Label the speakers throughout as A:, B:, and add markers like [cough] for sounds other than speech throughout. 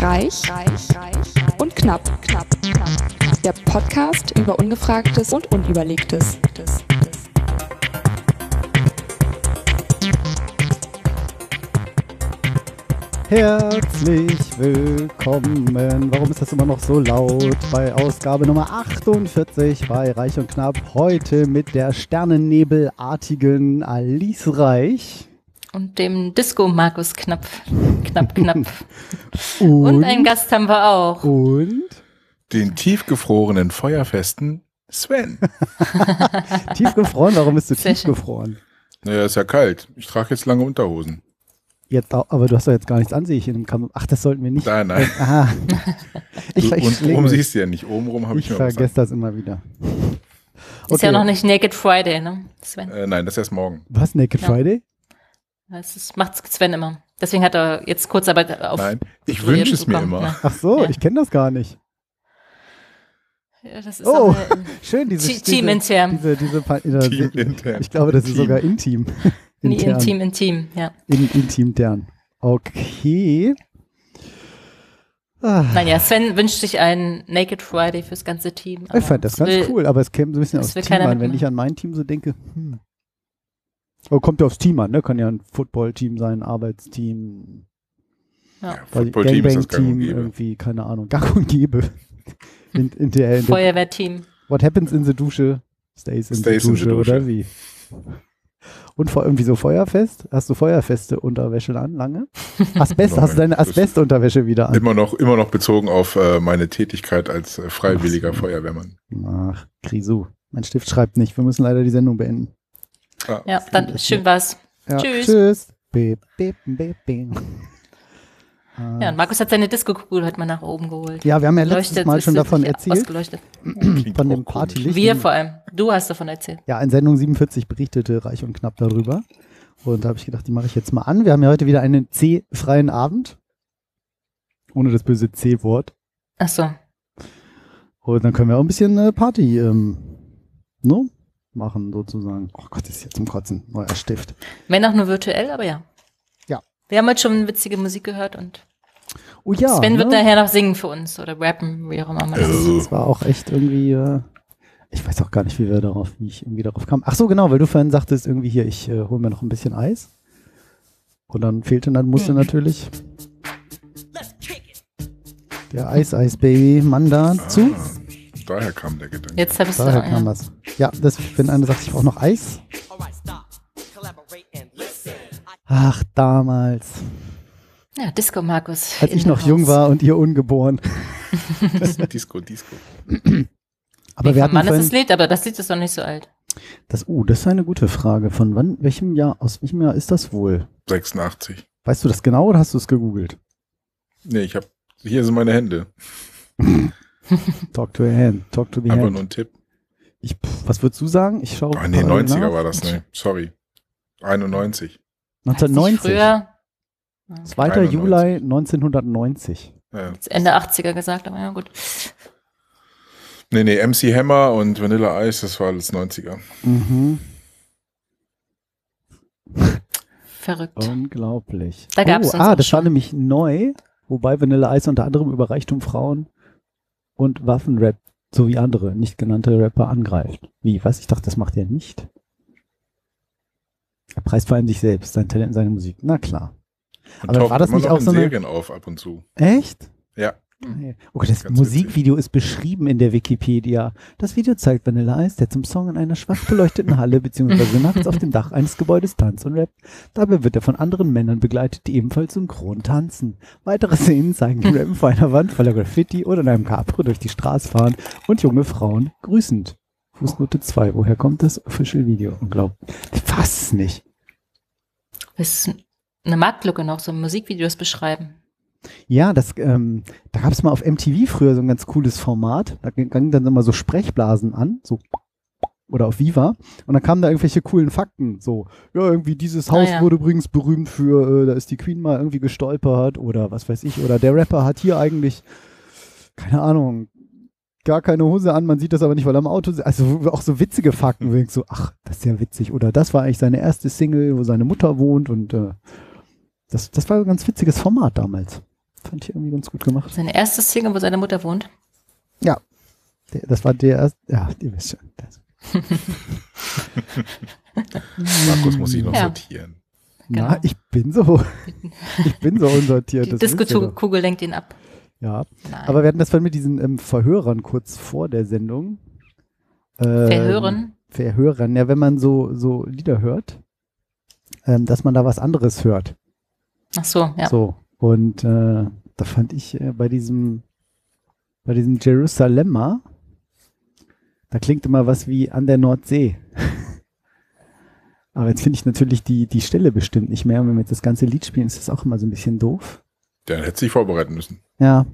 A: Reich, und knapp, knapp, knapp. Der Podcast über Ungefragtes und Unüberlegtes.
B: Herzlich willkommen. Warum ist das immer noch so laut? Bei Ausgabe Nummer 48 bei Reich und Knapp. Heute mit der sternennebelartigen Alice Reich.
C: Und dem Disco Markus Knapp.
B: [laughs]
C: Knapp, knapp. und, einen Gast haben wir auch.
B: Und
D: den tiefgefrorenen Feuerfesten Sven.
B: tiefgefroren? Warum bist du
C: Sehr schön.
B: tiefgefroren?
D: Naja, ist ja kalt. Ich trage jetzt lange Unterhosen.
B: Jetzt, au- aber du hast doch jetzt gar nichts an, sehe ich in dem Kamm. Ach, das sollten wir nicht.
D: Nein, nein.
B: Aha.
D: Du, und
B: schläge
D: oben
B: mich.
D: siehst du ja nicht. Oben rum habe ich,
B: Ich
D: mir was gesagt.
B: vergesse das immer wieder.
C: Ist ja noch nicht Naked Friday, ne, Sven?
D: Äh, nein, das ist erst morgen.
B: Was, Naked
C: Ja.
B: Friday?
C: Das ist, macht Sven immer. Deswegen hat er jetzt Kurzarbeit auf.
D: nein, ich
C: Tutorial
D: wünsche es mir
C: bekommen,
D: immer.
C: ne?
B: Ach so,
C: Ja.
B: ich kenne das gar nicht.
C: Ja, das ist
B: Oh.
C: aber, äh,
B: Schön, diese
C: Te-
B: diese-
C: teamintern.
B: Diese, diese, Pa- äh,
D: Team intern.
B: Ich glaube, das ist
D: Team.
B: sogar intim.
C: nie
B: Intern.
C: intim, intim, ja.
B: In, intimtern. Okay. Ah,
C: Naja, Sven wünscht sich einen Naked Friday fürs ganze Team. aber
B: ich fand das
C: es
B: ganz
C: will-
B: cool, aber es käme so ein bisschen
C: Äh, es
B: aufs
C: will
B: Team
C: keiner
B: an. Wenn
C: mitmachen.
B: ich an mein Team so denke, hm. Oh, kommt ja aufs Team an, ne? Kann ja ein Football-Team sein, Arbeitsteam,
D: Ja,
B: weiß ich,
D: Football-Team ist das gang und
B: Gangbang-Team,
D: gäbe.
B: irgendwie, keine Ahnung, gang und gäbe. [laughs] In, in der, in der,
C: Feuerwehrteam.
B: what happens in the Dusche stays in,
D: Stays
B: the,
D: in
B: Dusche,
D: the Dusche.
B: oder wie? Und vor allem wieso Feuerfest? Hast du feuerfeste Unterwäsche an, lange?
D: [laughs]
B: Asbest, hast du deine
D: Nein, das-
B: Asbestunterwäsche wieder an?
D: Immer noch, immer noch bezogen auf äh, meine Tätigkeit als äh, freiwilliger Feuerwehrmann.
B: Ach, Grisou. Mein Stift schreibt nicht. Wir müssen leider die Sendung beenden.
D: Ah,
C: Ja, dann schön war's.
B: Ja,
C: Tschüss.
B: Tschüss. Beep, beep, beep, beep. Äh,
C: Ja, und Markus hat seine Disco-Kugel heute mal nach oben geholt.
B: ja, wir haben ja letztes
C: Leuchtet,
B: Mal
C: ist
B: schon davon
C: wirklich
B: erzählt,
C: Ausgeleuchtet.
D: Klingt
B: von dem
D: auch komisch.
B: Partylicht.
C: Wir vor allem. Du hast davon erzählt.
B: Ja, in Sendung 47 berichtete Reich und Knapp darüber. Und da habe ich gedacht, die mache ich jetzt mal an. Wir haben ja heute wieder einen C-freien Abend. Ohne das böse C-Wort.
C: Ach so.
B: Und dann können wir auch ein bisschen äh, Party ähm, ne? machen, sozusagen. Oh Gott, das ist jetzt zum Kotzen. Neuer Stift.
C: Wenn auch nur virtuell, aber ja.
B: Ja.
C: Wir haben heute schon witzige Musik gehört und
B: Oh ja.
C: Sven wird
B: ne?
C: nachher noch singen für uns oder rappen, wie auch immer man das.
D: Oh.
B: Das war auch echt irgendwie, äh, ich weiß auch gar nicht, wie wir darauf, wie ich irgendwie darauf kam. Ach so, genau, weil du vorhin sagtest, irgendwie hier, ich äh, hole mir noch ein bisschen Eis. Und dann fehlte, dann
C: Hm.
B: musste natürlich der Eis-Eis-Baby-Mann dazu.
D: Ah, daher kam der Gedanke.
C: Jetzt habe ich es
B: Daher kam
C: ja.
B: das. Ja, das, wenn einer sagt, ich brauche noch Eis. Ach, damals,
C: ja, Disco Markus.
B: als
C: in
B: ich noch
C: Haus.
B: jung war und ihr ungeboren.
D: Disco, Disco.
B: Aber wir
C: Vom
B: hatten
C: Mann ist
B: vorhin,
C: das Lied, aber das Lied ist noch nicht so alt.
B: das, oh, das ist eine gute Frage. Von wann, welchem Jahr, aus welchem Jahr ist das wohl?
D: 86.
B: Weißt du das genau oder hast du es gegoogelt?
D: Nee, ich habe, hier sind meine Hände.
B: Talk to a hand, talk to the
D: Einfach
B: hand.
D: nur ein Tipp.
B: Ich, pff, was würdest du sagen? Ich schaue.
D: Oh, nee, 90er war das,
B: ne?
D: ne? Sorry. 91.
C: Heißt nicht
B: 1990.
C: Früher,
B: 2.
D: 91.
B: Juli 1990.
D: Ja.
C: jetzt Ende 80er gesagt, aber ja gut.
D: Nee, nee, MC Hammer und Vanilla Ice, das war alles 90er.
B: Mhm.
C: Verrückt.
B: Oh. Unglaublich.
C: Da gab's uns
B: oh, ah,
C: auch
B: das war
C: schon.
B: nämlich neu, wobei Vanilla Ice unter anderem über Reichtum Frauen und Waffenrap sowie andere nicht genannte Rapper angreift. Wie, was? Ich dachte, das macht er nicht. Er preist vor allem sich selbst, sein Talent, seine Musik. Na klar.
D: Und
B: Aber war das nicht auch
D: in
B: so eine-
D: Serien auf ab und zu.
B: Echt?
D: Ja.
B: Okay, okay das
D: Ganz
B: Musikvideo ist beschrieben in der Wikipedia. Das Video zeigt Vanilla Ice, der zum Song in einer schwach beleuchteten Halle
D: [laughs]
B: bzw. nachts auf dem Dach eines Gebäudes tanzt und rappt. Dabei wird er von anderen Männern begleitet, die ebenfalls synchron tanzen. Weitere Szenen zeigen ihn rappen vor einer Wand voller Graffiti oder in einem Cabrio durch die Straße fahren und junge Frauen grüßend. Fußnote 2. Woher kommt das Official Video? Unglaublich. Ich fass es nicht.
C: Das ist eine Marktlücke noch, so Musikvideos beschreiben.
B: Ja, das, ähm, da gab's mal auf MTV früher so ein ganz cooles Format. Da g- gingen dann immer so Sprechblasen an, so oder auf Viva. Und dann kamen da irgendwelche coolen Fakten. So, ja, irgendwie dieses
C: Ah,
B: Haus
C: ja.
B: wurde übrigens berühmt für, äh, da ist die Queen mal irgendwie gestolpert oder was weiß ich. Oder der Rapper hat hier eigentlich, keine Ahnung, gar keine Hose an. Man sieht das aber nicht, weil er im Auto sitzt. Also auch so witzige Fakten. Wirklich so, ach, das ist ja witzig. Oder das war eigentlich seine erste Single, wo seine Mutter wohnt. Und äh, das, das war ein ganz witziges Format damals. Fand ich irgendwie ganz gut gemacht.
C: Sein erstes Single, wo seine Mutter wohnt.
B: Der- Das war der erste. Ja, ihr wisst schon. Das.
D: Markus muss sich noch
C: Ja. genau.
D: sortieren.
B: Na, ich bin so. [laughs] Ich bin so unsortiert.
C: Die
B: das wisst ihr doch.
C: Disco-Kugel lenkt ihn ab.
B: Ja,
C: Nein.
B: aber wir hatten das vorhin mit diesen ähm, Verhörern kurz vor der Sendung. Ähm,
C: Verhören.
B: Verhörern, ja, wenn man so, so Lieder hört, ähm, dass man da was anderes hört.
C: Ach so, ja.
B: So. Und äh, da fand ich äh, bei diesem, bei diesem Jerusalemma, da klingt immer was wie an der Nordsee. [laughs] Aber jetzt finde ich natürlich die, die Stelle bestimmt nicht mehr. Und wenn wir jetzt das ganze Lied spielen, ist das auch immer so ein bisschen doof.
D: Der hätte sich vorbereiten müssen.
B: Ja.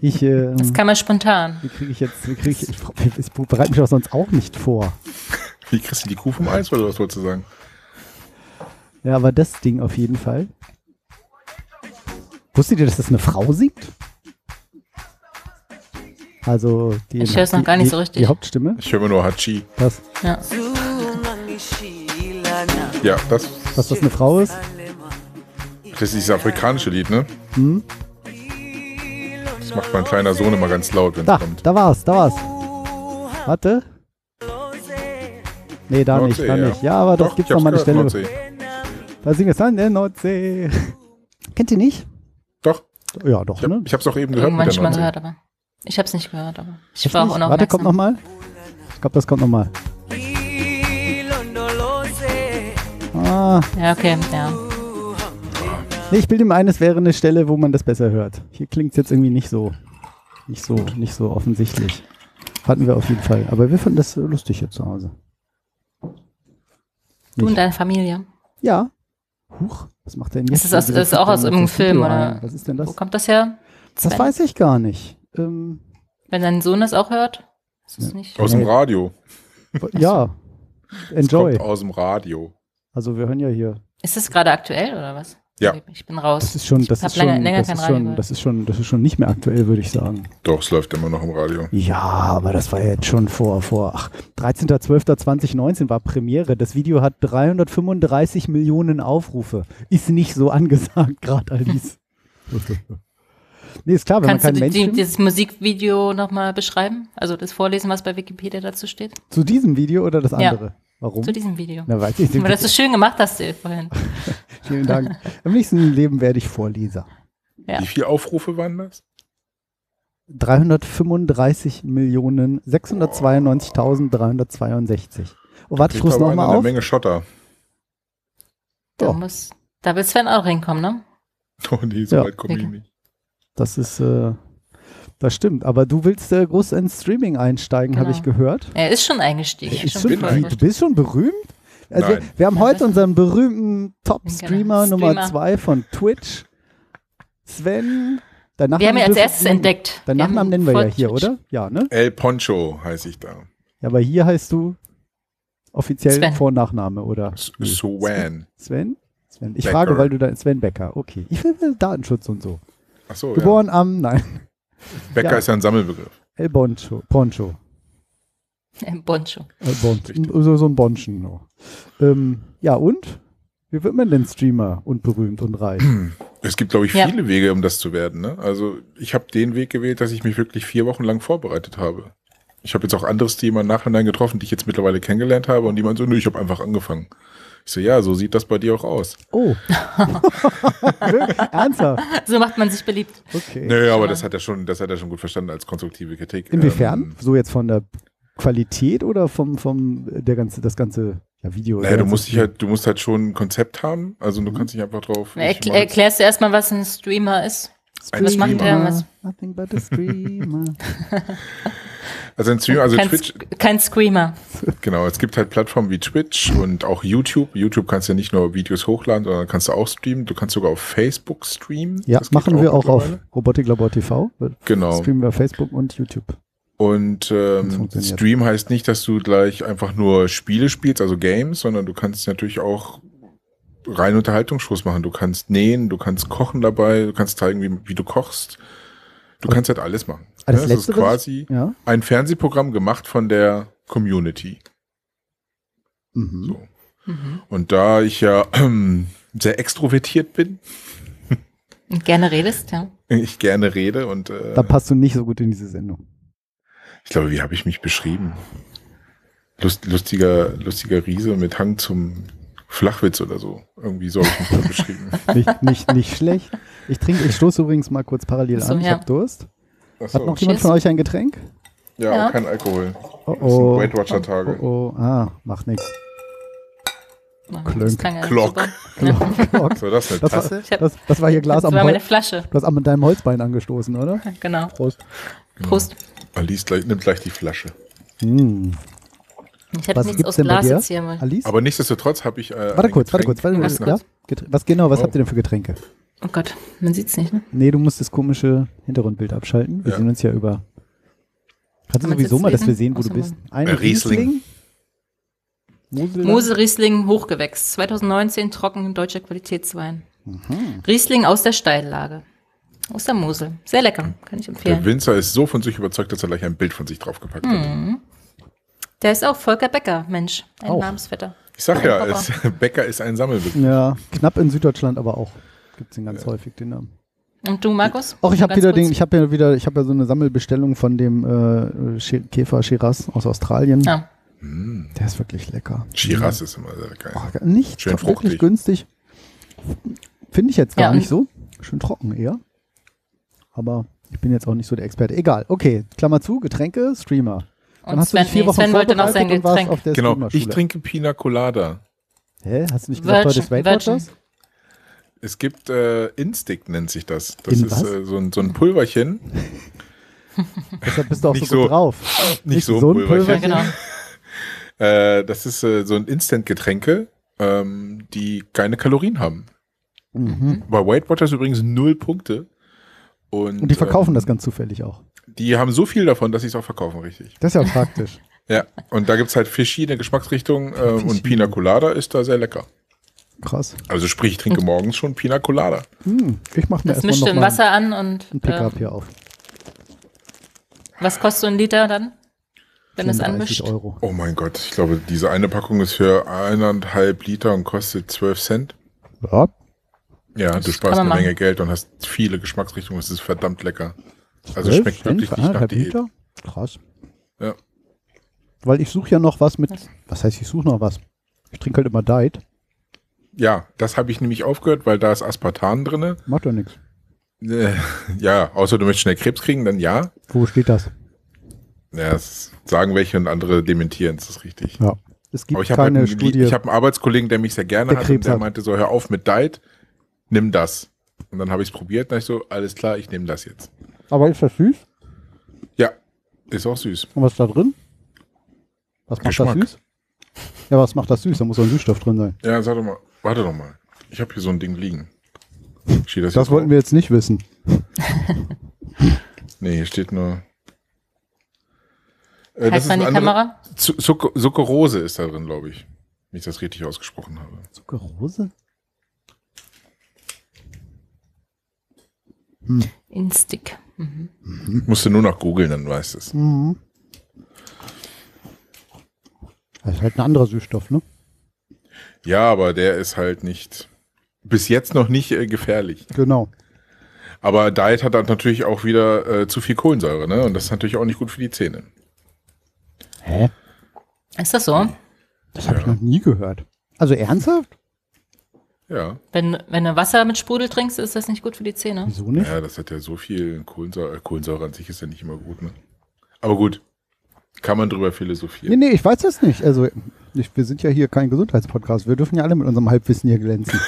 B: Ich, äh,
C: Das kann man spontan.
B: wie kriege ich jetzt, wie kriege ich, ich, ich bereite mich auch sonst auch nicht vor.
D: Wie kriegst du die Kuh vom Eis, oder was wolltest du sagen?
B: Ja, aber das Ding auf jeden Fall. Wusstet ihr, dass das eine Frau singt? Also die
C: Ich hör's noch
B: die-
C: gar nicht
B: die,
C: so richtig.
B: Die Hauptstimme?
D: Ich höre mir nur Hachi.
B: Dass,
C: Ja.
D: Ja, das,
B: dass das eine Frau ist?
D: das ist dieses afrikanische Lied, ne? Das macht mein kleiner Sohn immer ganz laut, wenn
B: Da,
D: er kommt.
B: da war's, da war's. Warte. Nee, da nicht, da
D: Nordsee, ja.
B: nicht. Ja, aber das
D: Doch,
B: gibt's
D: ich
B: noch
D: hab's
B: mal eine Stelle.
D: gehört, Nordsee.
B: Da singt es an der Nordsee. Kennt ihr nicht?
D: Doch,
B: Ja, doch,
D: ich, hab,
B: ne?
D: ich hab's auch eben gehört
C: Irgendwann
D: mit
C: schon
D: der
C: mal
D: Nordsee.
C: gehört, aber. Ich hab's nicht gehört, aber. Ich
B: Echt
C: war auch
B: nicht?
C: unaufmerksam.
B: Warte, kommt nochmal. Ich glaube, das kommt nochmal. Ah,
C: Ja, okay, ja.
B: nee, ich bilde mir ein, es wäre eine Stelle, wo man das besser hört. Hier klingt es jetzt irgendwie nicht so. Nicht so, nicht so offensichtlich. Fanden wir auf jeden Fall. Aber wir fanden das äh, lustig hier zu Hause.
C: Du
B: Nicht.
C: und deine Familie.
B: Ja. Huch, was macht denn jetzt?
C: Ist das aus-
B: wieder
C: ist auch aus
B: Video?
C: irgendeinem Film,
B: Video
C: oder?
B: ein? Was ist denn
C: Wo
B: das?
C: kommt das her?
B: Das weiß ich gar nicht. Ähm,
C: Wenn dein Sohn das auch hört? Ist das nicht?
D: Aus dem Radio.
B: ja.
D: Das
B: Enjoy.
D: Kommt aus dem Radio.
B: Also wir hören ja hier.
C: Ist das gerade aktuell oder was?
D: Ja.
C: Ich bin raus.
B: Das ist schon, das
C: hab
B: ist schon,
C: lange- länger
B: das
C: kein
B: ist
C: Radio
B: schon,
C: gehört.
B: das ist schon, das ist schon nicht mehr aktuell, würde ich sagen.
D: Doch, es läuft immer noch im Radio.
B: Ja, aber das war ja jetzt schon vor, vor ach, 13.12.2019 war Premiere. Das Video hat 335 Millionen Aufrufe. Ist nicht so angesagt, gerade Alice. nee, ist klar, wenn
C: Kannst
B: man kein
C: du die,
B: Mensch
C: die,
B: nimmt,
C: dieses Musikvideo nochmal beschreiben? Also das vorlesen, was bei Wikipedia dazu steht?
B: zu diesem Video oder das
C: Ja.
B: andere? Warum?
C: Zu diesem Video.
B: Oh. Na, weiß ich
C: Weil das so schön gemacht hast du vorhin.
B: [laughs] Vielen
C: [laughs]
B: Dank. Im nächsten Leben werde ich Vorleser.
C: Ja.
D: Wie viele Aufrufe waren das?
B: 335 Millionen 692.362. Oh, warte, ich rufe es
D: aber
B: nochmal
D: eine
B: auf.
D: Menge Schotter. [laughs]
C: Da,
B: Doch.
C: muss, da will Sven auch reinkommen, ne?
D: Oh nee, so
B: Ja.
D: weit komme ich nicht.
B: Das ist, äh, das stimmt. Aber du willst äh, groß ins Streaming einsteigen,
C: Genau.
B: habe ich gehört.
C: Er ist schon eingestiegen.
B: Ist
C: schon
B: schon,
D: bin
C: voll
B: wie, du
C: gut.
B: bist schon berühmt? Also wir,
D: Nein.
B: wir haben
C: Ja,
B: heute
C: das-
B: unseren berühmten Top-Streamer
C: Genau.
B: Nummer
C: Streamer.
B: 2 von Twitch, Sven. Dein
C: wir haben
B: Nachname
C: ihn als
B: dürfen-
C: erstes entdeckt.
B: Deinen
C: Wir haben
B: Nachnamen nennen wir
C: vor
B: ja hier,
C: Twitch- [laughs]
B: oder? Ja, ne?
D: El Poncho heiße ich da.
B: Ja, aber hier heißt du offiziell
C: Sven.
B: Vor- und Nachname, oder?
D: S- Swan.
B: Sven? Sven. Ich
D: Becker.
B: frage, weil du da Sven Becker. Okay. Ich will will Datenschutz und so.
D: Achso, ja.
B: Geboren am, nein,
D: Becker
B: ja.
D: ist ja ein Sammelbegriff.
B: El Boncho. Poncho.
C: Äh, Boncho.
B: Äh, Bon
D: Richtig.
B: so, so ein Bonschen. noch. Ähm, ja, und? Wie wird man denn Streamer und berühmt und
D: [clears throat]
B: reich?
D: Es gibt, glaube ich,
C: Ja.
D: viele Wege, um das zu werden. Ne? Also ich habe den Weg gewählt, dass ich mich wirklich vier Wochen lang vorbereitet habe. Ich habe jetzt auch andere Streamer im Nachhinein getroffen, die ich jetzt mittlerweile kennengelernt habe und die meinen so, nö, ich habe einfach angefangen. Ich so, ja, so sieht das bei dir auch aus.
B: Oh. Wirklich? [laughs] Ernsthaft?
C: So macht man sich beliebt.
B: Okay.
D: Nö, aber das hat er schon, das hat er schon gut verstanden als konstruktive Kritik.
B: Inwiefern?
D: Ähm,
B: so jetzt von der Qualität oder vom, vom äh, der ganze, das ganze ja, Video? Also
D: naja,
B: der ganze
D: du musst dich
B: Stream?
D: halt, du musst halt schon ein Konzept haben. Also du kannst nicht einfach drauf.
B: Oh,
C: Na,
D: ich
C: erkl-
D: mach jetzt-
C: erklärst du erstmal, was ein Streamer ist?
D: ein
C: was macht der?
B: Streamer,
C: Was-
B: Nothing but a streamer.
D: [laughs] also ein Stream, also
C: kein,
D: Twitch,
C: Sk- kein Screamer.
D: Genau, es gibt halt Plattformen wie Twitch und auch YouTube. YouTube kannst ja nicht nur Videos hochladen, sondern kannst du auch streamen. Du kannst sogar auf Facebook streamen.
B: ja,
D: Das geht
B: machen wir auch auf
D: mittlerweile.
B: Robotik Labor TV. Wir
D: Genau.
B: Streamen wir auf Facebook und YouTube.
D: Und
B: Das
D: ähm,
B: funktioniert.
D: Stream heißt nicht, dass du gleich einfach nur Spiele spielst, also Games, sondern du kannst natürlich auch rein Unterhaltungsshows machen. Du kannst nähen, du kannst kochen dabei, du kannst zeigen, wie, wie du kochst. Du kannst halt alles machen.
B: Ah, das
D: Ja,
B: Letzte,
D: ist
B: was ich-
D: quasi
B: Ja.
D: ein Fernsehprogramm gemacht von der Community.
B: Mhm.
D: So. Und [clears throat] da ich ja ähm, sehr extrovertiert bin [laughs]
C: Und gerne redest, ja.
D: ich gerne rede und äh,
B: Da passt du nicht so gut in diese Sendung.
D: ich glaube, wie habe ich mich beschrieben? Lust, lustiger, lustiger Riese mit Hang zum Flachwitz oder so. Irgendwie so habe ich mich da
B: [laughs]
D: beschrieben.
B: Nicht, nicht, nicht schlecht. Ich trinke, ich stoße übrigens mal kurz parallel
C: Ach so,
B: an. Ich
C: ja.
B: habe Durst.
D: Ach
B: Hat
D: so.
B: noch jemand
C: Cheers.
B: von euch ein Getränk?
D: Ja,
C: Ja.
D: kein Alkohol.
B: Oh
D: Das sind
B: oh.
D: Weight Watcher Tage.
B: Oh, oh. Ah, macht
C: [laughs]
B: nichts. Klönk.
C: Das klang ja
D: Klock.
B: [laughs]
C: super.
D: Was war das eine
B: Das
D: Tasse?
B: war,
C: Ich hab-
B: das, das war hier Glas
C: Das
B: am
C: war meine
B: Holz.
C: Flasche.
B: Du hast an deinem Holzbein angestoßen, oder?
C: Genau.
B: Prost.
C: Prost.
D: Alice gleich, nimmt gleich die Flasche.
B: Hm.
C: Ich hätte
B: Was
C: nichts
B: gibt's
C: aus
B: denn bei
C: Glas
B: dir?
C: jetzt hier mal.
B: Alice?
D: Aber nichtsdestotrotz habe ich. Äh,
B: warte
D: ein
B: kurz, warte
D: Getränk
B: kurz, warte
D: getrunken.
B: kurz. Ja? Geträ- Was genau, was
D: Oh.
B: habt ihr denn für Getränke?
C: Oh Gott, man sieht's nicht, ne?
B: Nee, du musst das komische Hintergrundbild abschalten. Wir
D: Ja.
B: sehen uns ja über. Kannst du
C: Kann man
B: sowieso
C: jetzt
B: mal, dass wir
C: lesen?
B: sehen, wo du
C: Außer
B: bist? Ein
D: Äh, Riesling.
B: Mosel.
C: Mose Riesling Hochgewächs, 2019 trocken deutscher Qualitätswein.
B: Mhm.
C: Riesling aus der Steillage. Aus der Mosel. Sehr lecker, kann ich
D: Der
C: empfehlen.
D: Winzer ist so von sich überzeugt, dass er gleich ein Bild von sich draufgepackt hat.
B: Mhm.
C: Der ist auch Volker Becker, Mensch. Ein
B: Auch.
C: Namensvetter.
D: Ich sag ja,
C: Papa.
D: es, [laughs] Bäcker ist ein Sammelbegriff.
B: Ja, knapp in Süddeutschland aber auch. Gibt es den ganz häufig, den Namen.
C: Und du, Markus?
B: Auch ich habe
C: Ganz
B: wieder
C: kurz.
B: den, ich habe ja wieder, ich habe ja so eine Sammelbestellung von dem äh, Sch- Käfer Shiraz aus Australien.
C: Ah,
B: Der ist wirklich lecker.
D: Shiraz ist immer sehr geil.
B: Oh, nicht
D: Schön
B: tro- wirklich
D: fruchtig.
B: günstig. Finde ich jetzt gar
C: Ja, und-
B: nicht so. Schön trocken eher. Aber ich bin jetzt auch nicht so der Experte. Egal. Okay, Klammer zu, Getränke, Streamer. Dann
C: Und
B: hast du dich
C: Sven-
B: vier
C: nee,
B: Wochen
C: Sven wollte noch sein
B: vorbereitet und warst
C: Getränk.
B: auf der
D: Genau,
B: Streamerschule.
D: ich trinke Pina Colada.
B: Hä? Hast du nicht gesagt, heute ist
C: Virgin-
B: Weight Watchers?
D: Es gibt äh, Instinct, nennt sich das. Das
B: In
D: ist
B: was?
D: äh, so, ein, so ein Pulverchen.
B: Deshalb bist du auch
D: Nicht
B: so
D: so.
B: gut drauf.
D: Nicht, so ein
B: so ein
D: Pulverchen.
C: ja, genau.
D: Äh, das ist äh, so ein Instant-Getränke, ähm, die keine Kalorien haben.
B: Mhm.
D: Bei Weight Watchers übrigens null Punkte. Und,
B: Und die verkaufen das
D: Ganze.
B: ganz zufällig auch.
D: Die haben so viel davon, dass sie es auch verkaufen, richtig.
B: Das ist ja [laughs] praktisch.
D: Ja, und da gibt es halt verschiedene
B: [laughs]
D: Geschmacksrichtungen äh, und Pina Colada ist da sehr lecker.
B: Krass.
D: Also sprich, ich trinke morgens schon Pina Colada.
B: Hm, ich mache mir
C: Das
B: erstmal
C: mischt
B: noch
C: du im
B: mal
C: Wasser an und
B: ein
C: äh,
B: Pickup hier auf.
C: was kostet so ein Liter dann, wenn es
B: 35
C: anmischt?
B: Euro.
D: Oh mein Gott, ich glaube, diese eine Packung ist für eineinhalb Liter und kostet 12 Cent.
B: Ja,
D: Ja, du sparst
C: kann
D: eine
C: man
D: Menge Geld und hast viele Geschmacksrichtungen. Es ist verdammt lecker. Also
B: 12
D: schmeckt wirklich
B: für
D: nicht nach
B: anderthalb
D: Diät.
B: Liter? Krass.
D: Ja.
B: Weil ich suche ja noch was mit. Was heißt, ich suche noch was? Ich trinke halt immer Diet.
D: Ja, das habe ich nämlich aufgehört, weil da ist Aspartan drin.
B: Macht doch nichts.
D: [laughs] Ja, außer du möchtest schnell Krebs kriegen, dann ja.
B: Wo steht das?
D: Ja, das sagen welche und andere dementieren, es ist richtig.
B: Ja. Es gibt
D: Aber ich habe halt
B: keine
D: einen,
B: Studie.
D: ich hab einen Arbeitskollegen, der mich sehr gerne
B: Der
D: hat
B: Krebs
D: und der
B: hat.
D: meinte so, hör auf mit Diet, nimm das. Und dann habe ich es probiert und dann ich so, alles klar, ich nehme das jetzt.
B: Aber ist das süß?
D: Ja, ist auch süß.
B: Und was ist da drin? Was macht
D: Geschmack.
B: das süß? Ja, was macht das süß? Da muss doch ein Süßstoff drin sein.
D: Ja, sag doch mal, warte doch mal. Ich habe hier so ein Ding liegen. Steht das,
B: Das
D: jetzt
B: wollten wir jetzt nicht wissen.
D: drauf? Nee, hier steht nur... Äh,
C: Halt mal in die Kamera.
D: Zu- Suc- Sucrose ist da drin, glaube ich. Wenn ich das richtig ausgesprochen habe.
B: Zuckerrose?
C: Instick. Mhm.
D: Musst du nur noch googeln, dann weißt du es.
B: Mhm. Das ist halt ein anderer Süßstoff, ne?
D: Ja, aber der ist halt nicht... Bis jetzt noch nicht äh, gefährlich.
B: Genau.
D: Aber Diet hat dann natürlich auch wieder äh, zu viel Kohlensäure, ne? Und das ist natürlich auch nicht gut für die Zähne.
B: Hä?
C: Ist das so?
B: Das habe ich noch nie gehört. Also ernsthaft?
D: Ja,
C: Wenn, wenn du Wasser mit Sprudel trinkst, ist das nicht gut für die Zähne.
B: Wieso nicht?
D: ja, das hat ja so viel Kohlensäure. äh, Kohlensäure an sich ist ja nicht immer gut, ne? Aber gut, kann man drüber
B: Nee,
D: philosophieren.
B: nee, ich weiß das nicht. Also, ich, wir sind ja hier kein Gesundheitspodcast. Wir dürfen ja alle mit unserem Halbwissen hier [laughs] glänzen.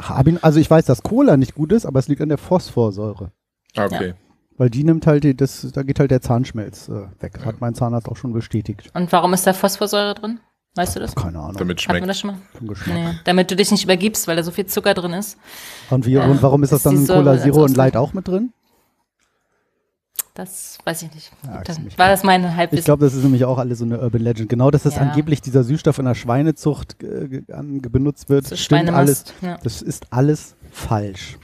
B: Hab ihn, also, ich weiß, dass Cola nicht gut ist, aber es liegt an der Phosphorsäure.
D: Ah, okay.
B: Weil die nimmt halt, die, das, da geht halt der Zahnschmelz äh, weg. Hat mein Zahnarzt auch schon bestätigt.
C: Und warum ist da Phosphorsäure drin? Weißt du das?
B: Keine Ahnung.
D: Damit
C: Hatten wir
D: schmeckt.
C: das schon mal?
B: vom Geschmack.
C: Nee. Damit du dich nicht übergibst, weil da so viel Zucker drin ist.
B: Und, wie, und warum ist das
C: Ist die
B: dann in
C: Säure
B: Cola
C: als
B: Zero und
C: Ausgleich?
B: Light auch mit drin?
C: Das weiß ich nicht.
B: Ja,
C: Gut,
B: ist
C: dann
B: nicht
C: war das meine
B: Ich
C: Halbwissen?
B: glaube, das ist nämlich auch alles so eine Urban Legend. Genau, dass das
C: Ja.
B: angeblich dieser Süßstoff in der Schweinezucht äh, ge- an- benutzt wird.
C: So
B: stimmt alles.
C: Schweinemast, ja. Mhm.
B: Das ist alles falsch.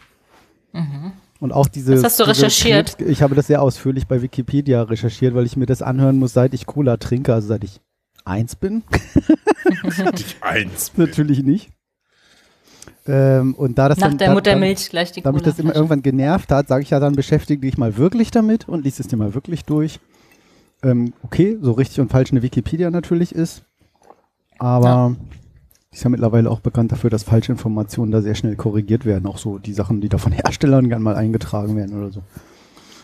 B: Und auch diese.
C: Das hast du
B: diese
C: recherchiert.
B: Krebs- ich habe das sehr ausführlich bei Wikipedia recherchiert, weil ich mir das anhören muss, seit ich Cola trinke, also seit ich eins bin. [laughs]
D: Dich eins.
B: Natürlich nicht. Ähm, und da das
C: Nach
B: dann,
C: der
B: da,
C: Muttermilch gleich die
B: Da mich das immer
C: Cola-Flasche.
B: irgendwann genervt hat, sage ich ja dann, beschäftige dich mal wirklich damit und lies es dir mal wirklich durch. Ähm, okay, so richtig und falsch eine Wikipedia natürlich ist, aber die ist ja mittlerweile auch bekannt dafür, dass falsche Informationen da sehr schnell korrigiert werden. Auch so die Sachen, die da von [laughs] Herstellern gern mal eingetragen werden oder so.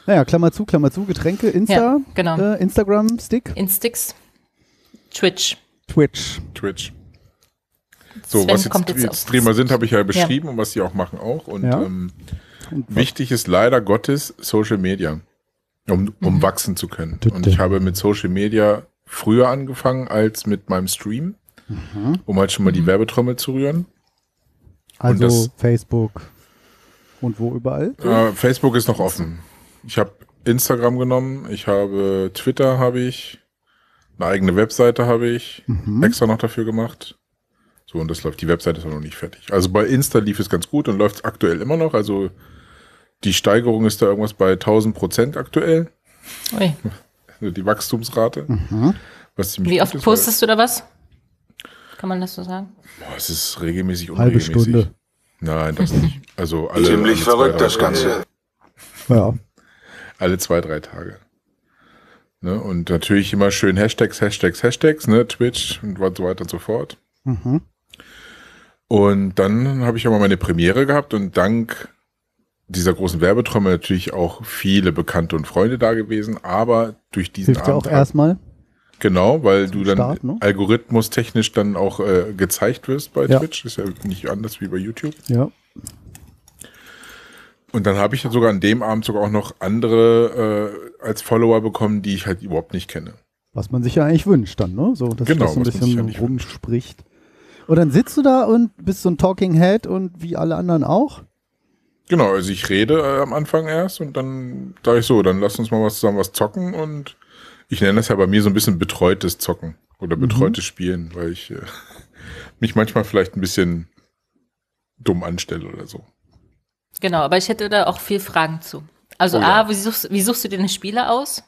B: Naja, Klammer zu, Klammer zu, Getränke, Insta,
C: Ja, genau.
B: äh, Instagram, Stick,
C: In Sticks. Twitch.
B: Twitch.
D: Twitch. So,
C: Sven
D: was
C: kommt
D: jetzt,
C: jetzt
D: jetzt,
C: auf-
D: Streamer sind, habe ich ja beschrieben und was sie auch machen auch. Und
B: Ja.
D: ähm,
B: Und
D: wichtig ist leider Gottes Social Media, um, um
B: Mhm.
D: wachsen zu können.
B: Tüte.
D: Und ich habe mit Social Media früher angefangen als mit meinem Stream,
B: Mhm.
D: um halt schon
C: Mhm.
D: mal die Werbetrommel zu rühren.
B: also
D: das-
B: Facebook und wo überall?
D: Äh, Facebook ist noch offen. Ich habe Instagram genommen, ich habe Twitter, habe ich eine eigene Webseite habe ich
B: Mhm.
D: extra noch dafür gemacht. So und das läuft. Die Webseite ist auch noch nicht fertig. Also bei Insta lief es ganz gut und läuft aktuell immer noch. Also die Steigerung ist da irgendwas bei 1000 Prozent aktuell,
C: Ui.
D: also die Wachstumsrate.
B: Mhm.
D: Was ziemlich
C: Wie
D: gut
C: oft
D: ist,
C: postest du da was? Kann man das so sagen?
D: weil- Boah, es ist regelmäßig
B: Halbe
D: unregelmäßig.
B: Stunde.
D: Nein, das nicht. Also alle,
E: Ziemlich
D: alle zwei,
E: verrückt
D: drei
E: das Ganze.
B: Ja.
D: alle zwei, drei Tage. Ne? Und natürlich immer schön Hashtags, Hashtags, Hashtags, ne? Twitch und so weiter und so fort.
B: Mhm.
D: Und dann habe ich aber meine Premiere gehabt und dank dieser großen Werbetrommel natürlich auch viele Bekannte und Freunde da gewesen, aber durch diesen
B: Hilft ja auch
D: Abend-
B: erstmal.
D: Genau, weil du dann
B: Start, ne?
D: Algorithmus technisch dann auch äh, gezeigt wirst bei
B: Ja.
D: Twitch. Ist ja nicht anders wie bei YouTube.
B: Ja.
D: Und dann habe ich dann sogar an dem Abend sogar auch noch andere äh, als Follower bekommen, die ich halt überhaupt nicht kenne.
B: Was man sich ja eigentlich wünscht dann, ne? So, dass
D: Genau,
B: das so ein
D: was man sich
B: bisschen
D: ja nicht
B: rumspricht. Und dann sitzt du da und bist so ein Talking Head und wie alle anderen auch.
D: Genau, also ich rede äh, am Anfang erst und dann sage ich so, dann lass uns mal was zusammen was zocken und ich nenne das ja bei mir so ein bisschen betreutes Zocken oder betreutes
B: Mhm.
D: Spielen, weil ich äh, [laughs] mich manchmal vielleicht ein bisschen dumm anstelle oder so.
C: Genau, aber ich hätte da auch viel Fragen zu. Also
D: Oh ja.
C: A, wie suchst, wie suchst du dir eine Spiele aus?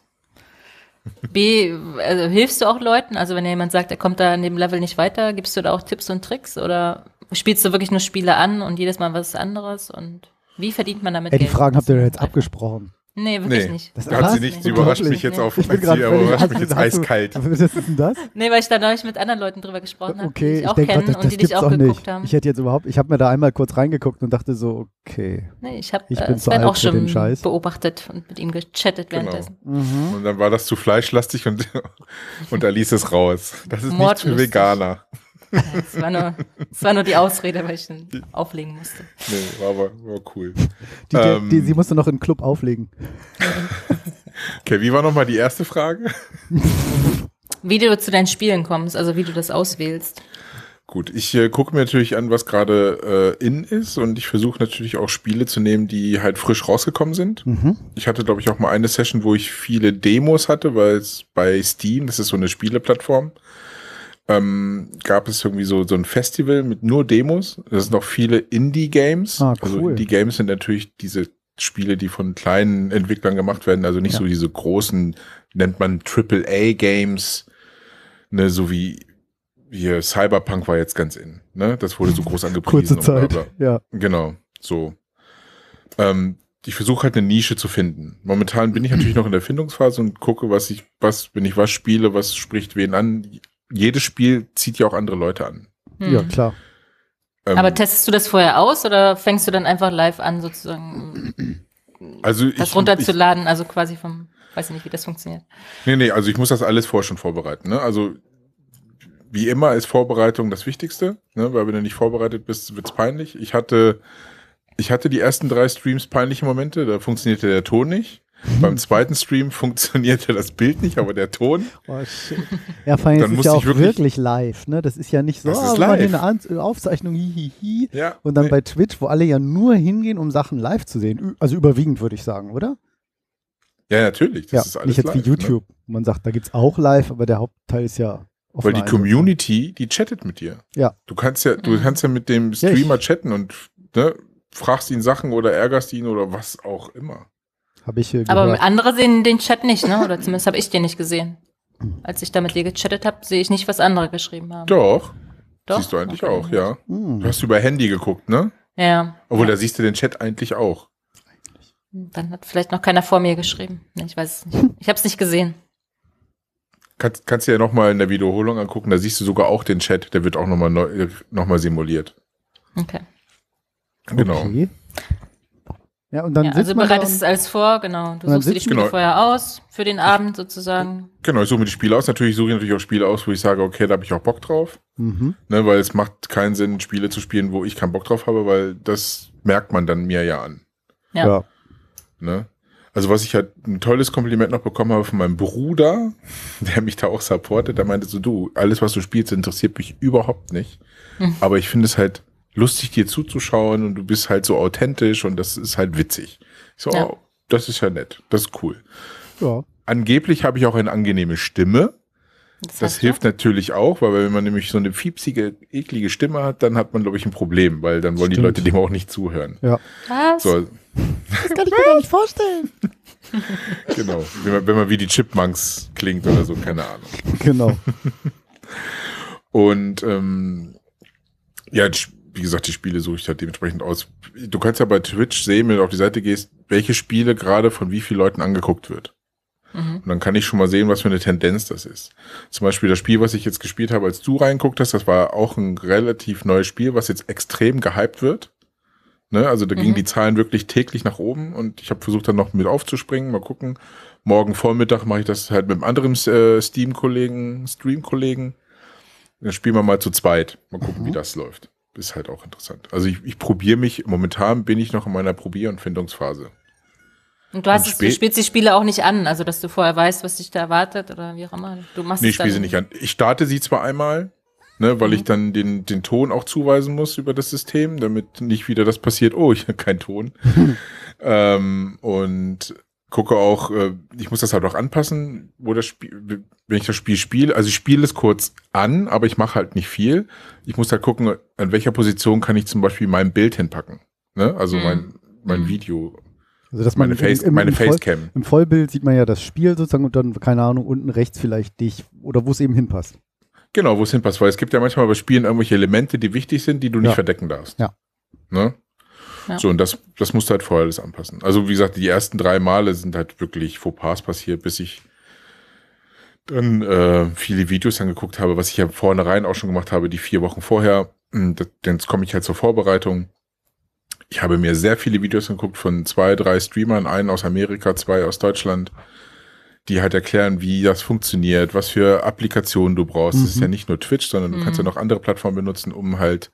C: B, also hilfst du auch Leuten? Also wenn jemand sagt, er kommt da in dem Level nicht weiter, gibst du da auch Tipps und Tricks? Oder spielst du wirklich nur Spiele an und jedes Mal was anderes? Und wie verdient man damit
B: Ey, die
C: Geld?
B: Fragen habt ihr doch jetzt
C: Einfach.
B: abgesprochen.
C: Nee, wirklich
D: Nee.
C: nicht.
B: Das
D: Da hat
B: Was?
D: sie nicht, sie
C: Nee.
D: überrascht
B: Unglaublich.
D: mich jetzt auf,
B: Ich bin
D: sie
B: gerade völlig also
D: überrascht mich
B: hast
D: jetzt
B: du-
D: eiskalt.
B: Was ist denn das?
C: Nee, weil ich da neulich mit anderen Leuten drüber gesprochen habe, die
B: Okay,
C: dich
B: ich
C: auch
B: denke
C: kennen
B: gerade, das,
C: und die
B: gibt's
C: dich auch
B: auch
C: geguckt
B: nicht.
C: haben.
B: Ich hätte jetzt überhaupt, ich habe mir da einmal kurz reingeguckt und dachte so, okay.
C: nee, ich habe
B: ich
C: äh,
B: bin zu
C: Sven
B: alt
C: auch
B: für den
C: schon
B: Scheiß.
C: beobachtet und mit ihm gechattet
D: Genau.
C: währenddessen.
B: Mhm.
D: Und dann war das zu fleischlastig und, [laughs] und Alice ist raus. Das ist nichts für
C: Mordlustig.
D: Veganer.
C: Es war, nur, es war nur die Ausrede, weil ich ihn auflegen musste.
D: Nee, war aber war cool.
B: Die,
D: Ähm.
B: die, die, sie musste noch in den Club auflegen.
D: Okay, wie war nochmal die erste Frage?
C: Wie du zu deinen Spielen kommst, also wie du das auswählst.
D: Gut, ich äh, gucke mir natürlich an, was gerade äh, in ist und ich versuche natürlich auch Spiele zu nehmen, die halt frisch rausgekommen sind.
B: Mhm.
D: Ich hatte, glaube ich, auch mal eine Session, wo ich viele Demos hatte, weil es bei Steam, das ist so eine Spieleplattform, ähm, gab es irgendwie so, so ein Festival mit nur Demos. Das sind auch viele Indie-Games.
B: Ah,
D: Also
B: cool.
D: Indie-Games sind natürlich diese Spiele, die von kleinen Entwicklern gemacht werden, also nicht
B: Ja.
D: so diese großen, nennt man AAA-Games, ne, so wie hier Cyberpunk war jetzt ganz in. Ne? Das wurde
B: [laughs]
D: so groß
B: Kurze
D: angepriesen. und
B: Zeit.
D: bla bla.
B: Ja.
D: Genau, so. Ähm, ich versuche halt eine Nische zu finden. Momentan bin ich natürlich noch in der Findungsphase und gucke, was ich, was, wenn ich was spiele, was spricht wen an. Jedes Spiel zieht ja auch andere Leute an.
C: Hm.
B: Ja, klar.
D: Ähm,
C: Aber testest du das vorher aus oder fängst du dann einfach live an, sozusagen
D: also
C: das
D: ich, ich,
C: runterzuladen? also quasi vom, weiß ich nicht, wie das funktioniert.
D: Nee, nee, also ich muss das alles vorher schon vorbereiten. Ne? Also wie immer ist Vorbereitung das Wichtigste, ne? weil wenn du nicht vorbereitet bist, wird's peinlich. Ich hatte, ich hatte die ersten drei Streams peinliche Momente, da funktionierte der Ton nicht. Beim zweiten Stream funktionierte das Bild nicht, aber der Ton.
B: Oh, shit. Ja, vor allem
D: Dann
B: es ist
D: muss
B: ja
D: ich
B: auch wirklich,
D: wirklich-
B: live, ne? Das ist ja nicht so,
D: Das ist
B: ah, wir machen hier
D: live.
B: eine An- Aufzeichnung, hihihi.
D: Ja,
B: Und dann
D: nee.
B: bei Twitch, wo alle ja nur hingehen, um Sachen live zu sehen. Ü- Also überwiegend, würde ich sagen, oder?
D: Ja, natürlich. Das
B: ja,
D: ist alles
B: nicht jetzt
D: live,
B: wie YouTube. wo Man sagt, da gibt's auch live, aber der Hauptteil ist ja
D: Ne?
B: offline.
D: Weil die Community, die chattet mit dir.
B: Ja.
D: Du kannst ja, du
C: Mhm.
D: kannst ja mit dem
B: Ja, ich-
D: Streamer chatten und ne, fragst ihn Sachen oder ärgerst ihn oder was auch immer.
B: Habe ich äh,
C: Aber
B: gehört.
C: andere sehen den Chat nicht, ne? Oder zumindest habe ich den nicht gesehen. Als ich da mit dir gechattet habe, sehe ich nicht, was andere geschrieben haben.
D: Doch.
C: Doch.
D: siehst du eigentlich auch, ja. Du
B: Hm.
D: hast über Handy geguckt, ne?
C: Ja.
D: Obwohl, da siehst du den Chat eigentlich auch.
C: Dann hat vielleicht noch keiner vor mir geschrieben. Nee, Ich weiß es nicht. Ich habe es nicht gesehen.
D: Kannst, kannst du ja nochmal in der Wiederholung angucken, da siehst du sogar auch den Chat, der wird auch nochmal neu, äh, noch mal simuliert.
C: Okay.
D: Genau.
B: Okay. Ja, und dann
C: ja,
B: sitzt
C: also
B: man da
C: bereitest es
B: und,
C: alles vor, genau.
B: Und
C: Du
B: dann
C: suchst dir die
B: sitzt-
C: Spiele
D: Genau.
C: vorher aus für den Abend sozusagen.
D: Genau, ich suche mir die Spiele aus. Natürlich suche ich natürlich auch Spiele aus, wo ich sage, okay, da habe ich auch Bock drauf.
B: mhm.
D: Ne, weil es macht keinen Sinn, Spiele zu spielen, wo ich keinen Bock drauf habe, weil das merkt man dann mir ja an.
C: Ja.
B: ja.
D: Ne? Also was ich halt ein tolles Kompliment noch bekommen habe von meinem Bruder, [laughs] der mich da auch supportet, der meinte so, du, alles was du spielst, interessiert mich überhaupt nicht. Aber ich finde es halt lustig, dir zuzuschauen und du bist halt so authentisch und das ist halt witzig. Ich so,
C: Ja.
D: oh, das ist ja nett, das ist cool.
B: Ja.
D: Angeblich habe ich auch eine angenehme Stimme. Das
C: hast du.
D: hilft natürlich auch, weil wenn man nämlich so eine fiepsige, eklige Stimme hat, dann hat man, glaube ich, ein Problem, weil dann wollen die
B: Stimmt.
D: Leute dem auch nicht zuhören.
C: Was?
D: So,
B: Das kann ich mir gar nicht vorstellen.
D: genau. Wenn man, wenn man wie die Chipmunks klingt oder so, keine Ahnung.
B: [laughs] Genau.
D: Und ähm, ja, sch- wie gesagt, die Spiele suche ich halt dementsprechend aus. Du kannst ja bei Twitch sehen, wenn du auf die Seite gehst, welche Spiele gerade von wie vielen Leuten angeguckt wird.
C: Mhm.
D: Und dann kann ich schon mal sehen, was für eine Tendenz das ist. Zum Beispiel das Spiel, was ich jetzt gespielt habe, als du reinguckt hast, das war auch ein relativ neues Spiel, was jetzt extrem gehypt wird. Ne? Also da gingen
C: Mhm.
D: die Zahlen wirklich täglich nach oben und ich habe versucht, dann noch mit aufzuspringen, mal gucken. Morgen Vormittag mache ich das halt mit einem anderen äh, Steam-Kollegen, Stream-Kollegen. Dann spielen wir mal zu zweit. Mal gucken, wie das läuft. Ist halt auch interessant. Also ich, ich probiere mich, momentan bin ich noch in meiner Probier- und Findungsphase.
C: Und du, hast
D: Und
C: es, du
D: spä-
C: spielst die Spiele auch nicht an, also dass du vorher weißt, was dich da erwartet oder wie auch immer. Du machst
D: Nee,
C: es
D: ich spiele sie
C: dann-
D: nicht an. Ich starte sie zwar einmal, ne, weil
B: Mhm.
D: ich dann den, den Ton auch zuweisen muss über das System, damit nicht wieder das passiert, oh, ich habe
B: [laughs]
D: keinen Ton. ähm, und gucke auch, äh, ich muss das halt auch anpassen, wo das Spiel, wenn ich das Spiel spiele, also ich spiele es kurz an, aber ich mache halt nicht viel. Ich muss halt gucken, an welcher Position kann ich zum Beispiel mein Bild hinpacken. Ne? Also
C: Mhm.
D: mein, mein
C: Mhm.
D: Video,
B: Also, dass man
D: meine,
B: im-
D: Face,
B: im-
D: meine
B: im Voll-
D: Facecam.
B: Im Vollbild sieht man ja das Spiel sozusagen und dann, keine Ahnung, unten rechts vielleicht dich oder wo es eben hinpasst.
D: Genau, wo es hinpasst, weil es gibt ja manchmal bei Spielen irgendwelche Elemente, die wichtig sind, die du nicht
B: Ja.
D: verdecken darfst.
B: Ja.
D: Ne?
C: Ja.
D: So, und das, das musst du halt vorher alles anpassen. Also, wie gesagt, die ersten drei Male sind halt wirklich Fauxpas passiert, bis ich dann äh, viele Videos angeguckt habe, was ich ja vornherein auch schon gemacht habe, die vier Wochen vorher. Und das- Jetzt komme ich halt zur Vorbereitung. Ich habe mir sehr viele Videos angeguckt von zwei, drei Streamern, einen aus Amerika, zwei aus Deutschland, die halt erklären, wie das funktioniert, was für Applikationen du brauchst. Das ist
B: Mhm.
D: ja nicht nur Twitch, sondern du
C: Mhm.
D: kannst ja noch andere Plattformen benutzen, um halt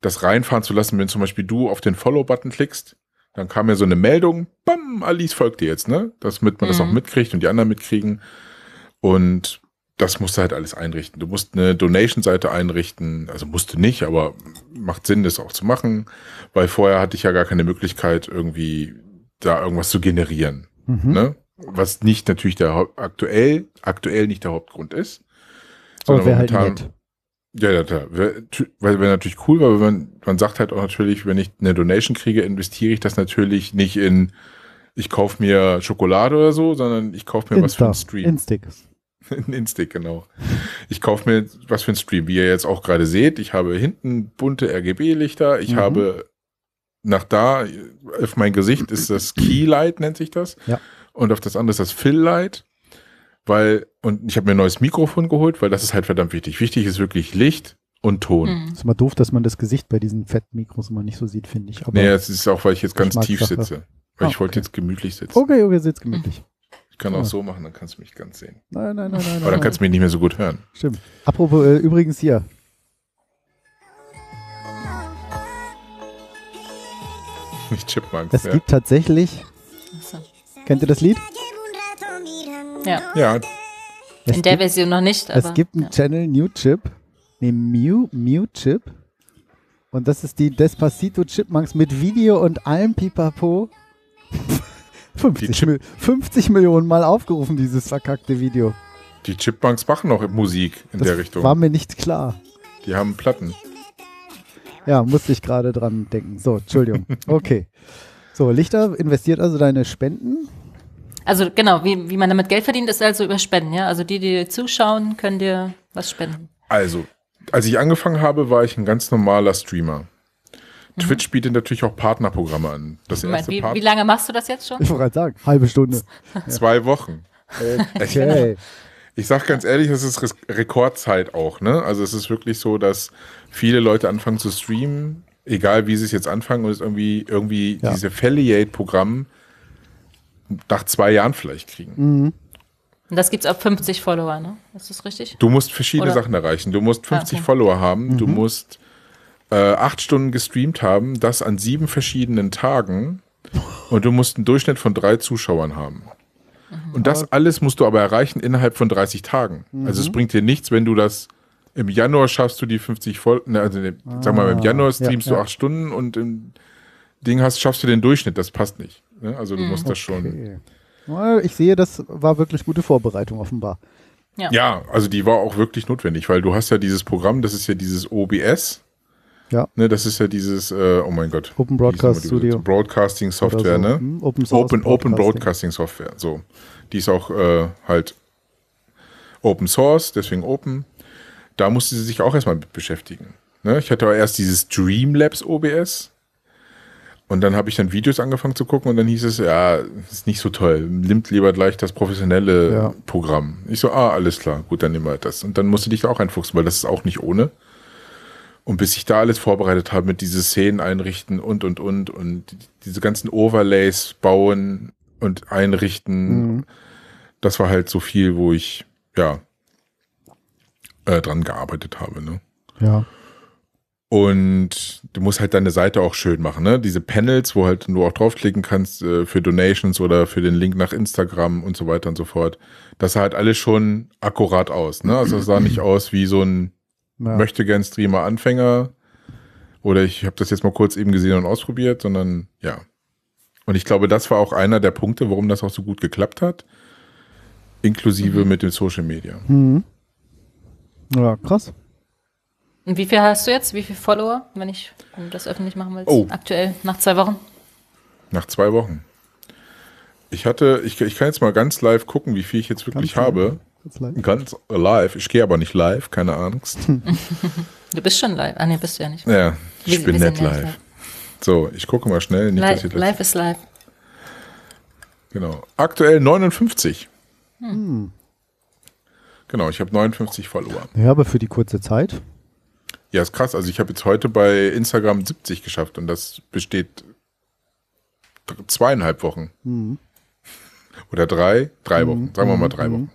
D: das reinfahren zu lassen. Wenn zum Beispiel du auf den Follow-Button klickst, dann kam ja so eine Meldung, bam, Alice folgt dir jetzt, ne? Dass mit man das
C: Mhm.
D: auch mitkriegt und die anderen mitkriegen. Und das musst du halt alles einrichten. Du musst eine Donation-Seite einrichten. Also musst du nicht, aber macht Sinn, das auch zu machen. Weil vorher hatte ich ja gar keine Möglichkeit, irgendwie da irgendwas zu generieren.
B: Mhm.
D: Ne? Was nicht natürlich der Haupt- aktuell, aktuell nicht der Hauptgrund ist.
B: Aber
D: sondern
B: wäre halt
D: momentan-
B: nett.
D: Ja, ja, klar. Wär- tü- Weil wäre natürlich cool, weil man, man sagt halt auch natürlich, wenn ich eine Donation kriege, investiere ich das natürlich nicht in, ich kaufe mir Schokolade oder so, sondern ich kaufe mir was
B: Insta,
D: für einen Stream.
B: Instick.
D: [laughs] Ein Instick, genau. Ich kaufe mir was für einen Stream. Wie ihr jetzt auch gerade seht, ich habe hinten bunte RGB-Lichter. Ich
B: Mhm.
D: habe nach da, auf mein Gesicht ist das Keylight, nennt sich das.
B: Ja.
D: Und auf das andere ist das Fill-Light. Weil, und ich habe mir ein neues Mikrofon geholt, weil das ist halt verdammt wichtig. Wichtig ist wirklich Licht und Ton.
C: Mhm.
B: Ist immer doof, dass man das Gesicht bei diesen fetten Mikros immer nicht so sieht, finde ich. Aber
D: Nee, es ist auch, weil ich jetzt ganz tief
B: Geschmackssache.
D: sitze. Weil
B: Ah,
D: ich wollte
B: okay.
D: jetzt gemütlich sitzen.
B: okay, okay, sitzt gemütlich.
D: Ich kann auch
B: Ah.
D: so machen, dann kannst du mich ganz sehen.
B: Nein, nein, nein, nein.
D: Aber dann
B: nein.
D: kannst du mich nicht mehr so gut hören. [laughs]
B: Stimmt. Apropos, äh, übrigens hier.
D: Nicht Chipmunks.
B: Es
D: Ja.
B: gibt tatsächlich.
C: Achso.
B: Kennt ihr das Lied?
C: Ja.
D: ja,
B: Es
C: In der
B: gibt,
C: Version noch nicht, aber.
B: es gibt einen
C: ja.
B: Channel New Chip. Nee, Mew, Mew Chip. Und das ist die Despacito Chipmunks mit Video und allem Pipapo. [laughs] 50,
D: Chip-
B: Mil 50 Millionen Mal aufgerufen, dieses verkackte Video.
D: Die Chipmunks machen noch Musik in
B: Das
D: der Richtung.
B: war mir nicht klar.
D: Die haben Platten.
B: Ja, musste ich gerade dran denken. So, Entschuldigung. Okay. So, Lichter investiert also deine Spenden.
C: Also genau, wie, wie man damit Geld verdient, ist also über Spenden, ja. Also die, die dir zuschauen, können dir was spenden.
D: Also, als ich angefangen habe, war ich ein ganz normaler Streamer.
B: Mhm.
D: Twitch bietet natürlich auch Partnerprogramme an. Das
C: Ich meine,
D: erste
C: wie,
D: Part
C: wie lange machst du das jetzt schon?
B: Ich wollte gerade sagen, halbe [laughs] Stunde.
D: zwei Wochen.
B: Okay.
D: Ich sag ganz ehrlich, es ist Res- Rekordzeit auch, ne? Also es ist wirklich so, dass viele Leute anfangen zu streamen, egal wie sie es jetzt anfangen, und es irgendwie, irgendwie
B: Ja.
D: dieses Affiliate-Programm nach zwei Jahren vielleicht kriegen.
C: Und das gibt's ab 50 Follower, ne? Ist das richtig?
D: Du musst verschiedene
C: Oder-
D: Sachen erreichen. Du musst 50
C: Ah, okay.
D: Follower haben, du
B: Mhm.
D: musst äh, acht Stunden gestreamt haben, das an sieben verschiedenen Tagen und du musst einen Durchschnitt von drei Zuschauern haben.
C: Mhm.
D: Und das alles musst du aber erreichen innerhalb von 30 Tagen. Also
B: Mhm.
D: es bringt dir nichts, wenn du das im Januar schaffst du die 50 Folgen, ne, also ne, sagen wir mal, im Januar streamst
B: Ah, ja.
D: du acht Stunden und im Ding hast, schaffst du den Durchschnitt, das passt nicht. Ne? Also du
C: Mhm.
D: musst das schon.
B: Okay. Na, Ich sehe, das war wirklich gute Vorbereitung offenbar.
D: Ja, also die war auch wirklich notwendig, weil du hast ja dieses Programm, das ist ja dieses OBS.
B: Ja.
D: Ne, das ist ja dieses, äh, oh mein Gott.
B: Open
D: Wie hieß
B: Broadcast
D: nochmal die-
B: Studio.
D: Broadcasting Software,
B: Oder so,
D: ne?
B: hm, Open Source
D: Open, Open
B: Broadcasting.
D: Broadcasting Software, so. Die ist auch äh, halt Open Source, deswegen Open. Da musste sie sich auch erstmal mit beschäftigen. Ne? Ich hatte aber erst dieses Dreamlabs OBS. Und dann habe ich dann Videos angefangen zu gucken und dann hieß es, ja, ist nicht so toll. Nimmt lieber gleich das professionelle
B: Ja.
D: Programm. Ich so, ah, alles klar, gut, dann nehmen wir das. Und dann musste ich da auch einfuchsen, weil das ist auch nicht ohne. Und bis ich da alles vorbereitet habe mit diese Szenen einrichten und und und und die- diese ganzen Overlays bauen und einrichten, das war halt so viel, wo ich ja äh, dran gearbeitet habe. Ne?
B: Ja.
D: Und du musst halt deine Seite auch schön machen, ne? Diese Panels, wo halt du auch draufklicken kannst äh, für Donations oder für den Link nach Instagram und so weiter und so fort. Das sah halt alles schon akkurat aus, ne? Also es sah nicht aus wie so ein
B: ja.
D: möchte gern Streamer Anfänger oder ich habe das jetzt mal kurz eben gesehen und ausprobiert, sondern ja. Und ich glaube, das war auch einer der Punkte, warum das auch so gut geklappt hat, inklusive mit dem Social Media.
B: Mhm. ja, krass.
C: Und wie viel hast du jetzt? Wie viele Follower, wenn ich wenn du das öffentlich machen willst?
D: Oh.
C: Aktuell, nach zwei Wochen.
D: Nach zwei Wochen. Ich hatte, ich, ich kann jetzt mal ganz live gucken, wie viel ich jetzt wirklich
B: Ganz
D: habe.
B: Ganz leicht.
D: Ganz live. Ich gehe aber nicht live, keine Angst.
C: Hm. Du bist schon live. Ah, nee, bist du ja nicht.
D: Ja, ich
C: Wir-
D: bin
C: wir sind
D: nicht
C: ja nicht
D: live.
C: live.
D: So, ich gucke mal schnell. Nicht, dass
C: Live,
D: ich das-
C: live ist live.
D: Genau. Aktuell 59. Genau, ich habe 59 Follower.
B: Ja, aber für die kurze Zeit.
D: Ja, ist krass. Also ich habe jetzt heute bei Instagram 70 geschafft und das besteht dr- zweieinhalb Wochen. Oder drei, drei Wochen. Sagen wir mal drei Wochen.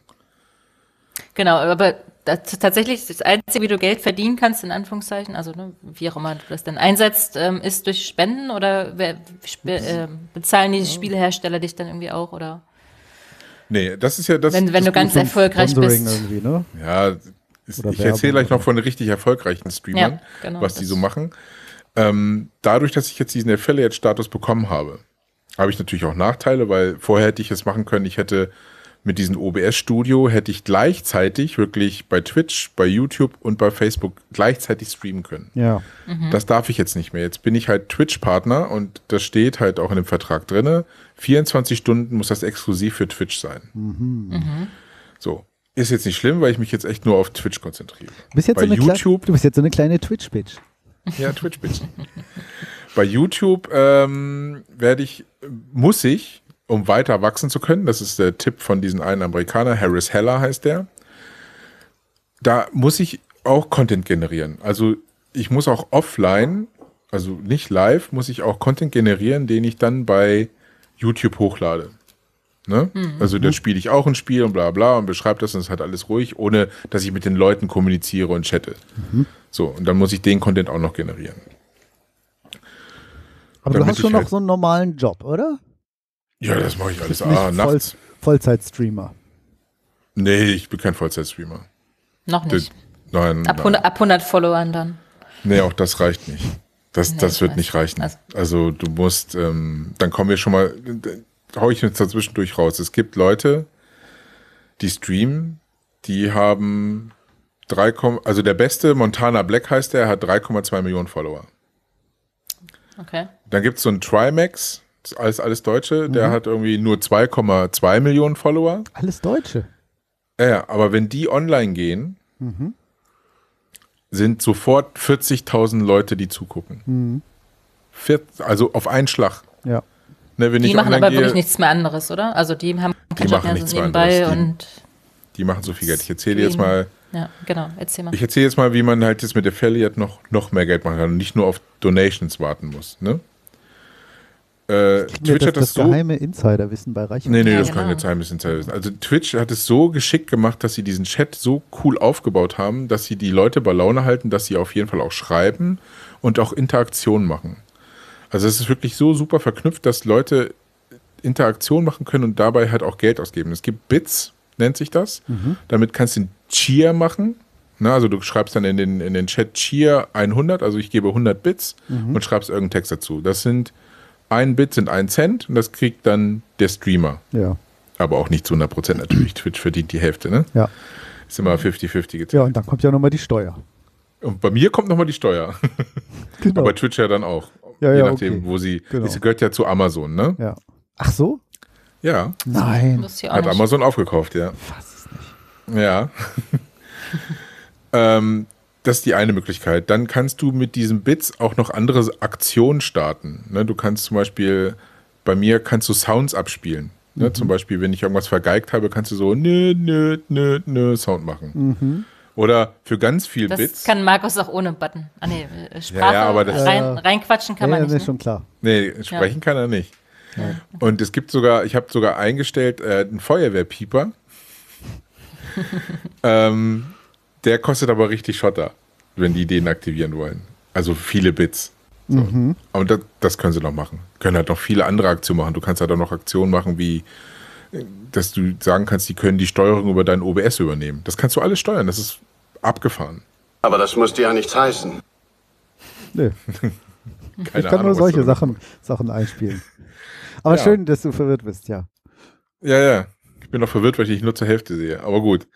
C: Genau, aber das, tatsächlich das Einzige, wie du Geld verdienen kannst, in Anführungszeichen, also ne, wie auch immer du das dann einsetzt, ähm, ist durch Spenden oder wer, sp äh, bezahlen die Spielehersteller dich dann irgendwie auch? Oder
D: Nee, das ist ja das.
C: wenn, wenn du
D: das
C: ganz
D: Gute.
C: erfolgreich
B: Sponsoring
C: bist.
B: irgendwie, ne?
D: Ja, ist,
B: Oder
D: ich erzähle
B: Werbung
D: gleich noch von richtig erfolgreichen Streamern,
C: Ja, genau,
D: was die
C: das-
D: so machen. Ähm, dadurch, dass ich jetzt diesen Affiliate-Status bekommen habe, habe ich natürlich auch Nachteile, weil vorher hätte ich es machen können. Ich hätte mit diesem OBS-Studio hätte ich gleichzeitig wirklich bei Twitch, bei YouTube und bei Facebook gleichzeitig streamen können.
B: Ja.
D: Das darf ich jetzt nicht mehr. Jetzt bin ich halt Twitch-Partner und das steht halt auch in dem Vertrag drinne. 24 Stunden muss das exklusiv für Twitch sein. So. Ist jetzt nicht schlimm, weil ich mich jetzt echt nur auf Twitch konzentriere.
B: Du bist jetzt,
D: Bei
B: so eine, kle-
D: YouTube
B: du bist jetzt so eine kleine Twitch-Bitch.
D: ja, Twitch bitte. Bei YouTube ähm, werde ich, muss ich, um weiter wachsen zu können, das ist der Tipp von diesem einen Amerikaner, Harris Heller heißt der, da muss ich auch Content generieren. Also ich muss auch offline, also nicht live, muss ich auch Content generieren, den ich dann bei YouTube hochlade. Ne? Also da spiele ich auch ein Spiel und bla bla und beschreibe das und es hat alles ruhig, ohne dass ich mit den Leuten kommuniziere und chatte. So, und dann muss ich den Content auch noch generieren.
B: Aber du
D: Damit
B: hast schon
D: ich
B: noch
D: halt-
B: so einen normalen Job, oder?
D: Ja, das mache ich alles.
B: Bist nicht
D: Ah, nachts.
B: Voll, Vollzeit-Streamer.
D: Nee, ich bin kein Vollzeit-Streamer.
C: Noch nicht.
D: Das- Nein,
C: Ab
D: nein.
C: 100, ab 100 Followern dann.
D: Nee, auch das reicht nicht. Das, das
C: ich
D: wird
C: weiß.
D: nicht reichen.
C: Also-
D: Also du musst, ähm, dann kommen wir schon mal, da hau ich jetzt dazwischendurch raus. Es gibt Leute, die streamen, die haben 3, also der beste, Montana Black heißt der, hat 3,2 Millionen Follower.
C: Okay.
D: Dann gibt es so einen Trimax, das ist alles, alles Deutsche, der hat irgendwie nur 2,2 Millionen Follower.
B: Alles Deutsche.
D: Ja, Ja, aber wenn die online gehen sind sofort 40.000 Leute, die zugucken.
B: Mhm.
D: Vier, also auf einen Schlag.
B: Ja.
D: Ne, wenn
C: Die
D: ich
C: machen
D: online
C: aber
D: gehe,
C: wirklich nichts mehr anderes, oder? Also die haben keinen Job
D: machen
C: mehr,
D: nichts
C: so
D: mehr
C: nebenbei
D: anderes. Die-
C: und
D: die machen so viel Geld. Ich erzähle jetzt
C: Streamen.
D: mal,
C: ja, genau, erzähl mal.
D: ich erzähle jetzt mal, wie man halt jetzt mit Affiliate noch, noch mehr Geld machen kann und nicht nur auf Donations warten muss. Ne? Äh, Twitch
B: das,
D: hat das,
B: das
D: so.
B: geheime Insiderwissen bei Reich.
D: Nee, nee,
C: Ja,
D: das
C: genau.
D: kann jetzt ein bisschen Service. Also Twitch hat es so geschickt gemacht, dass sie diesen Chat so cool aufgebaut haben, dass sie die Leute bei Laune halten, dass sie auf jeden Fall auch schreiben und auch Interaktion machen. Also es ist wirklich so super verknüpft, dass Leute Interaktion machen können und dabei halt auch Geld ausgeben. Es gibt Bits, nennt sich das. Damit kannst du einen Cheer machen. Na, also du schreibst dann in den, in den Chat Cheer 100, also ich gebe 100 Bits und schreibst irgendeinen Text dazu. Das sind, ein Bit sind ein Cent und das kriegt dann der Streamer.
B: Ja,
D: Aber auch nicht zu 100 Prozent natürlich. Twitch verdient die Hälfte, ne?
B: ja.
D: Ist immer 50-50 geteilt.
B: Ja, und dann kommt ja nochmal die Steuer.
D: Und bei mir kommt nochmal die Steuer.
B: Genau.
D: Aber Twitch ja dann auch.
B: Ja,
D: Je
B: ja,
D: nachdem,
B: okay.
D: wo sie.
B: Genau.
D: Es gehört ja zu Amazon, ne?
B: ja. Ach so?
D: Ja.
B: Nein.
C: Wusste ich auch
D: Hat
C: nicht.
D: Amazon aufgekauft, ja.
B: Fass es nicht.
D: Ja. [laughs] ähm, das ist die eine Möglichkeit. Dann kannst du mit diesen Bits auch noch andere Aktionen starten. Ne? Du kannst zum Beispiel, bei mir kannst du Sounds abspielen. Ne?
B: Mhm.
D: Zum Beispiel, wenn ich irgendwas vergeigt habe, kannst du so nö, nö, nö, nö Sound machen.
B: Mhm.
D: Oder für ganz viel
C: Das
D: Bits.
C: kann Markus auch ohne Button. Ah nee, äh, Sprache,
D: ja, aber das-
C: rein, reinquatschen kann
B: ja, ja,
C: man
B: ist
C: nicht. Ne?
B: schon klar.
D: Nee, sprechen kann er nicht. Und es gibt sogar, ich habe sogar eingestellt, äh, einen Feuerwehrpieper. ähm, der kostet aber richtig Schotter, wenn die den aktivieren wollen. Also viele Bits. So.
B: Mhm.
D: Und das, das können sie noch machen. Können halt noch viele andere Aktionen machen. Du kannst halt auch noch Aktionen machen, wie äh, dass du sagen kannst, die können die Steuerung über deinen OBS übernehmen. Das kannst du alles steuern. Das ist abgefahren.
E: Aber das musste ja nichts heißen.
B: Nee,
D: Keine
B: ich kann nur
D: Ahnung, was
B: solche
D: du-
B: Sachen, Sachen
D: [laughs]
B: einspielen. Aber
D: Ja.
B: schön, dass du verwirrt bist, ja.
D: Ja, ja. Ich bin noch verwirrt, weil ich dich nur zur Hälfte sehe. Aber gut.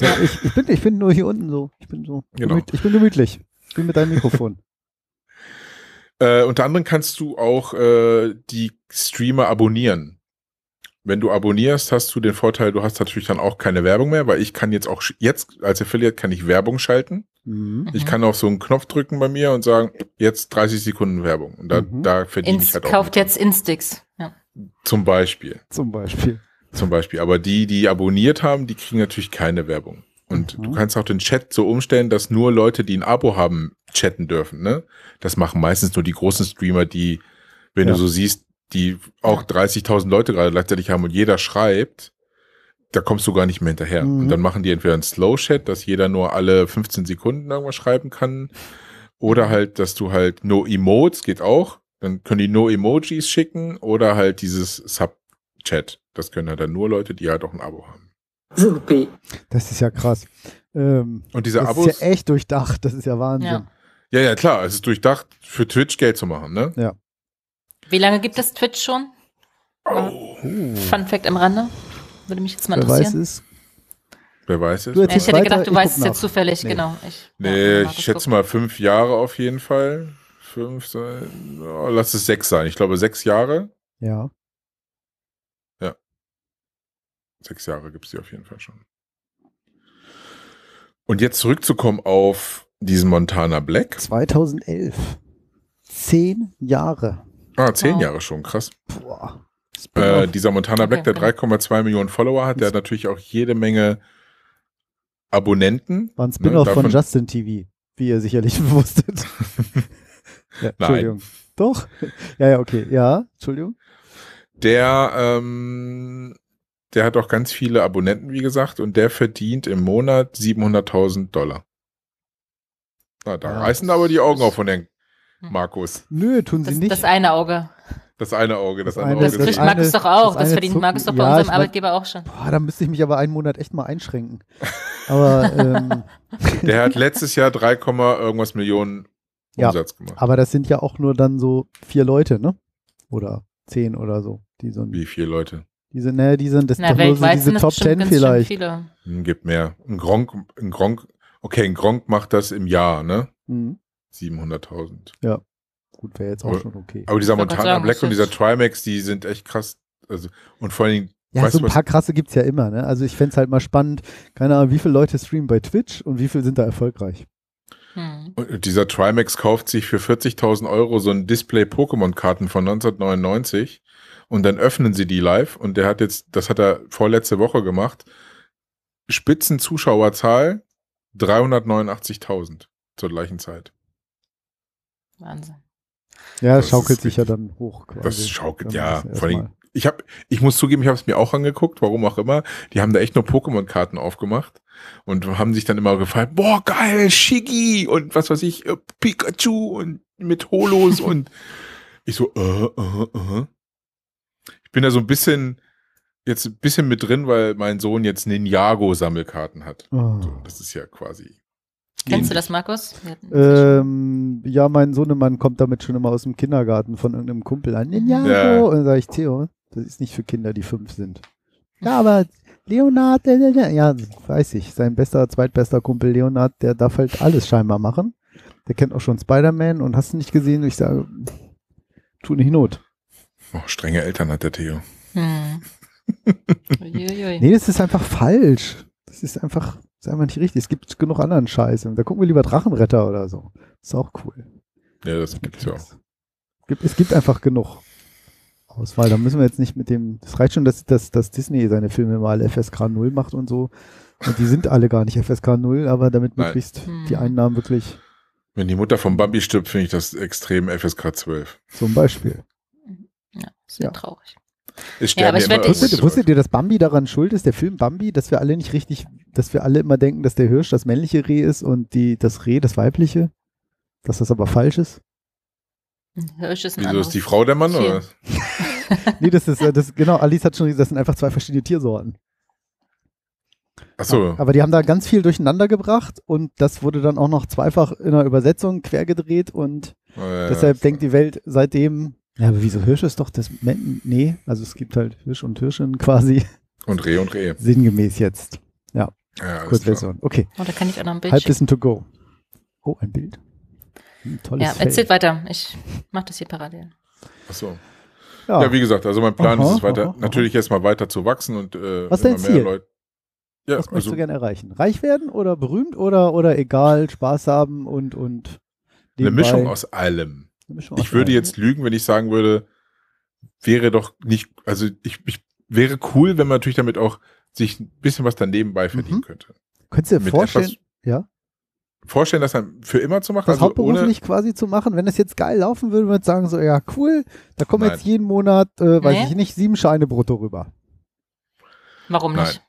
B: ja ich, ich, bin, ich bin nur hier unten so. Ich bin so.
D: Genau.
B: Gemüt, ich bin gemütlich. Ich bin mit deinem Mikrofon.
D: [laughs] Äh, unter anderem kannst du auch äh, die Streamer abonnieren. Wenn du abonnierst, hast du den Vorteil, du hast natürlich dann auch keine Werbung mehr, weil ich kann jetzt auch sch- jetzt als Affiliate kann ich Werbung schalten.
B: Mhm.
D: Ich kann auch so einen Knopf drücken bei mir und sagen, jetzt 30 Sekunden Werbung. Und da,
B: Mhm.
D: da verdiene
C: Ins,
D: ich halt auch.
C: kauft
D: mit.
C: jetzt Instix. Ja.
D: Zum Beispiel.
B: Zum Beispiel.
D: Zum Beispiel. Aber die, die abonniert haben, die kriegen natürlich keine Werbung. Und
B: Mhm.
D: du kannst auch den Chat so umstellen, dass nur Leute, die ein Abo haben, chatten dürfen. Ne? Das machen meistens nur die großen Streamer, die, wenn
B: Ja.
D: du so siehst, die auch 30.000 Leute gerade gleichzeitig haben und jeder schreibt, da kommst du gar nicht mehr hinterher.
B: Mhm.
D: Und dann machen die entweder einen Slow-Chat, dass jeder nur alle 15 Sekunden irgendwas schreiben kann. Oder halt, dass du halt No Emotes geht auch. Dann können die No Emojis schicken oder halt dieses Sub-Chat. Das können halt dann nur Leute, die halt auch ein Abo haben.
B: Das ist ja krass. Ähm,
D: Und diese
B: das
D: Abos.
B: ist ja echt durchdacht. Das ist ja Wahnsinn.
C: Ja.
D: ja, ja, klar, es ist durchdacht, für Twitch Geld zu machen, ne?
C: Wie lange gibt es Twitch schon?
D: Oh.
C: Fun Fact am Rande. Würde mich jetzt mal
B: Wer weiß
C: interessieren.
B: es.
D: Wer weiß es?
B: Du
C: Ja, ich
B: erzählst
C: hätte
B: weiter,
C: gedacht, du
B: ich
C: weißt
B: guck
C: es jetzt
B: nach.
C: zufällig,
B: Nee.
C: genau. Ich,
D: Nee,
C: ja,
D: ich
C: Markus
D: schätze
C: guckt.
D: mal fünf Jahre auf jeden Fall. Fünf, sei- oh, lass es sechs sein. Ich glaube, sechs Jahre.
B: Ja.
D: Sechs Jahre gibt's die auf jeden Fall schon. Und jetzt zurückzukommen auf diesen Montana Black.
B: 2011. Zehn Jahre.
D: Ah, zehn
C: Wow.
D: Jahre schon, krass.
B: Boah.
D: Äh,
B: Spin-off.
D: dieser Montana Black, der
C: Okay,
D: 3,2 Millionen Follower hat, der hat natürlich auch jede Menge Abonnenten.
B: War ein Spin-off
D: ne,
B: von
D: davon-
B: Justin TV, wie ihr sicherlich [laughs] wusstet.
D: [laughs]
B: ja, Entschuldigung. Doch? Ja, ja, okay. Ja, Entschuldigung.
D: Der, ähm, der hat auch ganz viele Abonnenten, wie gesagt, und der verdient im Monat 700.000 Dollar. Na, da
B: Ja,
D: reißen
B: das
D: aber die Augen
B: ist-
D: auf von Herrn
C: Hm.
D: Markus.
B: Nö, tun sie
C: Das,
B: nicht. Oh,
C: das eine Auge.
D: Das eine Auge, das,
B: Das
D: andere
B: eine-
C: Das
D: Auge.
C: kriegt
D: ist-
B: eine-
C: Markus doch auch.
B: das
C: Das
B: eine
C: verdient
B: Zucken-
C: Markus doch bei
B: Ja, ich
C: unserem
B: mein-
C: Arbeitgeber auch schon.
B: Boah, da müsste ich mich aber einen Monat echt mal einschränken. Aber,
D: [laughs]
B: ähm,
D: Der hat letztes Jahr 3, irgendwas Millionen
B: Ja.
D: Umsatz gemacht.
B: aber das sind ja auch nur dann so vier Leute, ne? Oder zehn oder so. Die sind,
D: Wie viele Leute?
B: die sind, naja, die sind, das sind
C: Na,
B: doch nur so
C: weltweit
B: diese
C: sind es
B: Top
C: bestimmt
B: Ten
C: ganz schön
B: vielleicht.
C: viele.
D: Hm, gibt mehr. Ein Gronk, ein Gronk, okay, ein Gronk macht das im Jahr, ne?
B: Mhm.
D: 700.000.
B: Gut, wäre jetzt
D: Aber-
B: auch schon okay.
D: Aber dieser
C: Ich wollt grad
D: Montana
C: sagen,
D: Black
C: das
D: und dieser
C: ist-
D: Trimax, die sind echt krass. Also, und vor allen Dingen,
B: Ja,
D: weißt
B: so
D: du,
B: ein
D: was-
B: paar krasse gibt's ja immer, ne? Also ich fänd's halt mal spannend, keine Ahnung, wie viele Leute streamen bei Twitch und wie viele sind da erfolgreich.
C: Hm.
D: Und dieser Trimax kauft sich für 40.000 Euro so ein Display Pokémon-Karten von 1999 und dann öffnen sie die live und der hat jetzt, das hat er vorletzte Woche gemacht, Spitzenzuschauerzahl 389.000 zur gleichen Zeit.
C: Wahnsinn.
B: Ja,
D: Das
B: das schaukelt
D: ist
B: sich ja dann hoch. Quasi.
D: Das schaukelt,
B: Wenn
D: ja,
B: man das
D: vor allem-
B: erstmal-
D: Ich habe, ich muss zugeben, ich habe es mir auch angeguckt, warum auch immer. Die haben da echt nur Pokémon-Karten aufgemacht und haben sich dann immer gefallen, boah, geil, Shiggy und was weiß ich, äh, Pikachu und mit Holos und ich so, äh, äh, äh. Ich bin da so ein bisschen, jetzt ein bisschen mit drin, weil mein Sohn jetzt Ninjago-Sammelkarten hat. So,
B: Oh.
D: das ist ja quasi.
C: Kennst du das, Markus? Wir hatten-
B: Ähm, ja, mein Sohnemann kommt damit schon immer aus dem Kindergarten von irgendeinem Kumpel an. Ninjago.
D: Ja.
B: Und dann sage ich, Theo, das ist nicht für Kinder, die fünf sind. Ja, aber Leonard, der, der, der, ja, weiß ich. Sein bester, zweitbester Kumpel Leonard, der darf halt alles scheinbar machen. Der kennt auch schon Spider-Man und hast du nicht gesehen? Ich sage, tut nicht Not.
D: Oh, strenge Eltern hat der Theo.
C: Hm.
B: [laughs]
C: Uiuiui.
B: Nee, das ist einfach falsch. Das ist einfach, das ist einfach nicht richtig. Es gibt genug anderen Scheiß. Da gucken wir lieber Drachenretter oder so. Ist auch cool.
D: Ja, das gibt's ja auch.
B: Gibt, es gibt einfach genug Auswahl. Da müssen wir jetzt nicht mit dem. Es reicht schon, dass, dass, dass Disney seine Filme mal FSK 0 macht und so. Und die sind alle gar nicht FSK 0, aber damit
D: Nein.
B: möglichst
C: Hm.
B: die Einnahmen wirklich
D: Wenn die Mutter vom Bambi stirbt, finde ich das extrem FSK 12.
B: zum Beispiel.
C: Ja, sehr
B: Ja.
C: traurig.
D: Es
C: Ja, aber ich werd dich-
B: Wusstet, wusstet ihr, dass Bambi daran schuld ist, der Film Bambi, dass wir alle nicht richtig, dass wir alle immer denken, dass der Hirsch das männliche Reh ist und die, das Reh das weibliche? Dass das aber falsch ist?
C: Ein Hirsch ist ein
D: Wieso
C: anderes.
D: ist die Frau der Mann? Oder?
B: Nee, das ist, äh, das, genau, Alice hat schon gesagt, das sind einfach zwei verschiedene Tiersorten.
D: Achso,
B: Aber die haben da ganz viel durcheinander gebracht und das wurde dann auch noch zweifach in der Übersetzung quergedreht und
D: äh,
B: deshalb denkt die Welt seitdem, ja, aber wieso Hirsch ist doch das, Men nee, also es gibt halt Hirsch und Hirschin quasi, [laughs]
D: und Reh und Reh.
B: sinngemäß jetzt,
D: Ja, alles klar.
B: Kurzversion. Okay,
C: Oh, da kann ich auch noch ein Bild schicken.
B: Halbwissen to go. Oh, ein Bild. Ein tolles
C: Ja,
B: ja,
C: erzählt weiter. Ich mach das hier parallel.
D: Achso.
B: Ja.
D: Ja. wie gesagt, also mein Plan
B: Ah. Aha,
D: ist es weiter,
B: aha, aha.
D: natürlich erstmal weiter zu wachsen und äh,
B: Was ist dein Ziel?
D: Leute. Ja,
B: Was möchtest
D: also
B: du gerne erreichen? Reich werden oder berühmt oder, oder egal, Spaß haben und, und
D: eine
B: nebenbei-
D: Mischung aus allem.
B: Eine Mischung aus
D: Ich würde
B: allem.
D: jetzt lügen, wenn ich sagen würde, wäre doch nicht, also ich, ich wäre cool, wenn man natürlich damit auch sich ein bisschen was dann nebenbei verdienen
B: Mhm.
D: könnte.
B: Könntest du dir
D: Mit
B: vorstellen,
D: etwas
B: ja?
D: vorstellen, das dann für immer zu machen,
B: das
D: also ohne,
B: hauptberuflich quasi zu machen, wenn das jetzt geil laufen würde, würde ich sagen so, ja cool, da kommen
D: Nein.
B: jetzt jeden Monat, äh, weiß
C: Nee.
B: ich nicht, sieben Scheine brutto rüber.
C: Warum
D: Nein.
C: nicht?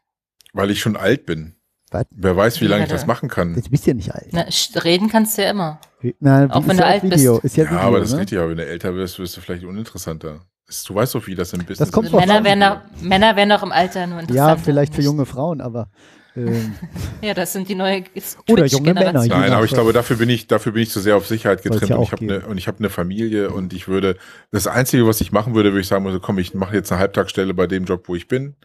D: weil ich schon alt bin.
B: Was?
D: Wer weiß, wie
C: Ja,
D: lange ich
C: da-
D: das machen kann.
B: Du bist ja nicht alt.
C: Na, sch- reden kannst du ja immer.
B: Nein,
C: Auch
B: ist
C: wenn
B: ja
C: du alt
B: Video. Ist ja,
D: Ja,
B: Video,
D: aber das ist
B: ne?
D: richtig, aber wenn du älter wirst, wirst du vielleicht uninteressanter. Es- Du weißt doch, wie das im Business
B: kommt
D: ist.
B: drauf
C: Also Männer
B: an.
C: werden, auch, Männer werden auch im Alter nur interessant.
B: Ja, vielleicht für junge Frauen, aber ähm,
C: Ja, das sind die neue
B: Oder junge Männer,
C: Twitch-Generation.
B: je
D: Nein,
B: nach-
D: aber ich glaube, dafür bin ich, dafür bin ich zu sehr auf Sicherheit
B: Soll's
D: getrimmt
B: ja
D: und
B: auch
D: ich habe
B: geben.
D: eine und ich habe eine Familie und ich würde das einzige, was ich machen würde, würde ich sagen, also komm, ich mache jetzt eine Halbtagsstelle bei dem Job, wo ich bin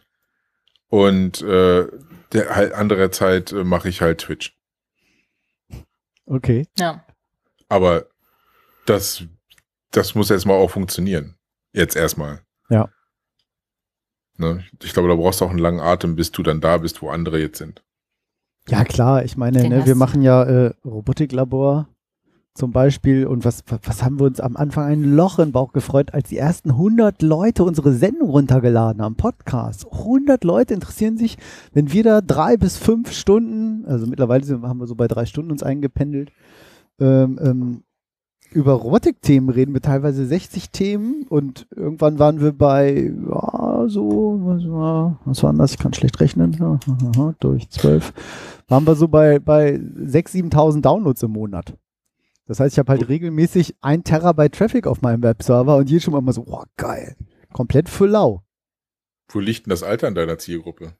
D: und äh, der halt andere Zeit äh, mache ich halt Twitch.
B: okay.
C: Ja.
D: Aber das das muss erstmal auch funktionieren. Jetzt erstmal.
B: Ja.
D: Ne? Ich glaube, da brauchst du auch einen langen Atem, bis du dann da bist, wo andere jetzt sind.
B: Ja klar, ich meine,
C: Den
B: ne,
C: hast
B: wir
C: du.
B: machen ja äh, Robotiklabor zum Beispiel und was, was- was haben wir uns am Anfang ein Loch im Bauch gefreut, als die ersten 100 Leute unsere Sendung runtergeladen haben, Podcast. 100 Leute interessieren sich, wenn wir da drei bis fünf Stunden, also mittlerweile sind, haben wir so bei drei Stunden uns eingependelt, ähm, ähm, über Robotikthemen reden wir teilweise 60 Themen und irgendwann waren wir bei, ja, so, was war, was waren das? Ich kann schlecht rechnen, Ja, durch 12 waren wir so bei, bei 6.000, 7.000 Downloads im Monat. Das heißt, ich habe halt regelmäßig ein Terabyte Traffic auf meinem Webserver und hier schon mal immer so, oh, geil. Komplett für lau.
D: Wo liegt denn das Alter in deiner Zielgruppe?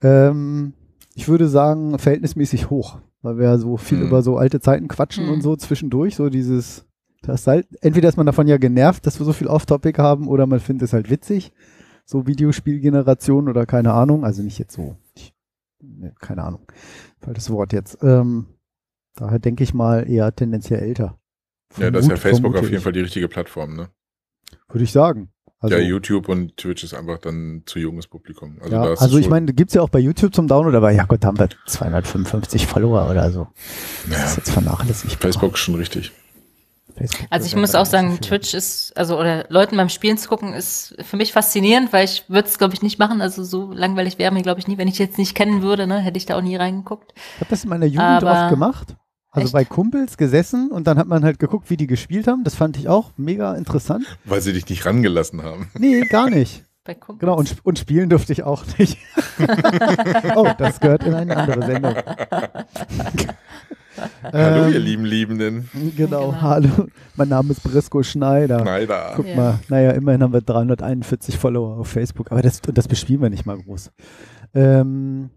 B: Ähm, ich würde sagen, verhältnismäßig hoch, weil wir ja so viel
D: Mhm.
B: über so alte Zeiten quatschen
C: Mhm.
B: und so zwischendurch, so dieses, das ist halt, entweder ist man davon ja genervt, dass wir so viel Off-Topic haben, oder man findet es halt witzig, so Videospielgeneration oder keine Ahnung, also nicht jetzt so, ich, ne, keine Ahnung, falsches Wort jetzt. Ähm, daher denke ich mal eher tendenziell älter.
D: Ja, das ist ja
B: Vermut-
D: Facebook
B: vermute
D: auf jeden
B: ich.
D: Fall die richtige Plattform, ne?
B: Würde ich sagen. Also,
D: ja, YouTube und Twitch ist einfach dann zu junges Publikum. Also,
B: ja,
D: da ist
B: also
D: es
B: ich
D: schon-
B: meine, gibt's ja auch bei YouTube zum Download, aber ja Gott, da haben wir 255 Follower oder so. Das ist jetzt vernachlässigt.
D: Facebook ist schon richtig.
B: Facebook
C: Also ich
B: ist
C: muss
B: ja
C: auch sagen,
B: nicht so viel.
C: Twitch ist, also oder Leuten beim Spielen zu gucken, ist für mich faszinierend, weil ich würde es, glaube ich, nicht machen. Also so langweilig wäre mir, glaube ich, nie, wenn ich jetzt nicht kennen würde, ne, hätte ich da auch nie reingeguckt.
B: Ich habe das in meiner Jugend
C: Aber-
B: oft gemacht. Also
C: Echt?
B: bei Kumpels gesessen und dann hat man halt geguckt, wie die gespielt haben. Das fand ich auch mega interessant.
D: Weil sie dich nicht rangelassen haben. [laughs]
B: Nee, gar nicht.
C: Bei Kumpels.
B: Genau, und, sp- und spielen durfte ich auch nicht. [laughs] oh, das gehört in eine andere Sendung.
D: Hallo, ihr
B: Ähm,
D: lieben Liebenden.
B: Genau,
C: Genau.
B: hallo. Mein Name ist Brisco Schneider.
D: Schneider.
B: Guck
C: Ja.
B: mal, naja, immerhin haben wir 341 Follower auf Facebook, aber das, und das bespielen wir nicht mal groß. Ähm,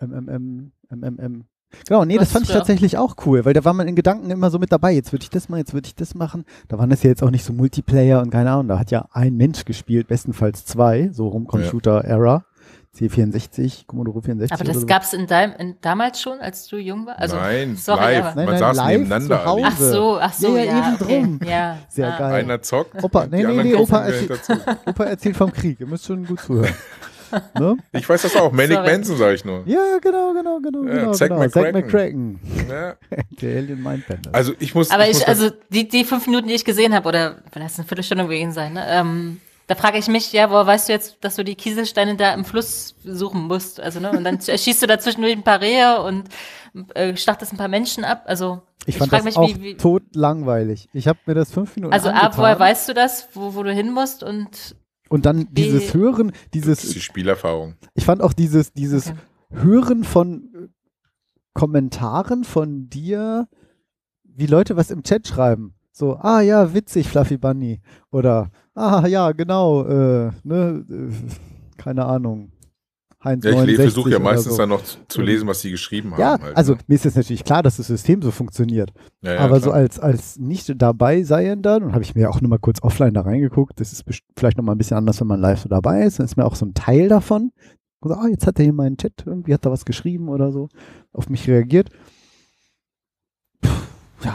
B: ähm, ähm, ähm, ähm, ähm, ähm. Genau, nee,
C: Was
B: das fand ich
C: für-
B: tatsächlich auch cool, weil da war man in Gedanken immer so mit dabei, jetzt würde ich das machen, jetzt würde ich das machen. Da waren das ja jetzt auch nicht so Multiplayer und keine Ahnung, da hat ja ein Mensch gespielt, bestenfalls zwei, so rum Computer Era, C64, Commodore 64.
C: Aber
B: oder
C: das
B: so.
C: gab's in deinem in, damals schon, als du jung warst? Also,
D: nein,
C: sorry,
D: live.
C: aber-
B: Nein,
D: Man
B: nein,
D: saß
B: live
D: nebeneinander.
B: zu Hause.
D: Ali.
C: Ach so, ach so,
B: Ja,
C: ja.
B: ja, eben
C: okay,
B: drum.
C: ja.
B: Sehr
C: ah.
B: geil.
D: Einer zockt.
B: Opa,
D: und
B: nee,
D: die
B: nee,
D: anderen
B: nee,
D: gucken
B: Opa,
D: dahinter zu.
B: Opa erzählt vom Krieg, ihr müsst schon gut
C: [laughs]
B: zuhören. ne?
D: Ich weiß das auch. Manic
C: Sorry.
D: Manson, sage ich nur.
B: Ja, genau, genau, genau,
D: Ja,
B: genau.
D: Zack
B: genau. Zack McCracken.
D: McCracken.
B: [laughs]
D: Ja.
B: Der Alien Mindbender.
D: Also, ich muss.
C: Aber
D: muss [laughs]
C: ich, also die, die fünf Minuten, die ich gesehen habe, oder vielleicht ist eine Viertelstunde gewesen sein, ne? ähm, da frage ich mich, ja, woher weißt du jetzt, dass du die Kieselsteine da im Fluss suchen musst? Also, ne? Und dann [laughs] schießt du dazwischen durch ein paar Rehe und äh, schlachtest ein paar Menschen ab. Also
B: ich fand
C: frag
B: das auch tot langweilig. Ich habe mir das fünf Minuten
C: also
B: angetan.
C: ab, woher weißt du das, wo, wo du hin musst? Und
B: Und dann dieses Hören,
D: Das ist
B: dieses,
D: die Spielerfahrung.
B: ich fand auch dieses, dieses
C: Okay.
B: Hören von äh, Kommentaren von dir, wie Leute was im Chat schreiben. So, ah ja, witzig, Fluffy Bunny. Oder, ah ja, genau, äh, ne, äh, keine Ahnung. Heinz
D: Ja, ich
B: 69
D: versuche ja
B: oder
D: meistens
B: so.
D: dann noch zu, zu lesen, was sie geschrieben haben.
B: Ja,
D: halt,
B: also
D: ne?
B: mir ist jetzt natürlich klar, dass das System so funktioniert.
D: ja, ja,
B: aber so
D: klar.
B: als, als nicht dabei seien dann, und habe ich mir auch nur mal kurz offline da reingeguckt, das ist best- vielleicht nochmal ein bisschen anders, wenn man live so dabei ist, dann ist mir auch so ein Teil davon. Und so, ah, jetzt hat er hier meinen Chat, irgendwie hat er was geschrieben oder so, auf mich reagiert. Puh,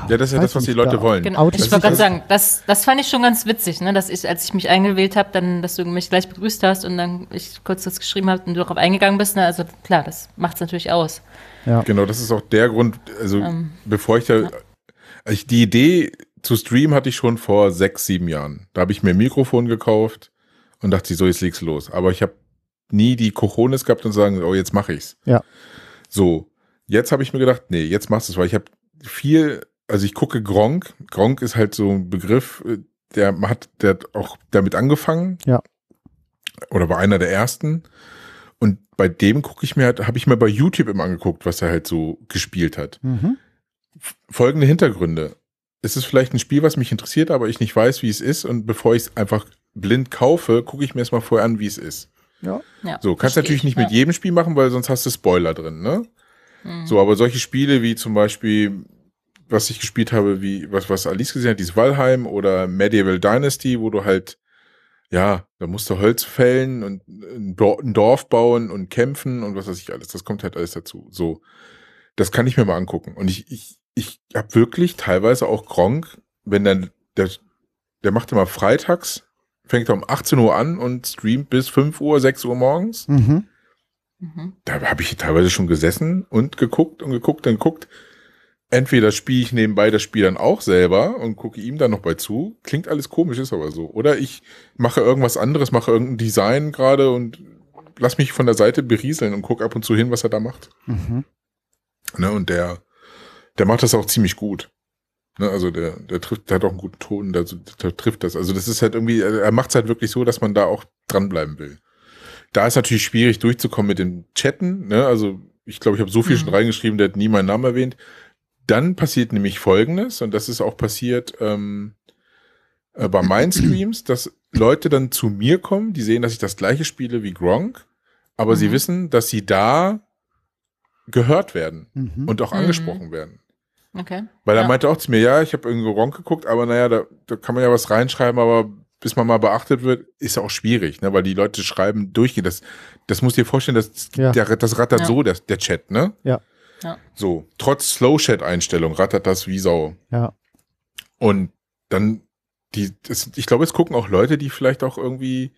D: ja, das ist ja
B: weiß
D: das, was die
B: nicht,
D: Leute
B: da-
D: wollen.
C: genau,
B: Auto-
C: ich
D: Das ist
C: wollte gerade
D: das-
C: sagen, das, das fand ich schon ganz witzig, ne? dass ich, als ich mich eingewählt habe, dann, dass du mich gleich begrüßt hast und dann ich kurz das geschrieben habe und du darauf eingegangen bist. Ne? Also klar, das macht's natürlich aus.
D: Genau, das ist auch der Grund, also
C: Ähm,
D: bevor ich da. Ich, die Idee zu streamen hatte ich schon vor sechs, sieben Jahren. Da habe ich mir ein Mikrofon gekauft und dachte, so, jetzt leg's los. Aber ich habe nie die Kochones gehabt und sagen, oh, jetzt mache ich's.
B: Ja.
D: So, jetzt habe ich mir gedacht, nee, jetzt machst du's, weil ich habe viel, also ich gucke Gronk. Gronk ist halt so ein Begriff, äh, der hat, der hat auch damit angefangen.
B: Ja.
D: Oder war einer der ersten. Und bei dem gucke ich mir halt, habe ich mir bei YouTube immer angeguckt, was er halt so gespielt hat
B: Mhm.
D: folgende Hintergründe. Es ist vielleicht ein Spiel, was mich interessiert, aber ich nicht weiß, wie es ist. Und bevor ich es einfach blind kaufe, gucke ich mir erstmal vorher an, wie es ist.
B: Ja.
C: ja,
D: So, kannst
C: verstehe
D: natürlich
C: ich.
D: nicht mit
C: ja. Mhm.
D: jedem Spiel machen, weil sonst hast du Spoiler drin, ne? So, aber solche Spiele wie zum Beispiel, was ich gespielt habe, wie, was, was Alice gesehen hat, dieses Valheim oder Medieval Dynasty, wo du halt, ja, da musst du Holz fällen und ein Dor- ein Dorf bauen und kämpfen und was weiß ich alles. Das kommt halt alles dazu. So. Das kann ich mir mal angucken. Und ich, ich, ich hab wirklich teilweise auch Gronk, wenn dann, der, der macht immer freitags, fängt er um 18 Uhr an und streamt bis 5 Uhr, 6 Uhr morgens
B: Mhm.
C: Mhm.
D: da habe ich teilweise schon gesessen und geguckt und geguckt und geguckt. Entweder spiele ich nebenbei das Spiel dann auch selber und gucke ihm dann noch bei zu. Klingt alles komisch, ist aber so. Oder ich mache irgendwas anderes, mache irgendein Design gerade und lass mich von der Seite berieseln und guck ab und zu hin, was er da macht.
B: Mhm.
D: Ne? Und der, der macht das auch ziemlich gut. Ne? Also der, der trifft, der hat auch einen guten Ton, der, der trifft das. Also das ist halt irgendwie, er macht es halt wirklich so, dass man da auch dranbleiben will. Da ist natürlich schwierig durchzukommen mit dem Chatten. Ne? Also ich glaube, ich habe so viel
C: Mhm.
D: schon reingeschrieben, der hat nie meinen Namen erwähnt. Dann passiert nämlich Folgendes, und das ist auch passiert ähm, äh, bei
C: [clears throat]
D: meinen Streams, dass Leute dann zu mir kommen, die sehen, dass ich das gleiche spiele wie Gronk, aber sie
C: Mhm.
D: wissen, dass sie da gehört werden
B: Mhm.
D: und auch
C: Mhm.
D: angesprochen werden.
C: Okay.
D: Weil er
C: Ja.
D: meinte auch zu mir, ja, ich habe irgendwo Gronk geguckt, aber naja, da, da kann man ja was reinschreiben, aber bis man mal beachtet wird, ist ja auch schwierig, ne? weil die Leute schreiben durchgehend. Das, das musst du dir vorstellen, das,
B: Ja.
D: der, das rattert
C: Ja.
D: so, der, der Chat, ne?
B: Ja.
C: Ja.
D: So, trotz Slow-Chat-Einstellung rattert das wie Sau.
B: ja.
D: Und dann die, das, ich glaube, es gucken auch Leute, die vielleicht auch irgendwie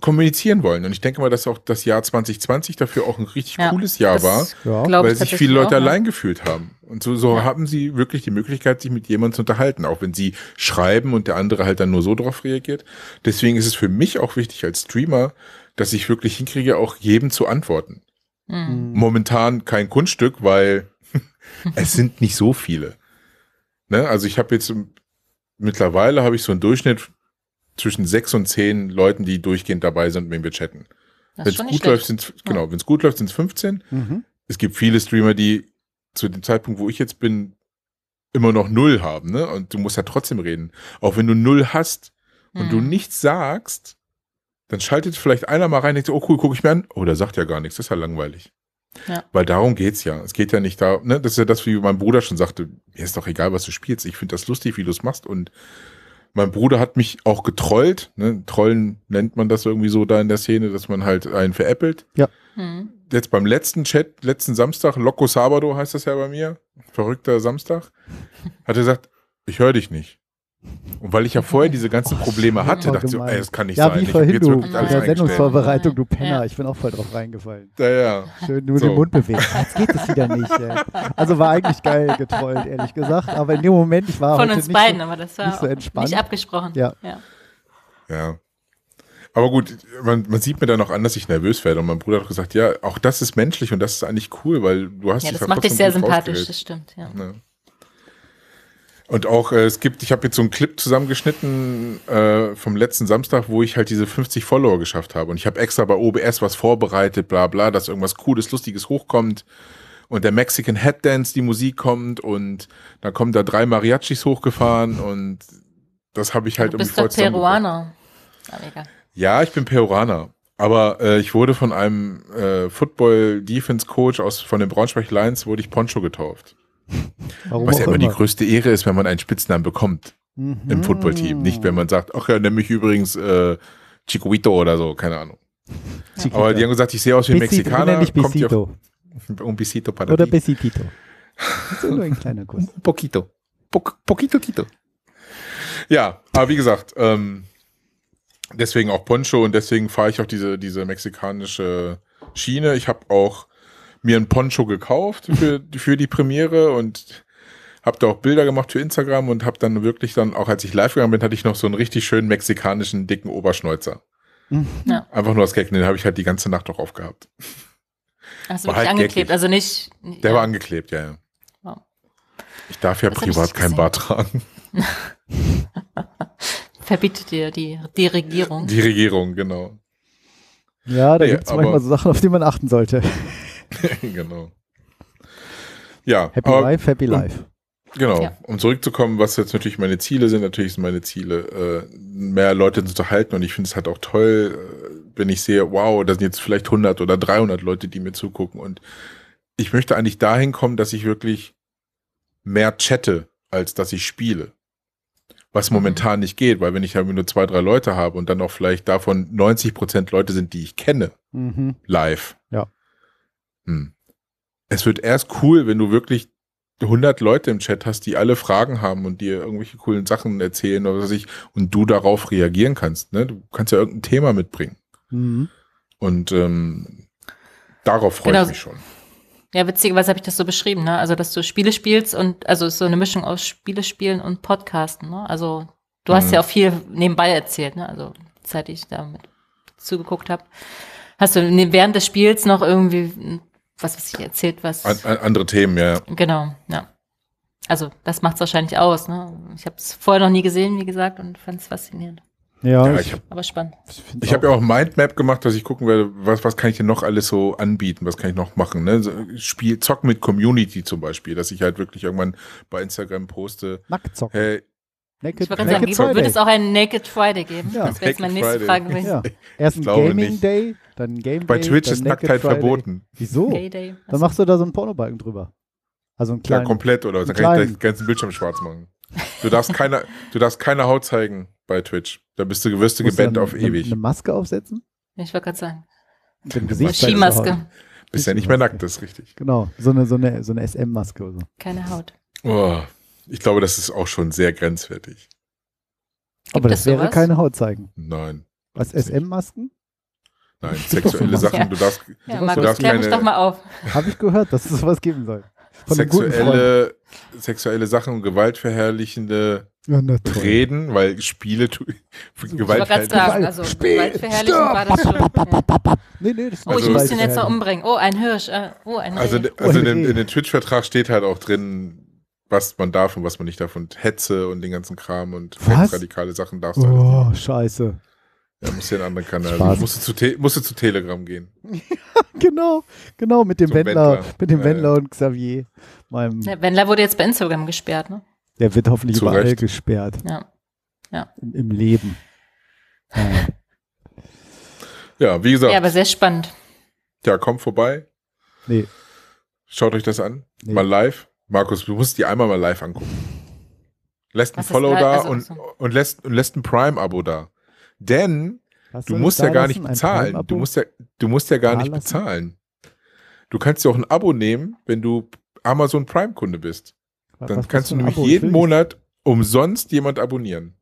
D: kommunizieren wollen. Und ich denke mal, dass auch das Jahr 2020 dafür auch ein richtig
C: Ja,
D: cooles Jahr
C: das
D: war,
B: Ja.
C: glaub ich
D: weil sich
C: tatsächlich
D: viele Leute
C: auch, ne? ja.
D: allein gefühlt haben. Und so, so
C: Ja.
D: haben sie wirklich die Möglichkeit, sich mit jemandem zu unterhalten, auch wenn sie schreiben und der andere halt dann nur so drauf reagiert. Deswegen ist es für mich auch wichtig als Streamer, dass ich wirklich hinkriege, auch jedem zu antworten.
C: Mhm.
B: Mhm.
D: Momentan kein Kunststück,
C: [laughs]
D: weil es sind nicht so viele. Ne? Also ich habe jetzt im- mittlerweile habe ich so einen Durchschnitt zwischen sechs und zehn Leuten, die durchgehend dabei sind, wenn wir chatten.
C: Das
D: Wenn
C: ist
D: es
C: schon
D: gut
C: nicht
D: läuft,
C: schlecht.
D: sind genau, wenn es gut läuft, sind es 15.
B: Mhm.
D: Es gibt viele Streamer, die zu dem Zeitpunkt, wo ich jetzt bin, immer noch null haben, ne? Und du musst ja trotzdem reden. Auch wenn du null hast und
C: Mhm.
D: du nichts sagst, dann schaltet vielleicht einer mal rein und denkt, so, oh cool, gucke ich mir an. Oh, der sagt ja gar nichts, das ist ja langweilig.
C: Ja.
D: Weil darum geht's ja. Es geht ja nicht da, ne? Das ist ja das, wie mein Bruder schon sagte, mir ist doch egal, was du spielst. Ich finde das lustig, wie du es machst. Und mein Bruder hat mich auch getrollt. Ne? Trollen nennt man das irgendwie so da in der Szene, dass man halt einen veräppelt
C: Mhm.
D: jetzt beim letzten Chat, letzten Samstag, Loco Sabado heißt das ja bei mir, verrückter
B: [laughs]
D: Samstag, hat er gesagt, ich höre dich nicht. Und weil ich ja vorher diese ganzen
B: Oh,
D: Probleme hatte,
B: voll
D: dachte ich so,
B: gemein.
D: ey, das kann nicht
B: ja,
D: sein.
B: wie
D: ich hab
B: vorhin
D: jetzt
B: du
D: wirklich
B: bei
D: alles
B: der
D: eingestellt.
B: Sendungsvorbereitung, du Penner.
C: Ja.
B: Ich bin auch voll drauf reingefallen.
D: Ja, ja.
B: Schön nur
D: So.
B: den Mund bewegen. Jetzt geht es wieder nicht. Ey. Also war eigentlich geil getrollt, ehrlich gesagt. Aber in dem Moment, ich war
C: Von
B: heute
C: uns
B: nicht
C: beiden,
B: So,
C: aber das war
B: nicht so
C: auch
B: entspannt.
C: nicht abgesprochen.
B: Ja.
D: ja. Aber gut, man, man sieht mir dann auch an, dass ich nervös werde. Und mein Bruder hat gesagt, ja, auch das ist menschlich und das ist eigentlich cool, weil du hast
C: Ja, das
D: ja
C: macht dich
D: trotzdem
C: sehr
D: gut
C: sympathisch,
D: rausgeredet.
C: das stimmt. Ja.
D: Ja. Ne. Und auch, äh, es gibt, ich habe jetzt so einen Clip zusammengeschnitten äh, vom letzten Samstag, wo ich halt diese 50 Follower geschafft habe. Und ich habe extra bei OBS was vorbereitet, bla bla, dass irgendwas Cooles, Lustiges hochkommt. Und der Mexican Headdance, die Musik kommt und dann kommen da drei Mariachis hochgefahren und das habe ich halt
C: du
D: irgendwie
C: bist doch
D: voll zusammengebracht.
C: Peruaner. Ah, Aber egal.
D: Ja, ich bin Peruaner. Aber äh, ich wurde von einem äh, Football-Defense-Coach aus von den Braunschweig Lions, wurde ich Poncho getauft.
B: Warum
D: Was
B: auch
D: ja immer, die größte Ehre ist, wenn man einen Spitznamen bekommt
B: Mhm.
D: im Footballteam. Nicht, wenn man sagt, ach ja, nenn mich übrigens äh, Chiquito oder so, keine Ahnung.
B: Chiquita.
D: Aber die haben gesagt, ich sehe aus wie ein
B: Besito, du nenn
D: Mexikaner.
B: dich
D: Kommt ja auch,
B: Besito.
D: un pisito para
B: Oder
D: ti.
B: Besitito. Das ist nur ein kleiner Kuss.
D: Un poquito. Po poquito, quito. Ja, aber wie gesagt, ähm, deswegen auch Poncho und deswegen fahre ich auch diese, diese mexikanische Schiene. Ich habe auch mir ein Poncho gekauft für, [laughs] für die Premiere und habe da auch Bilder gemacht für Instagram und habe dann wirklich dann, auch als ich live gegangen bin, hatte ich noch so einen richtig schönen mexikanischen dicken Oberschneuzer.
C: Ja.
D: Einfach nur aus Gag, den habe ich halt die ganze Nacht auch aufgehabt.
C: Hast du
D: War
C: wirklich
D: halt
C: angeklebt,
D: geckig.
C: also nicht.
D: Der
C: ja.
D: war angeklebt, ja, ja.
C: Wow.
D: Ich darf ja
C: Das hab ich
D: privat
C: nicht
D: kein
C: gesehen.
D: Bart tragen.
C: Verbietet dir die, die Regierung.
D: Die Regierung, genau. [laughs]
B: Ja, da
D: Nee,
B: gibt es
D: aber-
B: manchmal so Sachen, auf die man achten sollte.
D: genau. Ja,
B: Happy
D: aber,
B: Life, Happy Life.
D: genau.
C: Ja.
D: Um zurückzukommen, was jetzt natürlich meine Ziele sind, natürlich sind meine Ziele, äh, mehr Leute zu unterhalten und ich finde es halt auch toll, äh, wenn ich sehe, wow, da sind jetzt vielleicht 100 oder 300 Leute, die mir zugucken und ich möchte eigentlich dahin kommen, dass ich wirklich mehr chatte, als dass ich spiele. Was momentan nicht geht, weil wenn ich ja nur zwei, drei Leute habe und dann auch vielleicht davon 90 Prozent Leute sind, die ich kenne,
B: Mhm.
D: live.
B: Ja.
D: Hm. Es wird erst cool, wenn du wirklich 100 Leute im Chat hast, die alle Fragen haben und dir irgendwelche coolen Sachen erzählen oder was weiß ich und du darauf reagieren kannst. Ne? Du kannst ja irgendein Thema mitbringen.
B: Mhm.
D: Und ähm, darauf freue
C: Genau.
D: ich mich schon.
C: Ja, witzigerweise habe ich das so beschrieben, ne? Also, dass du Spiele spielst und also es ist so eine Mischung aus Spiele spielen und Podcasten, ne? Also, du hast
D: Mhm.
C: ja auch viel nebenbei erzählt, ne? Also, seit ich damit zugeguckt habe, hast du ne- während des Spiels noch irgendwie hm, was, was ich erzählt, was
D: An, an, andere Themen, ja.
C: genau, ja. Also, das macht's wahrscheinlich aus, ne? Ich habe es vorher noch nie gesehen, wie gesagt, und fand es faszinierend,
B: Ja,
D: ja
B: ich,
D: ich habe
C: aber spannend.
B: find's
D: ich hab ja auch Mindmap gemacht, dass ich gucken werde, was, was kann ich denn noch alles so anbieten, was kann ich noch machen. Ne? So, Spiel, Zock mit Community zum Beispiel, dass ich halt wirklich irgendwann bei Instagram poste,
B: Nacktzock.
D: hey,
B: Naked,
C: Ich wollte gerade
B: Naked
C: sagen, wird
B: Friday.
C: es auch einen Naked Friday geben?
B: Ja.
C: Das wäre jetzt meine
D: Naked
C: nächste
D: Friday.
C: Frage gewesen.
B: Ja. Erst ein
D: Ich glaube
B: Gaming
D: nicht.
B: Day, dann ein Game
D: bei
B: Day.
D: Twitch
B: dann
D: ist
B: Naked
D: Nacktheit
B: Friday.
D: verboten.
B: Wieso?
C: Gay Day.
B: Oh, Dann machst du da so einen Pornobalken drüber. Also einen
D: Ja,
B: kleinen.
D: komplett oder
B: Einen
D: dann kann ich
B: kleinen.
D: den ganzen Bildschirm schwarz machen. Du darfst keine, du darfst keine Haut zeigen bei Twitch. Da bist du wirst du
B: Musst du
D: gebannt
B: dann
D: auf
B: eine,
D: ewig.
B: Eine Maske aufsetzen?
C: Ich wollte gerade sagen.
B: Mit dem
D: Eine
B: Gesicht.
C: Skimaske,
D: Bist ja nicht mehr nackt, das ist richtig.
B: Genau, so eine, so eine, so eine SM-Maske oder so.
C: keine Haut.
D: Oh, ich glaube, das ist auch schon sehr grenzwertig.
B: Aber
C: es
B: das wäre
C: sowas?
B: keine Haut zeigen.
D: Nein.
B: Was,
D: Nicht.
B: SM-Masken? [laughs]
D: Nein, sexuelle
B: Masken.
D: Sachen, du darfst
C: Ja,
B: Du
C: Markus,
D: darfst
C: klär mich
D: keine-
C: doch mal auf.
B: Habe ich gehört, dass es was geben soll. Von einem guten Freund.
D: sexuelle, sexuelle Sachen und gewaltverherrlichende
B: Ja, na toll.
D: Reden, weil Spiele tu,
C: Ich wollte gerade
D: gewaltverherrlichende
C: sagen, also gewaltverherrlichend war das schon. Ja.
B: Nee, nee, das ist
C: Oh, ich
D: Also-
C: muss den jetzt
B: mal
C: noch umbringen. Oh, ein Hirsch. äh, Oh, ein Reh.
D: Also, in- also in, dem- in dem Twitch-Vertrag steht halt auch drin, was man darf und was man nicht darf und Hetze und den ganzen Kram und
B: Was?
D: radikale Sachen
C: um-
D: darfst du halt nicht.
B: Oh, scheiße.
D: Ja, musst du in einen anderen Kanal.
B: Spaß.
D: Also, musst, du zu Te musst du zu Telegram gehen.
B: Genau, genau, mit dem
D: Zum
B: Wendler,
D: Wendler.
B: mit dem
D: Ja,
B: Wendler und Xavier. Meinem,
C: Ja, Wendler wurde jetzt bei Instagram gesperrt, ne?
B: Der wird hoffentlich
D: Zu
B: überall
D: Recht.
B: gesperrt.
C: Ja.
B: Im, im Leben. Ja.
D: Ja, wie gesagt,
C: Ja,
D: ja,
C: aber sehr spannend.
D: kommt vorbei,
B: Nee,
D: schaut euch das an.
B: Nee.
D: Mal live. Markus, du musst die einmal mal live angucken. Lässt ein
C: Was ist
D: Follow
C: live?
D: da
C: Also,
D: und,
C: so.
D: und, lässt, und lässt ein Prime-Abo da. Denn
B: Was
D: du
B: soll ich
D: musst
B: da
D: ja gar
B: lassen?
D: nicht
B: Ein
D: bezahlen.
B: Prime-Abo?
D: Du musst ja, du musst ja gar
B: Da
D: nicht
B: lassen?
D: bezahlen. Du kannst ja auch ein Abo nehmen, wenn du Amazon Prime-Kunde bist.
B: Was-
D: Dann
B: was
D: kannst
B: für
D: du
B: ein
D: nämlich
B: Abo? Ich will
D: jeden
B: nicht
D: Monat umsonst jemand abonnieren.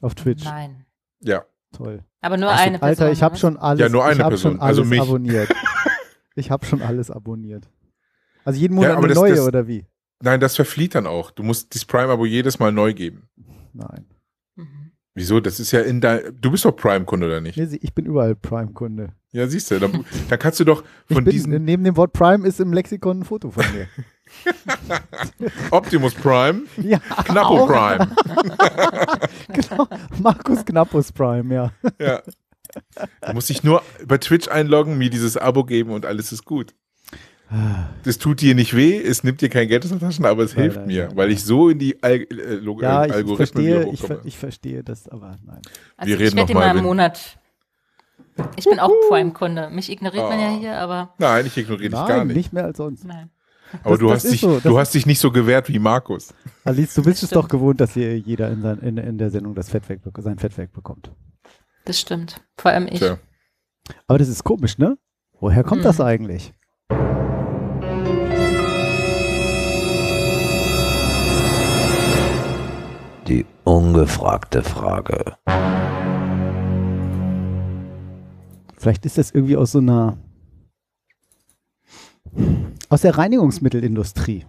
B: Auf Twitch.
C: Nein.
D: Ja.
B: Toll.
C: Aber nur
D: Ach so,
C: eine Person.
B: Alter, ich habe
C: ne?
B: schon alles,
D: Ja, nur eine
B: ich hab
D: Person,
B: schon alles
D: also mich. [laughs]
B: abonniert. ich habe schon alles abonniert. Also jeden Monat
D: aber
B: eine
D: das-
B: neue
D: das-
B: oder wie?
D: Nein, das verflieht dann auch. Du musst dieses Prime-Abo jedes Mal neu geben.
B: Nein.
C: Mhm.
D: Wieso? Das ist ja in dein. Du bist doch Prime-Kunde oder nicht?
B: Nee, sie- Ich bin überall Prime-Kunde.
D: Ja, siehst du.
B: [laughs]
D: Dann, dann kannst du doch
B: Ich
D: von
B: bin-
D: diesem
B: Neben dem Wort Prime ist im Lexikon ein Foto von
D: [laughs]
B: mir.
D: Optimus Prime,
B: ja, [laughs]
D: Knappo
B: auch.
D: Prime.
B: genau. Markus Knappus Prime, ja.
D: Ja. Du musst dich nur bei Twitch einloggen, mir dieses Abo geben und alles ist gut. Das tut dir nicht weh, es nimmt dir kein Geld aus der Tasche, aber es
B: Nein,
D: hilft
B: nein,
D: mir,
B: nein,
D: weil ich so in die Al äh, Log-
B: Ja,
D: äh,
B: ich, ich
D: Algorithmen wieder
B: verstehe, ich,
D: hochkomme.
B: ver- ich verstehe das, aber nein.
C: Also
D: Wir reden
C: ich werd
D: noch mal,
C: die mal
D: wenn-
C: im Monat. Ich bin auch Prime-Kunde. Mich ignoriert man ja
D: Ah.
C: hier, aber
D: Nein, ich ignoriere dich
B: nein,
D: gar nicht.
B: mehr als
C: [laughs]
B: sonst.
C: nein.
B: Das-
D: Aber du,
B: das
D: hast
B: ist
D: dich,
B: so, das
D: du
B: ist-
D: hast dich nicht so gewehrt wie Markus.
B: Alice, du bist es
C: Stimmt.
B: doch gewohnt, dass hier jeder in, sein, in, in der Sendung das Fett weg, sein Fett wegbekommt.
C: Das stimmt. Vor allem ich.
D: Tja.
B: Aber das ist komisch, ne? Woher kommt
C: Mhm.
B: das eigentlich?
F: Die ungefragte Frage.
B: Vielleicht ist das irgendwie aus so einer. aus der Reinigungsmittelindustrie.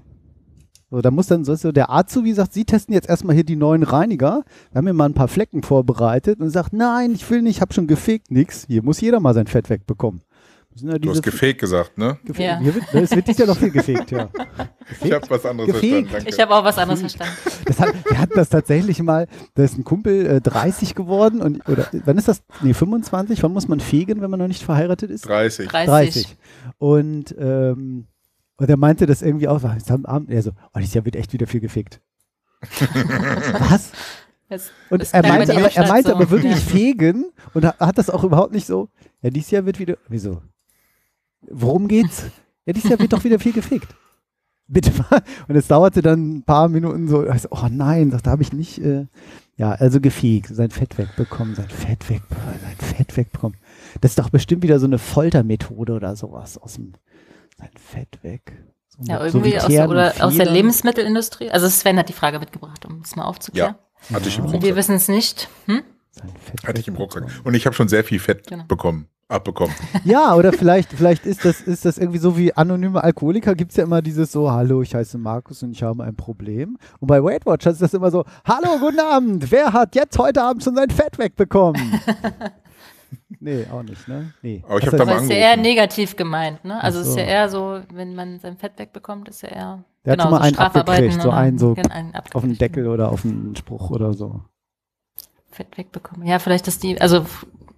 B: So, da muss dann so, so der Azubi sagt, Sie testen jetzt erstmal hier die neuen Reiniger. Wir haben mir mal ein paar Flecken vorbereitet und sagt, nein, ich will nicht, hab schon gefegt, nix. Hier muss jeder mal sein Fett wegbekommen. Das sind ja
D: Du
B: diese
D: hast gefaked gesagt, ne?
B: Gefe-
C: Ja.
B: Hier wird, es wird dies ja noch viel gefegt, ja.
D: Ich habe was anderes
B: Gefaked.
D: verstanden. Danke.
C: Ich habe auch was anderes verstanden.
B: Das hat, wir hatten das tatsächlich mal, da ist ein Kumpel äh, 30 geworden und oder wann ist das? Nee, 25, wann muss man fegen, wenn man noch nicht verheiratet ist?
D: 30.
C: 30.
B: Und, ähm, und er meinte das irgendwie auch, war jetzt am Abend, er so, oh, dieses Jahr wird echt wieder viel gefickt. Was?
C: Das,
B: Und
C: das
B: er
C: bleibt
B: meinte,
C: bei dir
B: aber, er
C: statt,
B: meinte
C: so.
B: aber wirklich
C: Ja.
B: fegen und ha- hat das auch überhaupt nicht so, ja, dieses Jahr wird wieder, wieso? Worum geht's? Ja, dieses Jahr wird doch wieder viel gefickt. [laughs] Bitte mal. Und es dauerte dann ein paar Minuten so, also, oh nein, das habe ich nicht, äh, ja, also gefegt, sein Fett wegbekommen, sein Fett wegbekommen, sein Fett wegbekommen. Das ist doch bestimmt wieder so eine Foltermethode oder sowas aus dem, sein Fett weg. So mit-
C: Ja,
B: so
C: irgendwie
B: wie
C: aus,
B: Tieren
C: der-
B: und
C: oder aus der
B: Federn.
C: Lebensmittelindustrie. Also Sven hat die Frage mitgebracht, um es mal aufzuklären.
D: Hatte ich im
C: Und wir
D: Rucksack.
C: wissen es nicht. Hm?
B: Sein Fett
D: Hatte ich im
B: wegbekommen.
D: Rucksack. Und ich habe schon sehr viel Fett
C: Genau.
D: bekommen, abbekommen.
B: Ja, oder vielleicht, vielleicht ist das, ist das irgendwie so wie anonyme Alkoholiker gibt es ja immer dieses so, hallo, ich heiße Markus und ich habe ein Problem. Und bei Weight Watchers ist das immer so, hallo, guten Abend, wer hat jetzt heute Abend schon sein Fett
C: [laughs]
B: wegbekommen? nee, auch nicht, ne? Nee.
D: Aber ich
B: Was
D: hab da
B: heißt-
C: Aber
D: mal
C: ist ja
D: angerufen.
C: eher negativ gemeint, ne? Also
B: Ach
C: es ist ja
B: so.
C: eher so, wenn man sein Fett wegbekommt, ist ja eher
B: Der hat schon mal einen
C: Genau, Strafarbeiten
B: abgekriegt, so
C: oder-
B: einen so
C: genau, einen
B: auf den
C: abgekriegt.
B: Deckel oder auf den Spruch oder so.
C: Fett wegbekommen. Ja, vielleicht ist die, also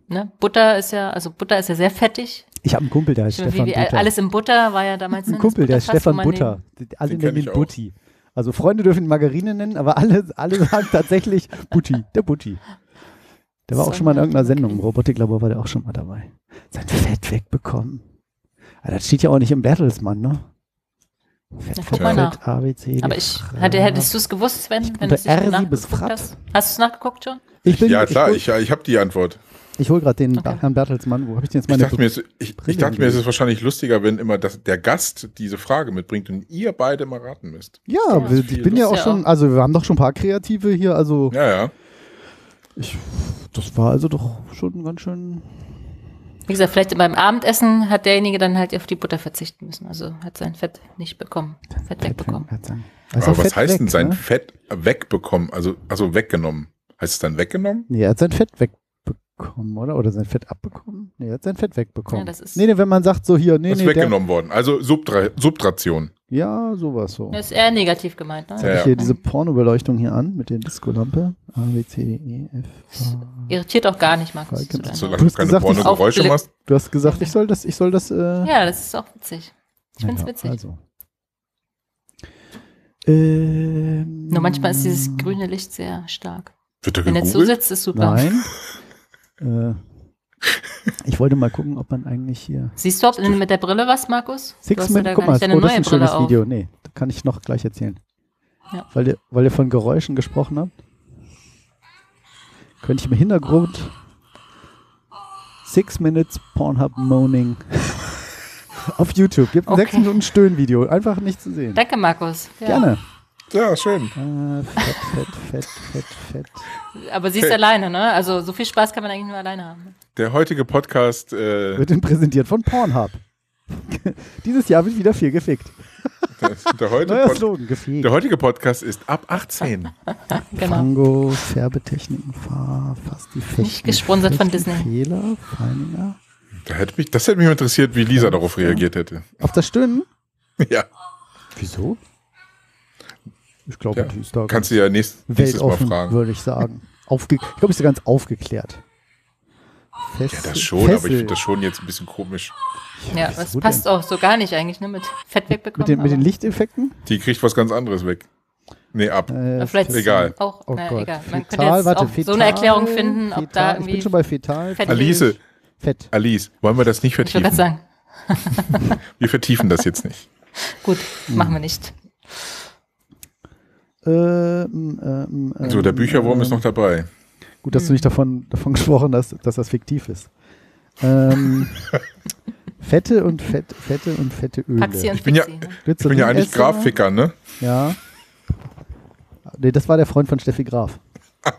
C: ne, Butter ist ja, also Butter ist ja sehr fettig.
B: Ich habe einen Kumpel, der heißt
C: Wie-
B: Stefan
C: wie,
B: Butter.
C: Alles im Butter war ja damals
B: ein
C: ne, das
B: Kumpel, der ist
C: Butterfass, wo
B: Stefan
C: man
B: Butter. Die- Alle
D: Den kenn
B: nennen
D: ich
B: ihn
D: auch.
B: Butti. Also Freunde dürfen ihn Margarine nennen, aber alle,
D: [laughs]
B: alle sagen tatsächlich Butti, der Butti. Der war auch schon mal in irgendeiner Sendung. Im Robotiklabor war der auch schon mal dabei. Sein Fett wegbekommen. Aber das steht ja auch nicht im Bertelsmann, ne? Fett,
C: Na,
B: Fett,
C: guck mal nach.
B: Fett, ABC.
C: Den, aber ich, hatte, hättest du es gewusst, Sven, wenn
B: unter
C: du es nicht
B: RSI
C: nachgeguckt
B: befragt.
C: hast? Hast du es nachgeguckt schon?
B: ich bin,
D: Ja, klar,
B: hol-
D: ich, ich habe die Antwort.
B: Ich hole gerade den
C: Okay.
B: Herrn Bertelsmann. Wo habe ich denn jetzt
D: Ich
B: meine
D: dachte, mir, es- ich, ich
B: Brille
D: dachte mir, es
B: gelegt.
D: ist wahrscheinlich lustiger, wenn immer das, der Gast diese Frage mitbringt und ihr beide mal raten müsst.
B: Ja,
C: Ja,
B: wir- ich
D: viel
B: bin ja
C: ist
B: auch
C: ja
B: schon, also wir haben doch schon ein paar Kreative hier, also
D: Ja, ja.
B: Ich, das war also doch schon ganz schön.
C: Wie gesagt, vielleicht beim Abendessen hat derjenige dann halt auf die Butter verzichten müssen. Also hat sein Fett nicht bekommen, Fett wegbekommen.
B: Fett sein. Also
D: Aber was
B: Fett
D: heißt denn
B: weg,
D: sein
B: ne?
D: Fett wegbekommen? Also, also weggenommen. Heißt es dann weggenommen?
B: Nee, er hat sein Fett wegbekommen, oder? Oder sein Fett abbekommen? Nee, er hat sein Fett wegbekommen.
C: Ja, das ist-
B: nee, nee, wenn man sagt, so hier, nee,
D: das
B: nee,
D: ist
B: der,
D: weggenommen worden. Also Subtra Subtraktion.
B: ja, sowas so.
C: Das ist eher negativ gemeint,
B: Jetzt
C: ne?
D: Ja,
B: habe ich
D: ja.
B: hier diese Pornobeleuchtung hier an mit der Disco-Lampe. A, B, C, D, E, F. A.
C: Irritiert auch gar nicht, Markus.
B: Falken-
C: dass du
D: Solange du
B: genau. hast
D: keine
B: gesagt, ich-
D: Porno-Geräusche
C: Aufblick-
D: machst.
B: Du hast gesagt, ich soll das, ich soll das, äh,
C: da- Ja, das ist auch witzig. Ich find's
B: naja,
C: witzig.
B: Also. Ähm,
C: Nur manchmal ist dieses grüne Licht sehr stark.
D: Wird da
C: Wenn er
D: gegoogelt?
C: zusitzt, ist super.
B: Nein. äh, ich wollte mal gucken, ob man eigentlich hier.
C: Siehst du überhaupt mit der Brille was, Markus? du
B: Six
C: hast ja
B: Minutes,
C: da
B: guck
C: gar
B: mal,
C: nicht deine
B: oh, das ist
C: neue
B: ein
C: Brille
B: schönes
C: auf.
B: Video. Nee, das kann ich noch gleich erzählen.
C: Ja.
B: Weil, ihr, weil ihr von Geräuschen gesprochen habt, könnte ich im Hintergrund Six Minutes Pornhub Moaning [laughs] auf YouTube. Gibt ein
C: Okay.
B: 6 Minuten Stöhnvideo, einfach nicht zu sehen.
C: Danke, Markus. Ja.
B: Gerne.
D: Ja, schön.
B: Äh, fett, fett, fett, fett, fett.
C: Aber sie ist
D: Okay.
C: alleine, ne? Also so viel Spaß kann man eigentlich nur alleine haben.
D: Der heutige Podcast,
B: [laughs]
D: äh,
B: Wird Ihnen präsentiert von Pornhub. [laughs] Dieses Jahr wird wieder viel gefickt.
D: der, der, heutige
B: Neuer
D: Pod
B: Slogan, gefickt.
D: der heutige Podcast ist ab 18.
C: Genau.
B: Fango, Färbetechniken, Fahr, fast die Fechten.
C: Nicht gesponsert von
B: Fechten,
C: Disney.
B: Fehler, Feininger.
D: Da hätte mich, das hätte mich interessiert, wie Lisa darauf reagiert hätte. [laughs]
B: Auf das Stöhnen?
D: Ja,
B: Wieso? Ich glaube,
D: Ja,
B: die ist da
D: kannst du ja nächst, nächstes Mal
B: weltoffen,
D: fragen.
B: würde ich sagen. Aufge ich glaube, ist ganz aufgeklärt. Fessel,
D: Ja, das schon, aber ich finde das schon jetzt ein bisschen komisch.
C: Ja,
B: wieso
C: das
B: denn?
C: passt auch so gar nicht eigentlich, ne? Mit Fett wegbekommen.
B: mit den, mit den
C: aber-
B: Lichteffekten?
D: Die kriegt was ganz anderes weg. Nee, ab.
B: Äh,
C: Vielleicht
D: Egal.
C: auch,
B: Oh
C: na,
B: Gott.
C: egal. Man könnte
B: fetal,
C: jetzt
B: warte,
C: auch
B: fetal,
C: so eine Erklärung finden, ob da
B: fetal, Ich
C: irgendwie
B: bin schon bei fetal.
C: Fett-
D: Alice,
B: Fett.
D: Alice, wollen wir das nicht
C: Ich wollte gerade
D: vertiefen?
C: sagen,
D: Wir vertiefen das jetzt nicht.
C: gut,
B: Hm.
C: machen wir nicht.
B: Ähm, ähm, ähm,
D: So, Also der Bücherwurm
B: ähm,
D: ist noch dabei.
B: Gut, dass du nicht davon, davon [laughs] gesprochen hast, dass das fiktiv ist. Ähm, fette und fett, fette und fette Öle.
C: Paxi und
D: Ich bin ja-
C: Fixi, ne?
B: Willst
D: Ich
B: du
D: bin ja
B: die
D: eigentlich
B: essen?
D: Grafiker, ne?
B: Ja. Nee, das war der Freund von Steffi
D: [laughs]
B: Graf. äh,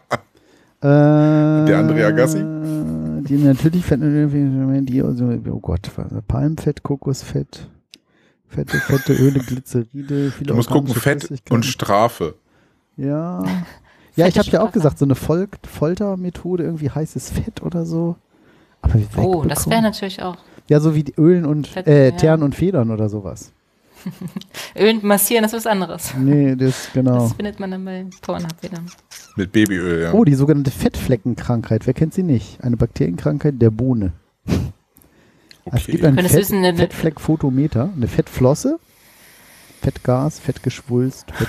B: der
D: Andrea Gassi?
B: Die natürlich fetten, die, also, oh Gott, Palmfett, Kokosfett, fette, fette Öle, Glyceride. Viele
D: Du musst gucken,
B: organische
D: Fett
B: Flüssigkeiten.
D: und Strafe.
B: Ja. [laughs] Ja, ich
C: Fette
B: habe ja auch
C: Sprache.
B: gesagt, so eine Vol Foltermethode, irgendwie heißes Fett oder so. Aber wie
C: Oh, das
B: wegbekommen?
C: wäre natürlich auch.
B: Ja, so wie die Ölen und
C: Fett,
B: äh,
C: ja.
B: Ternen und Federn oder sowas.
C: Ölen massieren, das ist was anderes.
B: Nee, das genau.
C: Das findet man dann bei Pornhub wieder.
D: Mit Babyöl, ja.
B: Oh, die sogenannte Fettfleckenkrankheit. Wer kennt sie nicht? Eine Bakterienkrankheit der Bohne. Also Es gibt
D: Okay.
B: einen
C: Könntest
B: Fett,
C: wissen, ne, eine-
B: Fettfleckphotometer, eine Fettflosse, Fettgas, Fettgeschwulst,
D: Aber die,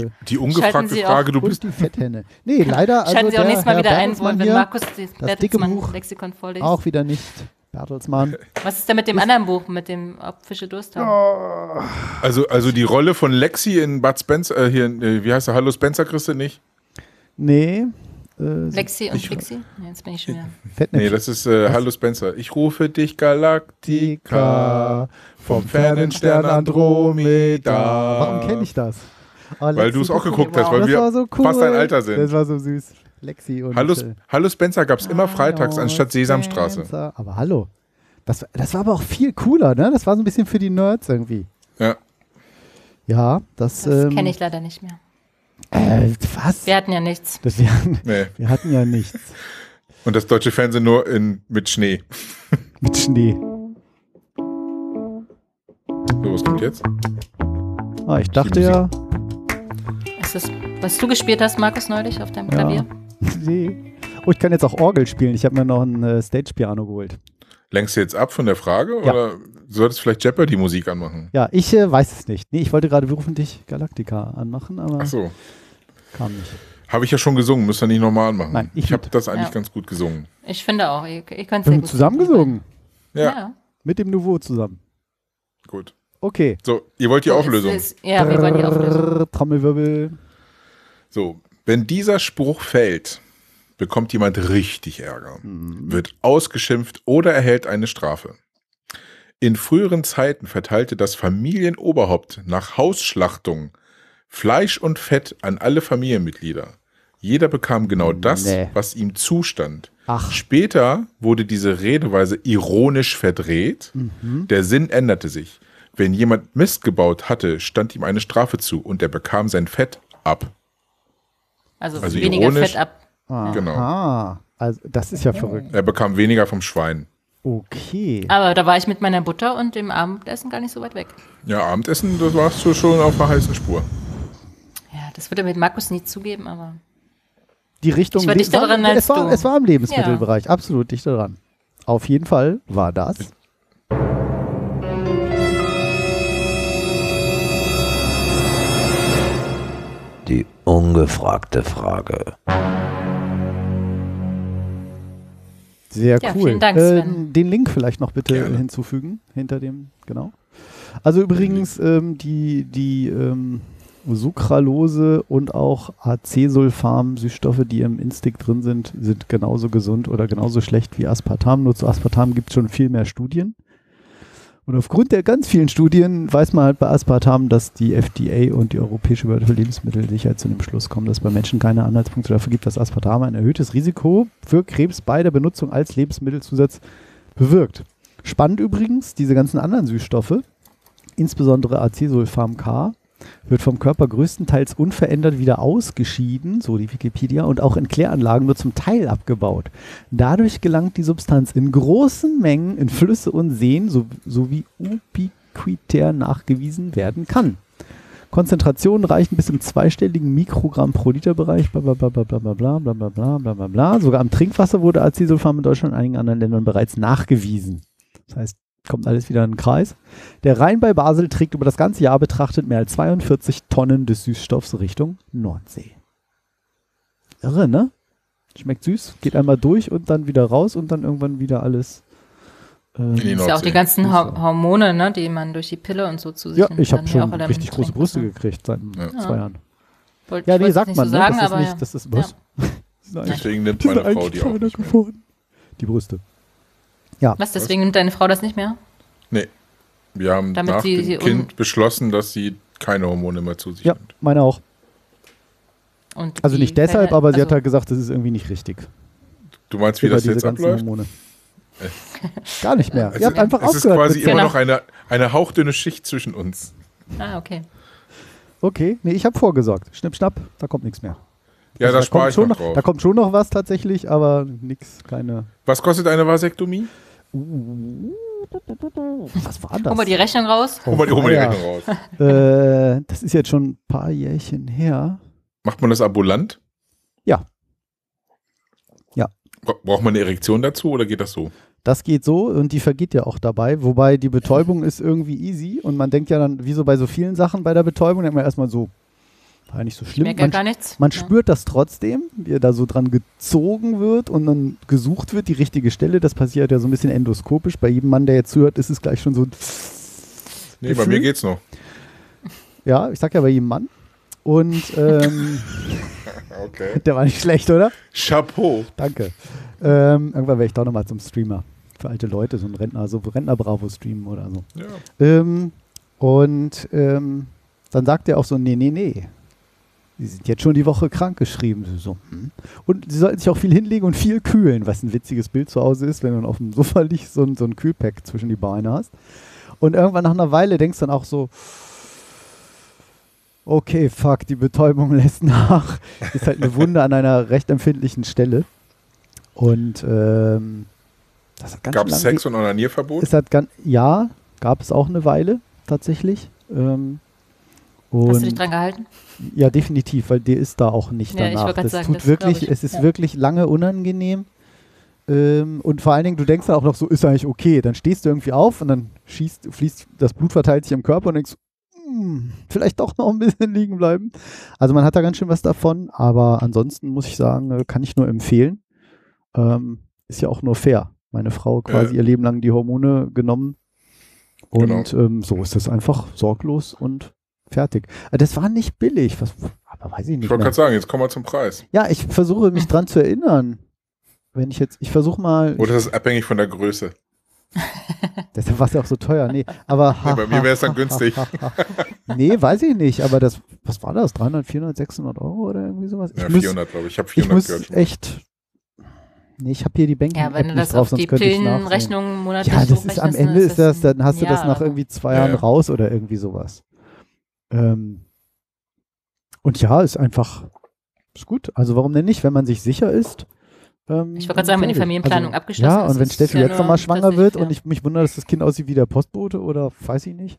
B: Fettgewebe
D: die ungefragte
C: Schalten Sie
D: Frage, du bist.
B: und die Fetthenne.
C: [laughs]
B: Nee, leider. Also
C: Schalten Sie auch
B: der
C: nächstes Mal
B: Herr
C: wieder ein,
B: Bertelsmann
C: wollen, wenn
B: hier
C: Markus das
B: dicke
C: Bertelsmann
B: Buch
C: Lexikon vorliest.
B: Auch wieder nicht. Bertelsmann.
C: Was ist denn mit dem anderen Buch, mit dem Ob Fische Durst haben?
D: Also, also die Rolle von Lexi in Bud Spencer, äh, hier, in, äh, wie heißt er? Hallo Spencer, kriegst du nicht?
B: Nee. Äh,
C: Lexi und
D: Ich-
C: Fixi? Nee, jetzt bin ich schon wieder.
D: Nee,
B: Fettnäpfchen.
D: das ist äh, Hallo Spencer. Ich rufe dich Galaktika vom fernen Stern Andromeda.
B: Warum kenne ich das? Oh,
D: Weil
B: Lexi,
D: du es auch
B: das-
D: geguckt hast, weil
B: Oh, das
D: wir
B: war so cool.
D: fast dein Alter sind.
B: Das war so süß. Lexi und
D: Hallo,
B: äh,
D: Hallo Spencer gab es immer freitags
B: Hallo,
D: anstatt Sesamstraße.
B: Spencer. Aber hallo. Das, war- das war aber auch viel cooler, ne? Das war so ein bisschen für die Nerds irgendwie.
D: Ja.
B: Ja, das.
C: Das
B: ähm,
C: kenne ich leider nicht mehr.
B: Äh, was?
C: Wir hatten ja nichts.
B: Das, wir, hatten-
D: Nee.
B: wir hatten ja nichts
D: Und das deutsche Fernsehen nur in, mit Schnee.
B: mit Schnee.
D: So, was kommt jetzt?
B: Ah, ich dachte
D: Die Musik.
B: ja.
C: Ist das, was du gespielt hast, Markus, neulich auf deinem
B: ja.
C: Klavier?
B: Nee. Oh, ich kann jetzt auch Orgel spielen. Ich habe mir noch ein äh, Stage-Piano geholt.
D: Lenkst du jetzt ab von der Frage
B: Ja.
D: oder solltest du vielleicht Jeopardy-Musik anmachen?
B: Ja, ich äh, weiß es nicht. Nee, ich wollte gerade, wir rufen dich Galactica anmachen, aber
D: Ach so.
B: kam nicht.
D: Habe ich ja schon gesungen, müsst ihr nicht nochmal anmachen.
B: Nein, ich
D: ich habe
B: mit.
D: das eigentlich
C: Ja.
D: ganz gut gesungen.
C: Ich finde auch, ihr, ihr könnt
B: Wir haben zusammengesungen.
D: Ja,
C: Ja.
B: Mit dem Nouveau zusammen.
D: gut.
B: Okay.
D: So, ihr wollt die Auflösung.
C: Also Es Ist, ja, wir wollen die Auflösung.
B: Brrrr, Trommelwirbel.
D: So, wenn dieser Spruch fällt, bekommt jemand richtig Ärger,
B: Mhm.
D: wird ausgeschimpft oder erhält eine Strafe. In früheren Zeiten verteilte das Familienoberhaupt nach Hausschlachtung Fleisch und Fett an alle Familienmitglieder. Jeder bekam genau das,
B: Mm, Nee.
D: was ihm zustand.
B: Ach,
D: Später wurde diese Redeweise ironisch verdreht.
B: Mhm.
D: Der Sinn änderte sich. Wenn jemand Mist gebaut hatte, stand ihm eine Strafe zu und er bekam sein Fett ab.
C: Also,
D: Also
C: weniger
D: ironisch-
C: Fett ab.
D: Genau.
B: ah, also das ist ja verrückt.
D: Er bekam weniger vom Schwein.
B: Okay.
C: Aber da war ich mit meiner Butter und dem Abendessen gar nicht so weit weg.
D: Ja, Abendessen, das warst du schon auf einer heißen Spur.
B: Mhm.
C: Ja, das wird er mit Markus nie zugeben, aber
B: Die Richtung
C: Ich war dichter
B: war-
C: dran
B: es,
C: als
B: war,
C: du.
B: es war im Lebensmittelbereich, absolut dichter dran. Auf jeden Fall war das.
F: Die ungefragte Frage.
B: Sehr
C: Ja,
B: cool.
C: vielen Dank, Sven.
B: Äh, den Link vielleicht noch bitte
D: Gerne.
B: hinzufügen, hinter dem, genau. Also übrigens, ähm, die, die ähm, Sucralose und auch AC-Sulfam-Süßstoffe, die im Instinct drin sind, sind genauso gesund oder genauso schlecht wie Aspartam. Nur zu Aspartam gibt es schon viel mehr Studien. Und aufgrund der ganz vielen Studien weiß man halt bei Aspartam, dass die FDA und die Europäische Behörde für Lebensmittelsicherheit zu dem Schluss kommen, dass bei Menschen keine Anhaltspunkte dafür gibt, dass Aspartam ein erhöhtes Risiko für Krebs bei der Benutzung als Lebensmittelzusatz bewirkt. Spannend übrigens, diese ganzen anderen Süßstoffe, insbesondere Acesulfam K, wird vom Körper größtenteils unverändert wieder ausgeschieden, so die Wikipedia, und auch in Kläranlagen nur zum Teil abgebaut. Dadurch gelangt die Substanz in großen Mengen in Flüsse und Seen so- sowie ubiquitär nachgewiesen werden kann. Konzentrationen reichen bis im zweistelligen Mikrogramm pro Liter Bereich, bla bla bla bla bla bla bla bla bla bla bla bla bla. Sogar am Trinkwasser wurde Acesulfam in Deutschland und einigen anderen Ländern bereits nachgewiesen. Das heißt, kommt alles wieder in den Kreis. Der Rhein bei Basel trägt über das ganze Jahr betrachtet mehr als 42 Tonnen des Süßstoffs Richtung Nordsee. Irre, ne? Schmeckt süß, geht einmal durch und dann wieder raus und dann irgendwann wieder alles. ähm,
D: In die
C: ist ja auch die
D: Nordsee.
C: ganzen
B: Ist so.
C: Ho Hormone, ne, die man durch die Pille und so zu sich
B: ja,
C: nimmt,
B: ich habe
C: dann
B: schon
C: auch alle im
B: richtig große Brüste
C: Trinkwasser.
B: gekriegt seit zwei
C: Ja.
B: Jahren.
C: Wollt-
B: Ja,
C: ich
B: nee,
C: wollt's
B: sagt
C: nicht
B: man,
C: so
B: ne?
C: sagen,
B: das ist
C: aber
B: nicht,
C: ja.
B: das ist was. [laughs] Das ist eigentlich-
D: Deswegen nimmt
B: die sind
D: meine Frau
B: eigentlich
D: die auch
B: kleiner
D: nicht mehr.
B: geworden. Die Brüste. Ja.
C: Was, deswegen nimmt deine Frau das nicht mehr?
D: Nee. Wir haben
C: Damit
D: nach
C: sie-
D: dem
C: sie un-
D: Kind beschlossen, dass sie keine Hormone mehr zu sich
B: Ja,
D: nimmt.
B: meine auch.
C: Und
B: Also
C: die
B: nicht deshalb,
C: Fälle-
B: aber sie
C: also,
B: hat halt gesagt, das ist irgendwie nicht richtig.
D: Du meinst, wie
B: über
D: das
B: diese
D: jetzt
B: ganzen
D: abläuft?
B: Hormone. Gar nicht mehr.
D: Es
B: Ihr habt
D: ist-
B: einfach
D: es ist
B: aufgehört.
D: quasi
B: mit-
D: immer
C: Genau.
D: noch eine, eine hauchdünne Schicht zwischen uns.
C: Ah, okay.
B: Okay, nee, ich habe vorgesorgt. Schnipp, schnapp, da kommt nichts mehr.
D: Ja,
B: Also
D: da spare
B: kommt
D: ich
B: schon
D: noch drauf.
B: Da kommt schon noch was tatsächlich, aber nix, keine.
D: Was kostet eine Vasektomie?
B: Was war
C: Hol mal die
B: das? Oh,
C: Rechnung raus.
D: Hol mal die, hol mal die
B: ja.
D: Rechnung raus.
B: Äh, das ist jetzt schon ein paar Jährchen her.
D: Macht man das ambulant?
B: Ja. Ja.
D: Bra- Braucht man eine Erektion dazu oder geht das so?
B: Das geht so und die vergeht ja auch dabei. Wobei die Betäubung ist irgendwie easy und man denkt ja dann, wie so bei so vielen Sachen bei der Betäubung, denkt man erstmal so, war ja nicht so
C: Ich
B: schlimm.
C: merke ja
B: Man,
C: gar nichts.
B: man
C: Ja.
B: spürt das trotzdem, wie er da so dran gezogen wird und dann gesucht wird, die richtige Stelle. Das passiert ja so ein bisschen endoskopisch. Bei jedem Mann, der jetzt zuhört, ist es gleich schon so ein
D: Nee,
B: Gefühl?
D: bei mir geht's noch.
B: Ja, ich sag ja bei jedem Mann. Und ähm,
D: Okay.
B: der war nicht schlecht, oder?
D: Chapeau.
B: Danke. Ähm, irgendwann werde ich doch nochmal zum Streamer. Für alte Leute, so ein Rentner, so Rentner-Bravo streamen oder so.
D: Ja.
B: Ähm, und ähm, dann sagt er auch so, nee, nee, nee. Sie sind jetzt schon die Woche krank geschrieben. Sie So. hm. Und sie sollten sich auch viel hinlegen und viel kühlen, was ein witziges Bild zu Hause ist, wenn du auf dem Sofa liegst und so ein Kühlpack zwischen die Beine hast. Und irgendwann nach einer Weile denkst du dann auch so, okay, fuck, die Betäubung [laughs] lässt nach. Ist halt eine Wunde an einer recht empfindlichen Stelle. Und ähm, das hat ganz schön
D: Gab
B: lange
D: es Sex und Onanierverbot?
B: es hat ganz, ja, gab es auch eine Weile tatsächlich. Ähm, und
C: Hast du dich dran gehalten?
B: ja, definitiv, weil dir ist da auch nicht
C: Ja, ich
B: danach.
C: wollte grad
B: das
C: sagen,
B: tut
C: das glaub
B: wirklich,
C: ich.
B: es ist
C: Ja.
B: wirklich lange unangenehm. Ähm, und vor allen Dingen, du denkst dann auch noch so, ist eigentlich okay. Dann stehst du irgendwie auf und dann schießt, fließt, das Blut verteilt sich im Körper und denkst, "Hm, vielleicht doch noch ein bisschen liegen bleiben. Also man hat da ganz schön was davon, aber ansonsten muss ich sagen, äh, kann ich nur empfehlen. Ähm, ist ja auch nur fair. Meine Frau quasi
D: Äh.
B: ihr Leben lang die Hormone genommen. Und
D: Genau.
B: ähm, so ist das einfach sorglos und fertig. Äh, Das war nicht billig, was, aber weiß ich
D: Ich
B: nicht.
D: wollte
B: Mehr.
D: gerade sagen, jetzt kommen wir zum Preis.
B: Ja, ich
C: [laughs]
B: versuche mich dran zu erinnern. Wenn ich jetzt, ich versuche mal, [laughs]
D: Oder ist das abhängig von der Größe?
B: Deshalb war es ja auch so teuer. Nee,
D: [laughs]
B: aber
D: Nee, bei mir wäre es dann günstig.
B: [laughs] nee, weiß ich nicht. Aber das, was war das? 300, 400, 600 Euro oder irgendwie sowas?
D: Ja,
B: muss-
D: 400, glaube ich. Ich habe
B: ich
D: 400
B: muss
D: gehört.
B: echt. Nee, ich habe hier die Banking
C: Ja, wenn du
B: nicht
C: das
B: drauf,
C: auf
B: sonst
C: die
B: könnte ich nachsehen.
C: Pillenrechnung monatlich
B: Ja, das ist
C: hochrechnest,
B: am Ende ist das, dann hast du
C: ein
B: das
C: Jahr
B: nach
C: oder so.
B: irgendwie zwei
D: Ja,
B: Jahren
D: ja.
B: raus oder irgendwie sowas. Ähm, und ja, ist einfach ist gut. Also warum denn nicht, wenn man sich sicher ist? ähm,
C: Ich wollte gerade sagen, wenn die
B: fertig.
C: Familienplanung abgeschlossen
B: Ja,
C: ist,
B: und wenn
C: ist
B: Steffi
C: ja
B: jetzt
C: nur
B: nochmal schwanger
C: tatsächlich,
B: wird
C: ja.
B: und ich mich wundere, dass das Kind aussieht wie der Postbote oder weiß ich nicht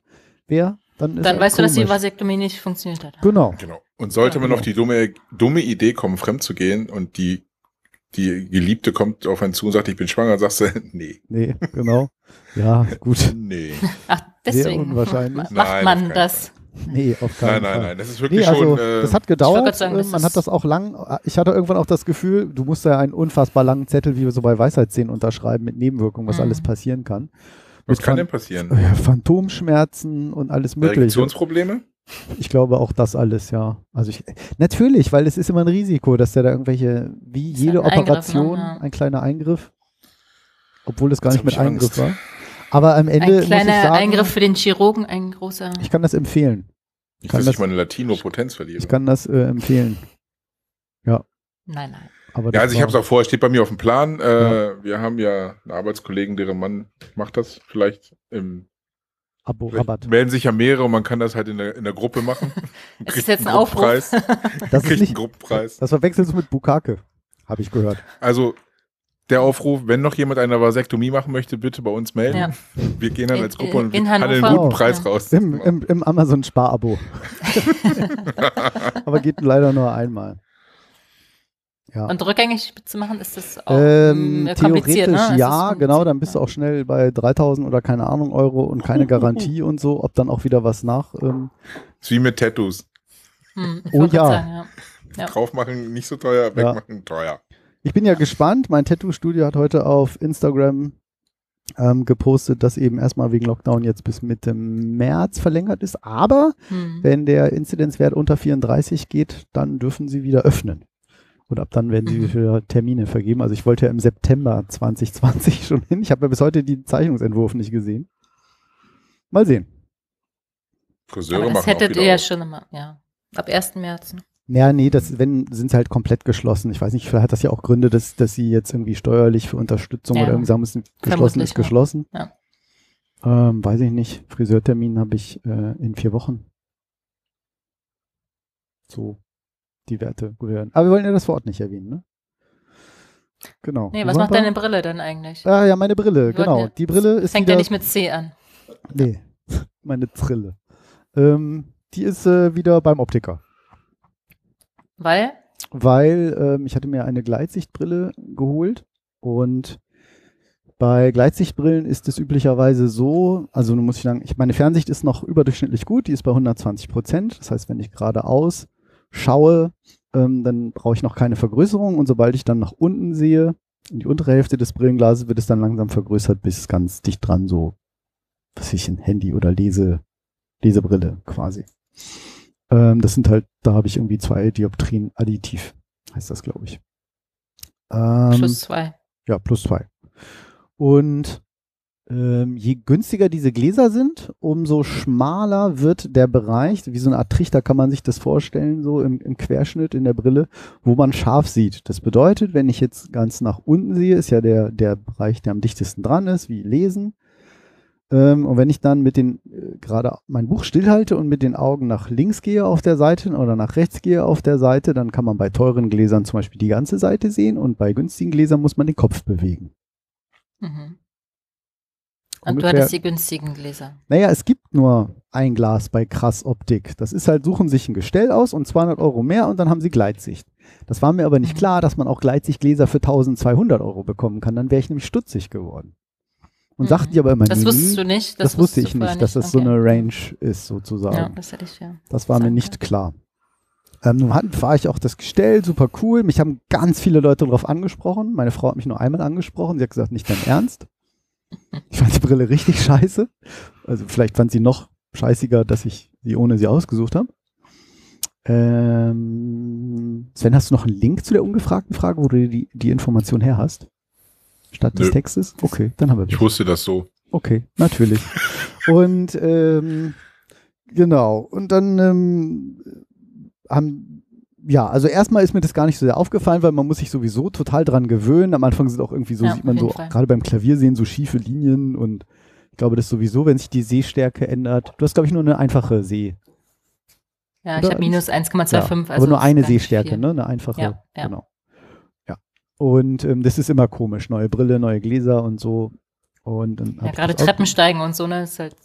B: wer, dann ist
C: Dann
B: das
C: weißt du, dass die
B: komisch.
C: Vasektomie nicht funktioniert hat.
B: Genau.
D: Genau. Und sollte man auf die dumme, dumme Idee kommen, fremd zu gehen und die, die Geliebte kommt auf einen zu und sagt, ich bin schwanger, sagst du, [laughs] nee,
B: Nee, genau. Ja, gut. [laughs]
D: nee.
C: Ach, deswegen
B: unwahrscheinlich.
C: macht
D: Nein, auf
C: man
D: keinen
C: das.
B: Nee, auf
D: Nein,
B: keinen Fall.
D: nein, nein. Das ist
B: Nee,
D: wirklich
B: also
D: schon.
B: das
D: Äh,
B: hat
C: ich wollt
B: gedauert.
C: grad sagen,
B: äh,
C: das
B: man
C: ist-
B: hat das auch lang. Ich hatte irgendwann auch das Gefühl, du musst ja einen unfassbar langen Zettel, wie wir so bei Weisheitszähnen unterschreiben, mit Nebenwirkungen, was
C: Mhm.
B: alles passieren kann.
D: was
B: Mit
D: kann
B: Phan- [laughs]
D: denn passieren?
B: äh, Phantomschmerzen und alles Mögliche.
D: Erektionsprobleme?
B: Ich glaube auch das alles, ja. Also ich, natürlich, weil es ist immer ein Risiko, dass der da irgendwelche, wie
C: Ist
B: jede
C: ein Eingriff,
B: Operation,
C: ne? Ja.
B: ein kleiner Eingriff, obwohl es gar
D: Jetzt
B: nicht mit
D: hab ich Angst.
B: Eingriff war. Aber am Ende
C: Ein
B: muss ich sagen,
C: kleiner Eingriff für den Chirurgen, ein großer.
B: ich kann das empfehlen.
D: Nicht,
B: Kann
D: dass ich
B: das-
D: meine Latino-Potenz verliere.
B: Ich kann das äh, empfehlen.
C: Nein, nein.
B: Aber
D: Ja,
B: das
D: also ich
B: war-
D: habe es auch vor, steht bei mir auf dem Plan. Äh, Wir haben ja einen Arbeitskollegen, deren Mann macht das vielleicht. Im,
B: Abo,
D: vielleicht
B: Rabatt.
D: Melden sich ja mehrere und man kann das halt in der, in der
C: [laughs]
D: Gruppe machen.
C: Es
D: Kriegt
C: ist jetzt
D: einen
C: ein Aufruf.
D: Gruppenpreis.
B: Das ist
D: Kriegt einen
B: nicht,
D: Gruppenpreis.
B: Das verwechselst du mit Bukake, habe ich gehört.
D: Also der Aufruf, wenn noch jemand eine Vasektomie machen möchte, bitte bei uns melden.
C: Ja.
D: Wir gehen dann
C: In-
D: als Gruppe und
C: in
D: wir handeln einen
C: Hannover.
D: guten Preis
C: Ja.
D: raus. Genau.
B: Im, im, im Amazon-Sparabo. Aber geht leider nur einmal. Ja.
C: [laughs] Und rückgängig zu machen, ist das auch
B: Ähm,
C: mm, kompliziert,
B: theoretisch
C: ne? Es
B: ja,
C: ist-
B: genau, dann bist du auch schnell bei 3000 oder keine Ahnung Euro und keine Garantie und so, ob dann auch wieder was nach. Ähm,
D: Ist wie mit Tattoos.
C: Hm, ich
B: Oh
C: wollte grad
B: ja.
C: sagen, ja. Ja.
D: Draufmachen nicht so teuer,
B: Ja.
D: wegmachen teuer.
B: ich bin ja gespannt, mein Tattoo-Studio hat heute auf Instagram ähm, gepostet, dass eben erstmal wegen Lockdown jetzt bis Mitte März verlängert ist, aber
C: Hm.
B: Wenn der Inzidenzwert unter 34 geht, dann dürfen sie wieder öffnen. Und ab dann werden sie
C: Mhm.
B: wieder Termine vergeben. Also ich wollte ja im September 2020 [laughs] schon hin. Ich habe ja bis heute die Zeichnungsentwurf nicht gesehen. Mal sehen.
D: Friseure
C: Aber das
D: machen auch
C: hättet
D: wieder
C: ihr ja
D: auf.
C: schon immer, ja. Ab 1. März. ne?
B: Ja, nee, das, wenn, sind sie halt komplett geschlossen. Ich weiß nicht, vielleicht hat das ja auch Gründe, dass, dass sie jetzt irgendwie steuerlich für Unterstützung
C: Ja.
B: oder irgendwie sagen müssen, geschlossen
C: Vermutlich,
B: ist geschlossen.
C: ja.
B: Ähm, weiß ich nicht. Friseurtermin habe ich äh, in vier Wochen. So, die Werte gehören. Aber wir wollen ja das Wort nicht erwähnen, ne? Genau.
C: Nee,
B: Wir
C: was
B: wollen
C: macht
B: bei-
C: deine Brille denn eigentlich?
B: Ah, ja, meine Brille,
C: Wir
B: genau.
C: wollten ja-
B: die Brille ist
C: Fängt
B: wieder,
C: ja nicht mit C an.
B: Nee, [laughs] meine Brille. Ähm, die ist äh, wieder beim Optiker.
C: Weil?
B: weil ähm, ich hatte mir eine Gleitsichtbrille geholt und bei Gleitsichtbrillen ist es üblicherweise so, also nun muss ich sagen, ich, meine Fernsicht ist noch überdurchschnittlich gut, die ist bei 120 Prozent. Das heißt, wenn ich geradeaus schaue, ähm, dann brauche ich noch keine Vergrößerung und sobald ich dann nach unten sehe, in die untere Hälfte des Brillenglases, wird es dann langsam vergrößert bis ganz dicht dran, so, was weiß ich, ein Handy oder Lese, Lesebrille quasi. Ähm, das sind halt, da habe ich irgendwie zwei Dioptrien additiv, heißt das, glaube ich. Ähm,
C: Plus zwei.
B: ja, plus zwei. Und ähm, je günstiger diese Gläser sind, umso schmaler wird der Bereich, wie so eine Art Trichter kann man sich das vorstellen, so im, im Querschnitt in der Brille, wo man scharf sieht. Das bedeutet, wenn ich jetzt ganz nach unten sehe, ist ja der, der Bereich, der am dichtesten dran ist, wie Lesen. Ähm, und wenn ich dann mit den, äh, gerade mein Buch stillhalte und mit den Augen nach links gehe auf der Seite oder nach rechts gehe auf der Seite, dann kann man bei teuren Gläsern zum Beispiel die ganze Seite sehen und bei günstigen Gläsern muss man den Kopf bewegen.
C: Mhm. Und
B: Ungefähr-
C: du hattest die günstigen Gläser.
B: Naja, es gibt nur ein Glas bei Krass Optik. Das ist halt, suchen sich ein Gestell aus und 200 Euro mehr und dann haben sie Gleitsicht. Das war mir aber nicht
C: Mhm.
B: klar, dass man auch Gleitsichtgläser für 1200 Euro bekommen kann. Dann wäre ich nämlich stutzig geworden. Und
C: Mhm.
B: sagten die aber immer,
C: Das
B: nee,
C: wusstest du nicht?
B: das, wusste ich
C: wusstest du
B: nicht,
C: vorher
B: dass das so
C: Okay. Mhm.
B: eine Range ist sozusagen.
C: Ja, das hätte ich ja.
B: Das war mir
C: Sagen
B: nicht klar. Ähm, nun hatten, war ich auch das Gestell, super cool. Mich haben ganz viele Leute darauf angesprochen. Meine Frau hat mich nur einmal angesprochen. Sie hat gesagt, nicht dein Ernst. Ich fand die Brille richtig scheiße. Also vielleicht fand sie noch scheißiger, dass ich sie ohne sie ausgesucht habe. Ähm, Sven, hast du noch einen Link zu der ungefragten Frage, wo du die, die Information her hast? Stadt des
D: Nö.
B: Textes? Okay, dann haben wir
D: Ich
B: das.
D: wusste das so.
B: Okay,
C: [laughs]
B: natürlich. Und ähm, genau, und dann ähm, haben, ja, also erstmal ist mir das gar nicht so sehr aufgefallen, weil man muss sich sowieso total dran gewöhnen. Am Anfang sind auch irgendwie so,
C: Ja,
B: sieht man
C: auf
B: so,
C: jeden Fall.
B: gerade beim Klavier sehen so schiefe Linien und ich glaube, das sowieso, wenn sich die Sehstärke ändert. Du hast, glaube ich, nur eine einfache See.
C: Ja, ich
B: Oder-
C: habe minus 1,25.
B: Ja,
C: also
B: aber nur
C: das ist
B: eine
C: gar nicht
B: Sehstärke,
C: viel.
B: ne? Eine einfache.
C: Ja, ja.
B: Genau. Ja. Und ähm, das ist immer komisch. Neue Brille, neue Gläser und so. Und dann hab
C: Ja,
B: ich
C: gerade
B: das auch-
C: Treppensteigen und so, ne? Ist halt,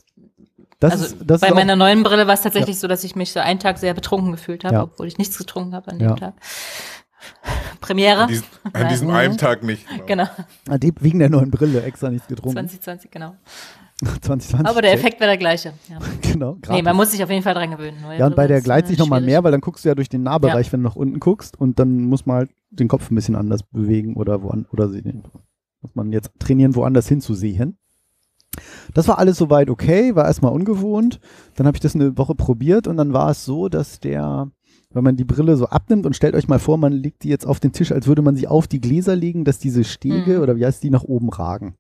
B: Das
C: also
B: ist, das
C: bei
B: ist auch,
C: meiner neuen Brille war es tatsächlich so, dass ich mich so einen Tag sehr betrunken gefühlt habe,
B: Ja.
C: obwohl ich nichts getrunken habe an
B: Ja.
C: dem Tag. [laughs] Premiere.
D: An, diesen, an
C: Nein.
D: diesem einen Tag nicht.
C: [laughs] Genau,
B: Ah, die- wegen der neuen Brille extra nichts getrunken. [laughs]
C: 2020, genau.
B: 2020.
C: Aber der Effekt wäre der gleiche. Ja.
B: [laughs] Genau,
C: Nee,
B: gratis.
C: man muss sich auf jeden Fall dran gewöhnen. Neue
B: ja, und bei
C: Brille
B: der
C: ist,
B: gleitet
C: äh,
B: sich nochmal
C: schwierig.
B: mehr, weil dann guckst du ja durch den Nahbereich, wenn du nach unten guckst und dann muss man halt den Kopf ein bisschen anders bewegen oder woan, oder sie- muss man jetzt trainieren, woanders hinzusehen. Das war alles soweit okay, war erstmal ungewohnt. Dann habe ich das eine Woche probiert und dann war es so, dass der, wenn man die Brille so abnimmt und stellt euch mal vor, man legt die jetzt auf den Tisch, als würde man sie auf die Gläser legen, dass diese Stege
C: Mhm.
B: oder wie heißt die nach oben ragen.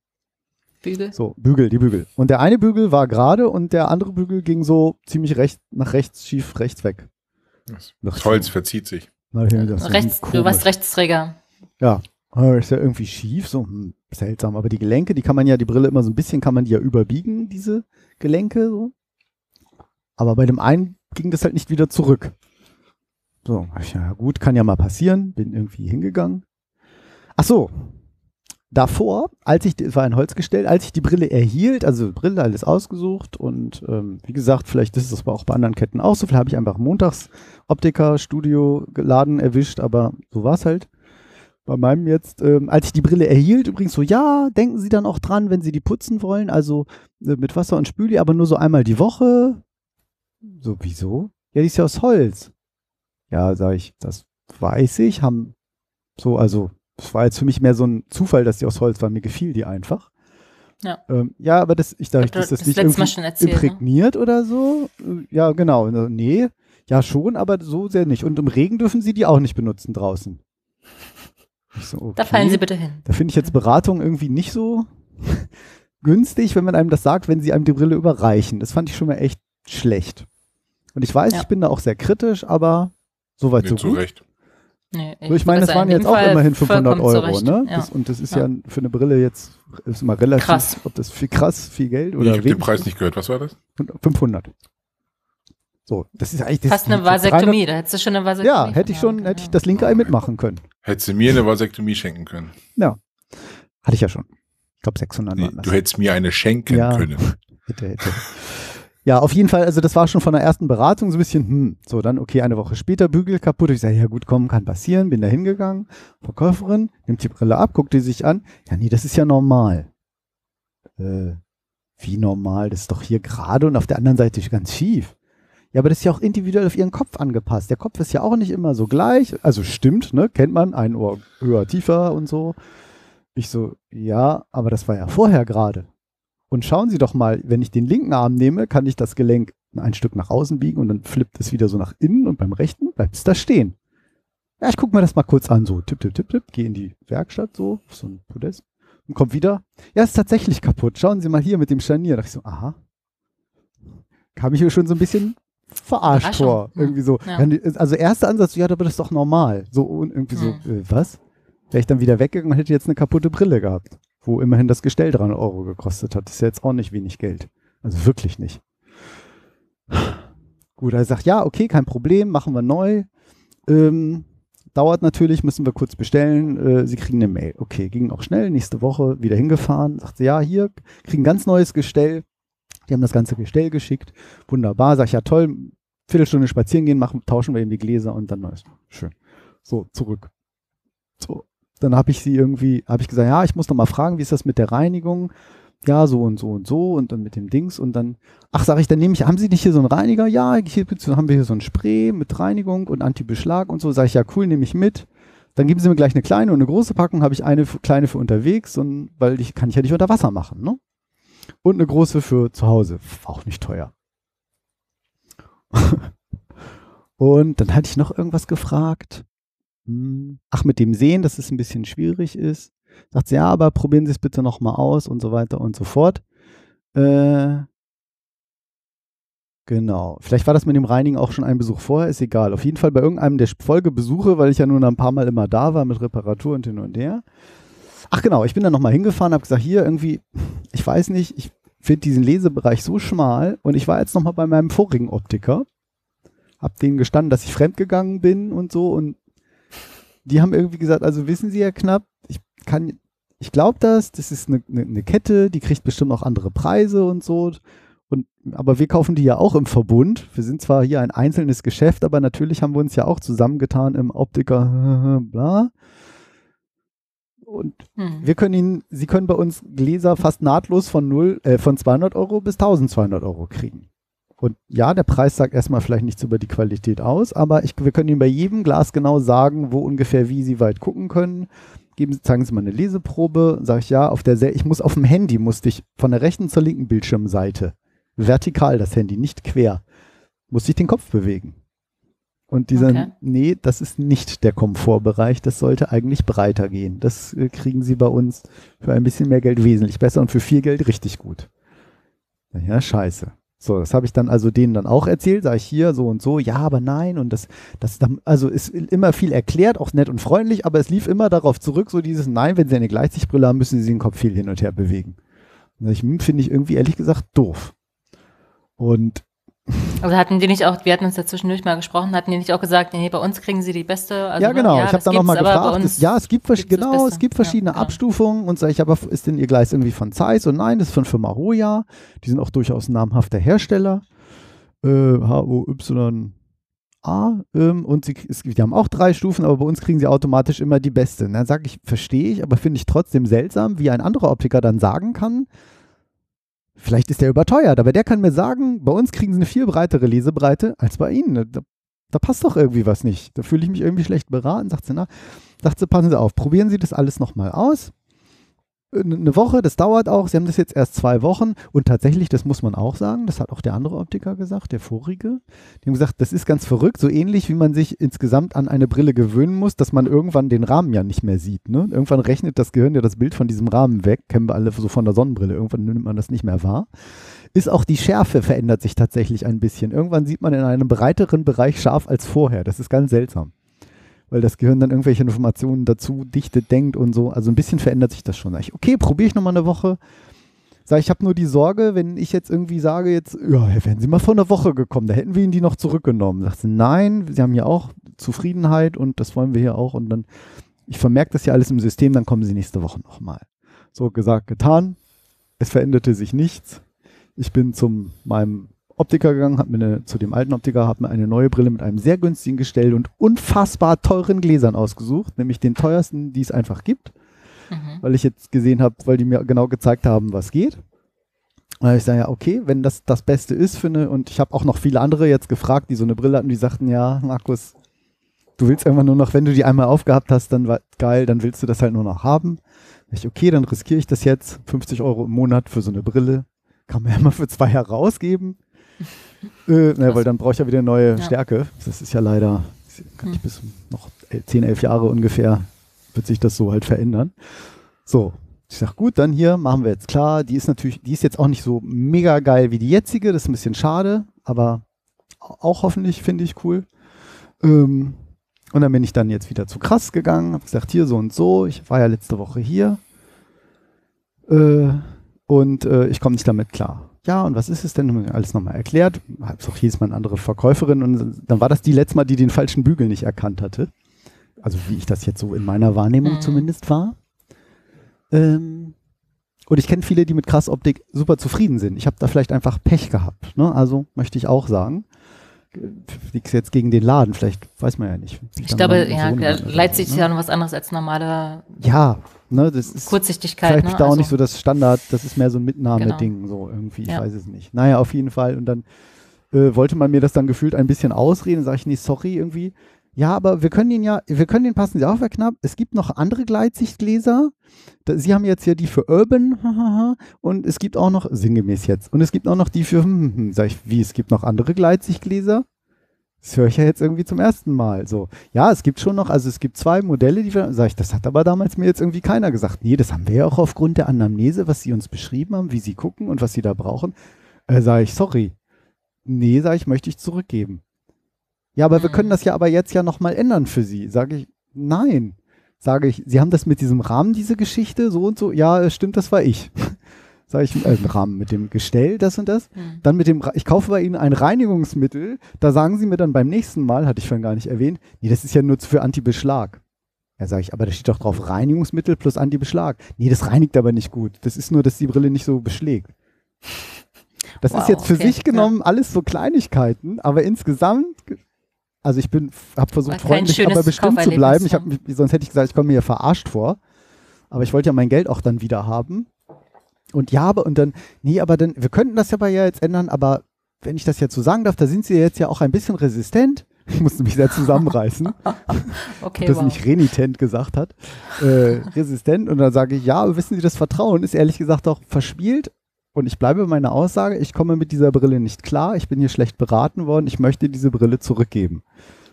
C: Bügel.
B: So, Bügel, die Bügel. Und der eine Bügel war gerade und der andere Bügel ging so ziemlich recht, nach rechts, schief, rechts weg.
D: Das
B: Nach
D: Holz verzieht sich.
B: Na, ich mir gedacht, das ist
C: Rechts,
B: komisch.
C: du warst Rechtsträger.
B: Ah, Ist ja irgendwie schief, so hm, seltsam. Aber die Gelenke, die kann man ja, die Brille immer so ein bisschen, kann man die ja überbiegen, diese Gelenke. So. Aber bei dem einen ging das halt nicht wieder zurück. So, hab ich, ja gut, kann ja mal passieren. Bin irgendwie hingegangen. Ach so. Davor, als ich, es war ein Holzgestell, als ich die Brille erhielt, also Brille alles ausgesucht und ähm, wie gesagt, vielleicht ist das aber auch bei anderen Ketten auch so, vielleicht habe ich einfach montags Optiker, Studio, Laden erwischt, aber so war es halt bei meinem jetzt, ähm, als ich die Brille erhielt, übrigens so, ja, denken Sie dann auch dran, wenn Sie die putzen wollen, also äh, mit Wasser und Spüli, aber nur so einmal die Woche. So, wieso? Ja, die ist ja aus Holz. Ja, sag ich, das weiß ich, haben so, also, es war jetzt für mich mehr so ein Zufall, dass die aus Holz war, mir gefiel die einfach.
C: Ja.
B: Ähm, ja, aber das, ich dachte,
C: Hab
B: dass
C: dir
B: das,
C: das
B: nicht
C: letzte Mal
B: irgendwie
C: schon erzählt, ne?
B: imprägniert oder so. Äh, Ja, genau. Und so, Nee, ja schon, aber so sehr nicht. Und im Regen dürfen sie die auch nicht benutzen draußen. Ich so, okay.
C: Da fallen sie bitte hin.
B: Da finde ich jetzt Beratung irgendwie nicht so [laughs] günstig, wenn man einem das sagt, wenn sie einem die Brille überreichen. Das fand ich schon mal echt schlecht. Und ich weiß,
C: Ja.
B: ich bin da auch sehr kritisch, aber soweit
D: Nee,
B: so
D: zu
B: gut.
D: Recht.
C: Nee,
B: So, ich meine, das waren
C: würde sagen, in
B: jetzt
C: dem
B: auch
C: Fall
B: immerhin 500
C: vollkommen
B: Euro,
C: zurecht.
B: ne?
C: Ja.
B: Das, und das ist ja.
C: Ja.
B: für eine Brille jetzt ist immer relativ,
C: Krass.
B: ob das viel krass, viel Geld
D: Ich
B: oder
D: habe
B: wenig
D: den Preis nicht gehört. Was war das?
B: ist. 500. So, das ist eigentlich das
C: Fast eine
B: die- die 300
C: Vasektomie, da hättest du schon eine Vasektomie.
B: Ja, hätte ich
C: von
B: schon,
C: haben können,
B: hätte ich
C: ja.
B: das linke Ei mitmachen können.
D: Hättest du mir eine Vasektomie schenken können.
B: Hatte ich ja schon. Ich glaube 600
D: Nee,
B: waren das.
D: du hättest mir eine schenken
B: Ja.
D: können.
B: Hätte, hätte. Ja, auf jeden Fall, also das war schon von der ersten Beratung so ein bisschen, hm, so dann, okay, eine Woche später, Bügel kaputt. Ich sage, ja gut, komm, kann passieren, bin da hingegangen. Verkäuferin, nimmt die Brille ab, guckt die sich an. Ja, nee, das ist ja normal. Äh, wie normal? Das ist doch hier gerade und auf der anderen Seite ganz schief. Ja, aber das ist ja auch individuell auf ihren Kopf angepasst. Der Kopf ist ja auch nicht immer so gleich. Also stimmt, ne? Kennt man, ein Ohr höher, tiefer und so. Ich so, ja, aber das war ja vorher gerade. Und schauen Sie doch mal, wenn ich den linken Arm nehme, kann ich das Gelenk ein Stück nach außen biegen und dann flippt es wieder so nach innen und beim rechten bleibt es da stehen. Ja, ich gucke mir das mal kurz an, so tipp, tipp, tipp, tipp, gehe in die Werkstatt, so, auf so ein Podest und kommt wieder. Ja, ist tatsächlich kaputt. Schauen Sie mal hier mit dem Scharnier. Da dachte ich so, aha. Kam ich hier schon so ein bisschen verarscht
C: Überraschung,
B: vor.
C: ja.
B: Irgendwie so.
C: Ja.
B: Ja, nee, Also erster Ansatz, ja, aber das ist doch normal. So und irgendwie so, äh, was? Wäre ich dann wieder weggegangen und hätte jetzt eine kaputte Brille gehabt wo immerhin das Gestell 300 Euro gekostet hat. Das ist ja jetzt auch nicht wenig Geld. Also wirklich nicht. Gut, er sagt, ja, okay, kein Problem, machen wir neu. Ähm, dauert natürlich, müssen wir kurz bestellen. Äh, sie kriegen eine Mail. Okay, ging auch schnell, nächste Woche wieder hingefahren. Sagt sie, ja, hier, kriegen ganz neues Gestell. Die haben das ganze Gestell geschickt. Wunderbar, sag ich, ja, toll. Viertelstunde spazieren gehen, machen, tauschen wir eben die Gläser und dann neues. Schön. So, zurück. So, dann habe ich sie irgendwie, habe ich gesagt, ja, ich muss noch mal fragen, wie ist das mit der Reinigung? Ja, so und so und so und dann mit dem Dings und dann, ach, sage ich, dann nehme ich, haben Sie nicht hier so einen Reiniger? Ja, hier gibt's- haben wir hier so ein Spray mit Reinigung und Antibeschlag und so. Sage ich, ja, cool, nehme ich mit. Dann geben Sie mir gleich eine kleine und eine große Packung, habe ich eine für, kleine für unterwegs und weil ich kann ich ja nicht unter Wasser machen, ne? Und eine große für zu Hause, auch nicht teuer. und dann hatte ich noch irgendwas gefragt. Hm. Ach, mit dem Sehen, dass es ein bisschen schwierig ist. Sagt sie, ja, aber probieren Sie es bitte nochmal aus und so weiter und so fort. Äh, genau. Vielleicht war das mit dem Reining auch schon ein Besuch vorher, ist egal. Auf jeden Fall bei irgendeinem der Folgebesuche, weil ich ja nun ein paar Mal immer da war mit Reparatur und hin und her. Ach genau, ich bin dann nochmal hingefahren, habe gesagt, hier irgendwie, ich weiß nicht, ich finde diesen Lesebereich so schmal und ich war jetzt nochmal bei meinem vorigen Optiker, hab denen gestanden, dass ich fremdgegangen bin und so und die haben irgendwie gesagt, also wissen Sie ja knapp, ich kann, ich glaube das, das ist eine ne, ne Kette, die kriegt bestimmt auch andere Preise und so. Und, aber wir kaufen die ja auch im Verbund. Wir sind zwar hier ein einzelnes Geschäft, aber natürlich haben wir uns ja auch zusammengetan im Optiker, [laughs] bla. Und
C: Hm.
B: Mhm. wir können Ihnen, Sie können bei uns Gläser fast nahtlos von, 0, äh, von 200 Euro bis 1200 Euro kriegen. Und ja, der Preis sagt erstmal vielleicht nichts über die Qualität aus, aber ich, wir können Ihnen bei jedem Glas genau sagen, wo ungefähr wie Sie weit gucken können. Geben Sie, zeigen Sie mal eine Leseprobe. Sage ich ja, auf der, sel- ich muss auf dem Handy, musste ich von der rechten zur linken Bildschirmseite, vertikal das Handy, nicht quer, musste ich den Kopf bewegen. Und dieser,
C: Okay.
B: nee, das ist nicht der Komfortbereich, das sollte eigentlich breiter gehen. Das äh, kriegen Sie bei uns für ein bisschen mehr Geld wesentlich besser und für viel Geld richtig gut. Naja, scheiße. So, das habe ich dann also denen dann auch erzählt, sage ich hier so und so, ja, aber nein und das, das, dann- also ist immer viel erklärt, auch nett und freundlich, aber es lief immer darauf zurück, so dieses Nein, wenn Sie eine Gleitsichtbrille haben, müssen Sie den Kopf viel hin und her bewegen. Und ich hm, finde ich irgendwie ehrlich gesagt doof. Und
C: Also hatten die nicht auch, wir hatten uns ja zwischendurch mal gesprochen, hatten die nicht auch gesagt, nee, bei uns kriegen sie die beste. Also,
B: ja, genau.
C: ne,
B: ich habe
C: das
B: dann nochmal
C: gibt's, aber bei
B: gefragt.
C: uns
B: es- ja, es gibt, vers-
C: gibt's das
B: genau, es
C: Beste.
B: gibt verschiedene
C: Ja, genau.
B: Abstufungen und sag ich, aber ist denn Ihr Gleis irgendwie von Zeiss? Und nein, das ist von Firma Hoya. Die sind auch durchaus ein namhafter Hersteller. Äh, H-O-Y-A. Ähm, und sie, es, die haben auch drei Stufen, aber bei uns kriegen sie automatisch immer die beste. Und dann sage ich, verstehe ich, aber finde ich trotzdem seltsam, wie ein anderer Optiker dann sagen kann, Vielleicht ist der überteuert, aber der kann mir sagen, bei uns kriegen sie eine viel breitere Lesebreite als bei Ihnen. Da, da passt doch irgendwie was nicht. Da fühle ich mich irgendwie schlecht beraten, sagt sie, na, sagt sie, passen Sie auf, probieren Sie das alles nochmal aus. Äh, Eine Woche, das dauert auch, Sie haben das jetzt erst zwei Wochen und tatsächlich, das muss man auch sagen, das hat auch der andere Optiker gesagt, der vorige, die haben gesagt, das ist ganz verrückt, so ähnlich wie man sich insgesamt an eine Brille gewöhnen muss, dass man irgendwann den Rahmen ja nicht mehr sieht. Ne? Irgendwann rechnet das Gehirn ja das Bild von diesem Rahmen weg, kennen wir alle so von der Sonnenbrille, irgendwann nimmt man das nicht mehr wahr. Ist auch die Schärfe verändert sich tatsächlich ein bisschen. Irgendwann sieht man in einem breiteren Bereich scharf als vorher. Das ist ganz seltsam. Weil das Gehirn dann irgendwelche Informationen dazu dichtet, denkt und so. Also ein bisschen verändert sich das schon. Sag ich, okay, probiere ich nochmal eine Woche. Sag ich, habe nur die Sorge, wenn ich jetzt irgendwie sage, jetzt, ja, wären Sie mal vor einer Woche gekommen, da hätten wir Ihnen die noch zurückgenommen. Sagt sie, nein, Sie haben ja auch Zufriedenheit und das wollen wir hier auch. Und dann, ich vermerke das ja alles im System, dann kommen Sie nächste Woche nochmal. So gesagt, getan. Es veränderte sich nichts. Ich bin zum meinem Optiker gegangen, hab mir eine, zu dem alten Optiker, habe mir eine neue Brille mit einem sehr günstigen Gestell und unfassbar teuren Gläsern ausgesucht, nämlich den teuersten, die es einfach gibt
C: Mhm.
B: weil ich jetzt gesehen habe, weil die mir genau gezeigt haben, was geht. Und dann hab ich sage ja, okay, wenn das das Beste ist für eine, und ich habe auch noch viele andere jetzt gefragt, die so eine Brille hatten, die sagten, ja, Markus, du willst irgendwann nur noch, wenn du die einmal aufgehabt hast, dann war geil, dann willst du das halt nur noch haben. Sag Ich, okay, dann riskiere ich das jetzt, 50 Euro im Monat für so eine Brille, kann man ja mal für zwei herausgeben. äh, naja, weil dann brauche ich ja wieder neue
C: Ja.
B: Stärke. Das ist ja leider, kann ich bis noch el- 10, 11 Jahre ungefähr, wird sich das so halt verändern. So, ich sag gut, dann hier machen wir jetzt klar. Die ist natürlich, die ist jetzt auch nicht so mega geil wie die jetzige, das ist ein bisschen schade, aber auch hoffentlich finde ich cool. Ähm, und dann bin ich dann jetzt wieder zu krass gegangen, habe gesagt, hier so und so, ich war ja letzte Woche hier äh, und äh, ich komme nicht damit klar. Ja, und was ist es denn? Hab mir Alles nochmal erklärt. Hab's auch jedes Mal eine andere Verkäuferin und dann war das die letzte Mal, die den falschen Bügel nicht erkannt hatte. Also wie ich das jetzt so in meiner Wahrnehmung
C: Mhm.
B: zumindest war. Ähm, und ich kenne viele, die mit krass Optik super zufrieden sind. Ich habe da vielleicht einfach Pech gehabt. Ne? Also möchte ich auch sagen. Liegst jetzt gegen den Laden, vielleicht weiß man ja nicht.
C: Ich glaube, ja, Leipzig ist ja noch was anderes als normale
B: ne? Ja, ne, das ist
C: Kurzsichtigkeit.
B: vielleicht
C: ne? Genau.
B: da auch nicht so das Standard, das ist mehr so ein Mitnahmeding, so irgendwie, ich
C: Ja.
B: weiß es nicht. Naja, auf jeden Fall. Und dann äh, wollte man mir das dann gefühlt ein bisschen ausreden, sage ich, nee, sorry, irgendwie. Ja, aber wir können ihn ja, wir können den passen, sie auf, Herr Knapp. Es gibt noch andere Gleitsichtgläser. Da, sie haben jetzt hier die für Urban und es gibt auch noch, sinngemäß jetzt, und es gibt auch noch die für, hm, hm, hm. sag ich, wie, es gibt noch andere Gleitsichtgläser? Das höre ich ja jetzt irgendwie zum ersten Mal. So, ja, es gibt schon noch, also es gibt zwei Modelle, die wir, sag ich, das hat aber damals mir jetzt irgendwie keiner gesagt. Nee, das haben wir ja auch aufgrund der Anamnese, was sie uns beschrieben haben, wie sie gucken und was sie da brauchen. Äh, sage ich, sorry. Nee, sage ich, möchte ich zurückgeben. Ja, aber wir
C: Mhm.
B: können das ja aber jetzt ja nochmal ändern für sie. Sage ich, nein. Sage ich, sie haben das mit diesem Rahmen, diese Geschichte, so und so. Ja, äh, stimmt, das war ich. [laughs] Sage ich, äh, Rahmen mit dem Gestell, das und das.
C: Hm.
B: Dann mit dem, Ra- ich kaufe bei Ihnen ein Reinigungsmittel, da sagen Sie mir dann beim nächsten Mal, hatte ich vorhin gar nicht erwähnt, nee, das ist ja nur für Antibeschlag. Ja, sage ich, aber da steht doch drauf Reinigungsmittel plus Antibeschlag. Nee, das reinigt aber nicht gut. Das ist nur, dass die Brille nicht so beschlägt. Das
C: Wow,
B: ist jetzt für
C: okay,
B: sich genommen alles so Kleinigkeiten, aber insgesamt, also ich bin, habe versucht,
C: War kein
B: freundlich,
C: schönes
B: aber bestimmt zu
C: Kauferlebnis,
B: bleiben. Ich hab,
C: ja.
B: mich- sonst hätte ich gesagt, ich komme mir hier verarscht vor. Aber ich wollte ja mein Geld auch dann wieder haben. Und ja, aber und dann, nee, aber dann, wir könnten das ja aber ja jetzt ändern, aber wenn ich das jetzt so sagen darf, da sind sie jetzt ja auch ein bisschen resistent. [laughs] Ich musste
C: [laughs]
B: mich sehr zusammenreißen,
C: Okay,
B: dass
C: wow.
B: nicht renitent gesagt hat.
C: [laughs]
B: Äh, resistent. Und dann sage ich, ja, aber wissen Sie, das Vertrauen ist ehrlich gesagt auch verspielt. Und ich bleibe bei meiner Aussage, ich komme mit dieser Brille nicht klar, ich bin hier schlecht beraten worden, ich möchte diese Brille zurückgeben.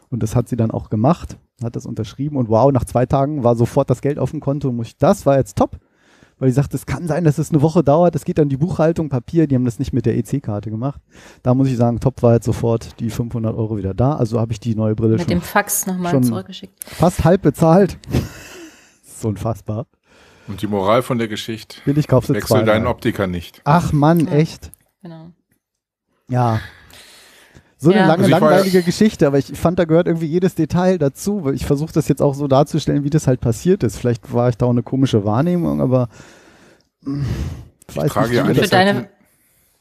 B: Und das hat sie dann auch gemacht, hat das unterschrieben und wow, nach zwei Tagen war sofort das Geld auf dem Konto und muss ich, das war jetzt top, weil ich sagte, es kann sein, dass es eine Woche dauert, es geht an die Buchhaltung, Papier, die haben das nicht mit der EC-Karte gemacht. Da muss ich sagen, top war jetzt sofort die 500 Euro wieder da, also habe ich die neue Brille
C: Mit
B: schon
C: dem Fax nochmal
B: schon-
C: zurückgeschickt.
B: fast halb bezahlt. [laughs] Das ist unfassbar.
D: Und die Moral von der Geschichte,
B: Will ich kaufst du zwei.
D: wechsel deinen Optiker nicht.
B: Ach Mann,
C: Ja.
B: echt?
C: Genau.
B: Ja. So eine
C: Ja.
B: lange,
D: Also ich war ja-
B: langweilige Geschichte, aber ich fand, da gehört irgendwie jedes Detail dazu. weil Ich versuche das jetzt auch so darzustellen, wie das halt passiert ist. Vielleicht war ich da auch eine komische Wahrnehmung, aber mm, ich weiß
D: trage ja
B: nicht, wie
D: eine-
C: Für
B: das-
C: deine,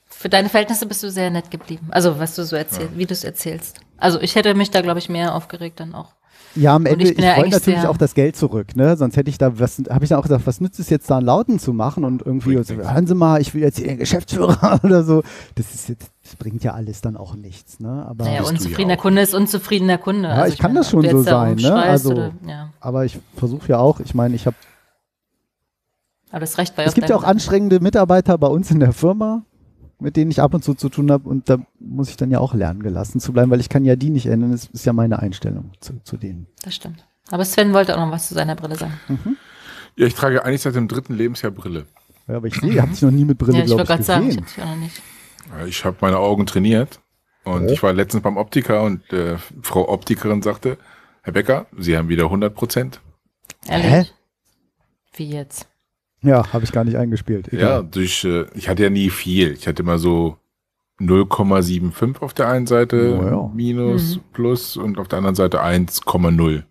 C: für deine Verhältnisse bist du sehr nett geblieben. Also, was du so erzählst, wie du es erzählst. Also, ich hätte mich da, glaube ich, mehr aufgeregt dann auch.
B: Ja, am
C: ich
B: Ende, ich,
C: bin ja
B: wollte
C: eigentlich
B: natürlich
C: sehr-
B: auch das Geld zurück, ne? Sonst hätte ich da, was, habe ich dann auch gesagt, was nützt es jetzt da einen Lauten zu machen und irgendwie,
D: Bringt
B: so,
D: nichts.
B: hören Sie mal, ich will jetzt hier den Geschäftsführer [laughs] oder so. Das ist jetzt, das bringt ja alles dann auch nichts, ne? Aber,
C: Naja,
D: bist du ja
C: unzufriedener
D: auch.
C: Kunde ist unzufriedener Kunde. Also
B: Ja, ich kann das
C: ob
B: schon
C: du jetzt
B: so
C: da
B: sein, ne?
C: rumschreist
B: Also-
C: Oder, ja.
B: aber ich versuche ja auch, ich meine, ich habe
C: Aber das reicht bei
B: Es gibt ja auch anstrengende Mitarbeiter bei uns in der Firma, mit denen ich ab und zu zu tun habe und da muss ich dann ja auch lernen, gelassen zu bleiben, weil ich kann ja die nicht ändern. Das ist ja meine Einstellung zu, zu denen.
C: Das stimmt. Aber Sven wollte auch noch was zu seiner Brille sagen.
D: Ja, ich trage eigentlich seit dem dritten Lebensjahr Brille.
B: Ja, aber ich sehe, ihr habt dich noch nie mit Brille,
C: Mhm. Ja, ich
B: glaube
C: wollte
B: ich, gesehen.
C: gerade sagen, ich habe dich auch noch nicht.
D: Ja, Ich habe meine Augen trainiert und ich war letztens beim Optiker und äh, Frau Optikerin sagte, Herr Becker, Sie haben wieder 100 Prozent.
C: Ehrlich. Wie jetzt?
B: ja, habe ich gar nicht eingespielt.
D: Ja,
B: Egal.
D: durch, äh, ich hatte ja nie viel. Ich hatte immer so 0,75 auf der einen Seite,
B: Oh ja.
D: minus, plus und auf der anderen Seite 1,0.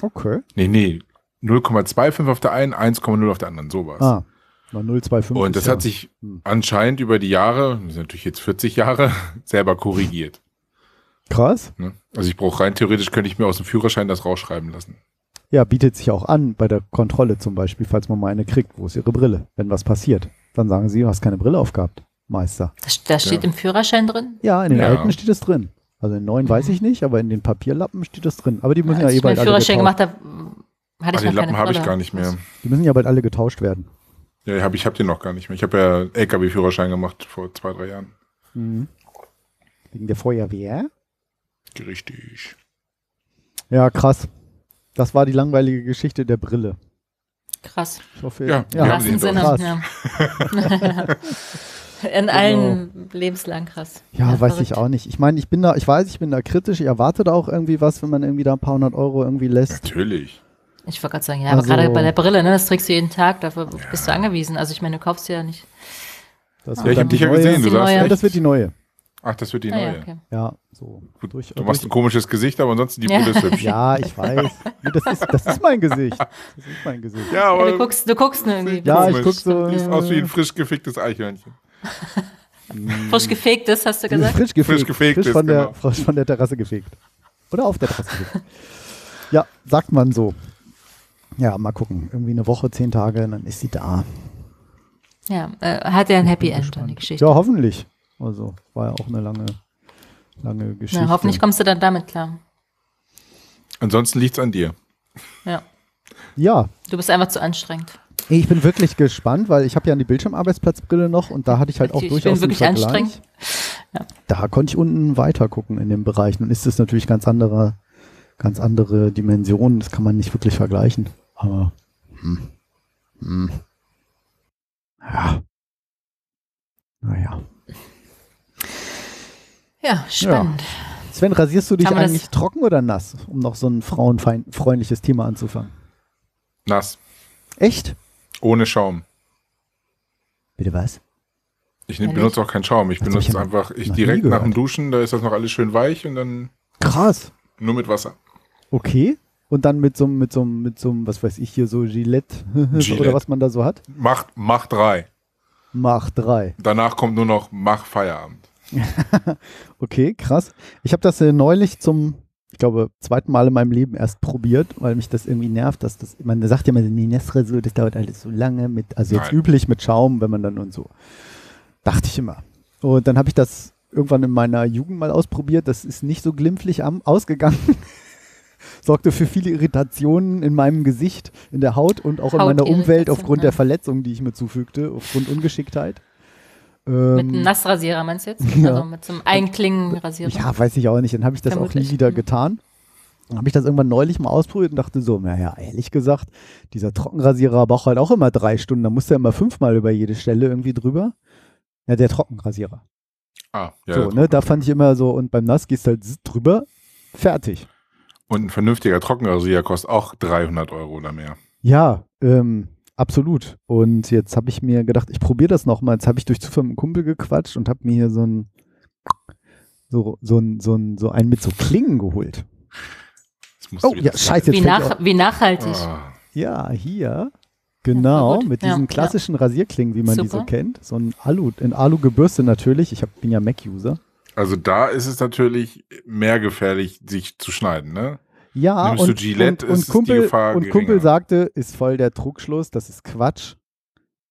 B: Okay.
D: Nee, nee, 0,25 auf der einen, 1,0 auf der anderen, sowas.
B: Ah, mal 025.
D: Und das
B: ist
D: hat
B: ja-
D: sich
B: Hm.
D: anscheinend über die Jahre, das sind natürlich jetzt 40 Jahre, [laughs] selber korrigiert.
B: Krass.
D: Ne? Also ich brauche rein theoretisch, könnte ich mir aus dem Führerschein das rausschreiben lassen.
B: Ja, bietet sich auch an, bei der Kontrolle zum Beispiel, falls man mal eine kriegt, wo ist ihre Brille? Wenn was passiert, dann sagen sie, du hast keine Brille aufgehabt, Meister.
C: Das, das steht im Führerschein drin?
B: Ja, in den
D: Ja.
B: alten steht das drin. Also in den neuen weiß ich nicht, aber in den Papierlappen steht das drin. Aber die müssen ja,
C: Als
B: eh
C: ich meinen
B: bald alle
C: Führerschein
B: getauscht-
C: gemacht habe, hatte ich
D: Ah,
C: noch keine
D: den Lappen habe ich
C: Brille.
D: gar nicht mehr.
B: Die müssen ja bald alle getauscht werden.
D: Ja, hab, ich habe den noch gar nicht mehr. Ich habe ja LKW-Führerschein gemacht vor zwei, drei Jahren.
B: Mhm. Wegen der Feuerwehr.
D: Richtig.
B: Ja, krass. Das war die langweilige Geschichte der Brille.
C: Krass.
B: Ich hoffe,
D: Ja,
C: Im
D: wir
B: ja,
D: haben sie
C: wahrsten Sinne.
D: hinter
B: krass.
C: Ja.
B: [laughs]
C: In allen lebenslang krass.
B: Genau. ja, weiß ich
C: verrückt.
B: auch nicht. Ich meine, ich bin da, ich weiß, ich bin da kritisch. Ich erwarte da auch irgendwie was, wenn man irgendwie da ein paar hundert Euro irgendwie lässt.
D: Natürlich.
C: Ich wollte gerade sagen, ja, aber
B: Also-
C: gerade bei der Brille, ne, das trägst du jeden Tag, dafür bist du angewiesen. Also ich meine, du kaufst dir ja nicht.
B: Das
D: Ja, ich habe dich ja gesehen, du
C: Die neue.
D: sagst
B: Ja,
D: echt.
B: das wird die neue.
D: Ach, das wird die
C: Ah, ja,
D: neue.
C: okay.
B: Ja, so. Durch,
D: Du machst ein
B: durch-
D: komisches Gesicht, aber ansonsten die
C: Ja.
D: Brille ist hübsch.
B: ja, ich weiß. Nee, Das ist, das ist mein Gesicht. Das ist mein Gesicht.
D: Ja,
C: Ja, du guckst, du guckst nur irgendwie.
B: Ja, ich
D: Komisch.
B: guck so.
D: Siehst aus wie ein frisch geficktes Eichhörnchen.
C: Frisch gefegt ist, hast du gesagt.
B: Frisch gefegt.
D: Frisch gefegt
B: frisch
D: ist,
B: von, der,
D: genau.
B: frisch von der Terrasse gefegt. Oder auf der Terrasse gefegt. ja, sagt man so. Ja, mal gucken. Irgendwie eine Woche, zehn Tage, dann ist sie da.
C: Ja, äh, hat ja ein Happy End, dann die Geschichte.
B: Ja, hoffentlich. Also, war ja auch eine lange, lange Geschichte.
C: Na, hoffentlich kommst du dann damit klar.
D: Ansonsten liegt's an dir.
C: Ja,
B: Ja,
C: du bist einfach zu anstrengend.
B: Ey, ich bin wirklich gespannt, weil ich habe ja eine Bildschirmarbeitsplatzbrille noch und da hatte ich halt auch
C: ich
B: durchaus
C: bin
B: einen
C: wirklich
B: Vergleich.
C: anstrengend.
B: Da konnte ich unten weiter gucken in den Bereichen. Und ist das natürlich ganz andere, ganz andere Dimensionen. Das kann man nicht wirklich vergleichen. Aber hm. Hm. ja. Naja.
C: Ja, spannend.
B: Sven, rasierst du dich
C: Haben wir das-
B: eigentlich trocken oder nass, um noch so ein frauenfreundliches Thema anzufangen?
D: Nass.
B: Echt?
D: Ohne Schaum.
B: Bitte was?
D: Ich ne-
C: Ehrlich?
D: benutze auch keinen Schaum. Ich
B: Das hab
D: benutze
B: ich ja noch-
D: einfach ich
B: noch nie
D: direkt nach dem
B: gehört.
D: Duschen, da ist das noch alles schön weich und dann
B: Krass.
D: nur mit Wasser.
B: Okay. Und dann mit so einem, mit so einem, mit so einem, was weiß ich hier, so Gillette, [laughs] oder
D: Gillette.
B: was man da so hat.
D: Mach, mach drei.
B: Mach drei.
D: Danach kommt nur noch Mach Feierabend.
B: Okay, krass. Ich habe das äh, neulich zum, ich glaube, zweiten Mal in meinem Leben erst probiert, weil mich das irgendwie nervt, dass das, man sagt ja immer, die Nestre so, das dauert alles so lange mit, also jetzt
D: Nein.
B: üblich mit Schaum, wenn man dann und so. Dachte ich immer. Und dann habe ich das irgendwann in meiner Jugend mal ausprobiert, das ist nicht so glimpflich am, ausgegangen. [laughs] Sorgte für viele Irritationen in meinem Gesicht, in der Haut und auch in meiner Umwelt
C: Hautirritation,
B: aufgrund
C: ja.
B: der Verletzungen, die ich mir zufügte, aufgrund Ungeschicktheit.
C: Mit einem
B: Ähm,
C: Nassrasierer meinst du jetzt?
B: [laughs] Ja.
C: Also mit so einem Einklingenrasierer.
B: Ja, weiß ich auch nicht. Dann habe ich das auch
C: Vermutlich.
B: nie wieder
C: Mhm.
B: getan. Dann habe ich das irgendwann neulich mal ausprobiert und dachte so, naja, ehrlich gesagt, dieser Trockenrasierer braucht halt auch immer drei Stunden. Da muss der immer fünfmal über jede Stelle irgendwie drüber. Ja, der Trockenrasierer.
D: Ah, ja.
B: so, ne? Da fand ich immer so, und beim Nass gehst du halt zzz drüber, fertig.
D: Und ein vernünftiger Trockenrasierer kostet auch 300 Euro oder mehr.
B: Ja, ähm, absolut. Und jetzt habe ich mir gedacht, ich probiere das nochmal. Jetzt habe ich durch Zufall mit einem Kumpel gequatscht und habe mir hier so ein so, so, ein, so, ein, so einen mit so Klingen geholt.
D: Das musst du
B: Oh,
D: wieder
B: ja, scheiße.
C: Wie,
B: Jetzt fällt
C: nach, wie nachhaltig.
D: Ah,
B: Ja, hier. Genau,
C: gut.
B: mit
C: Ja,
B: diesen
C: ja.
B: klassischen Rasierklingen, wie man die so
C: Super.
B: kennt. So ein Alu, in Alu gebürstet natürlich. Ich hab, bin ja Mac-User.
D: also da ist es natürlich mehr gefährlich, sich zu schneiden, ne?
B: Ja,
D: Nimmst
B: und,
D: du Gillette,
B: und, und
D: ist die
B: Kumpel,
D: Gefahr
B: und Kumpel
D: geringer.
B: sagte, ist voll der Trugschluss, das ist Quatsch.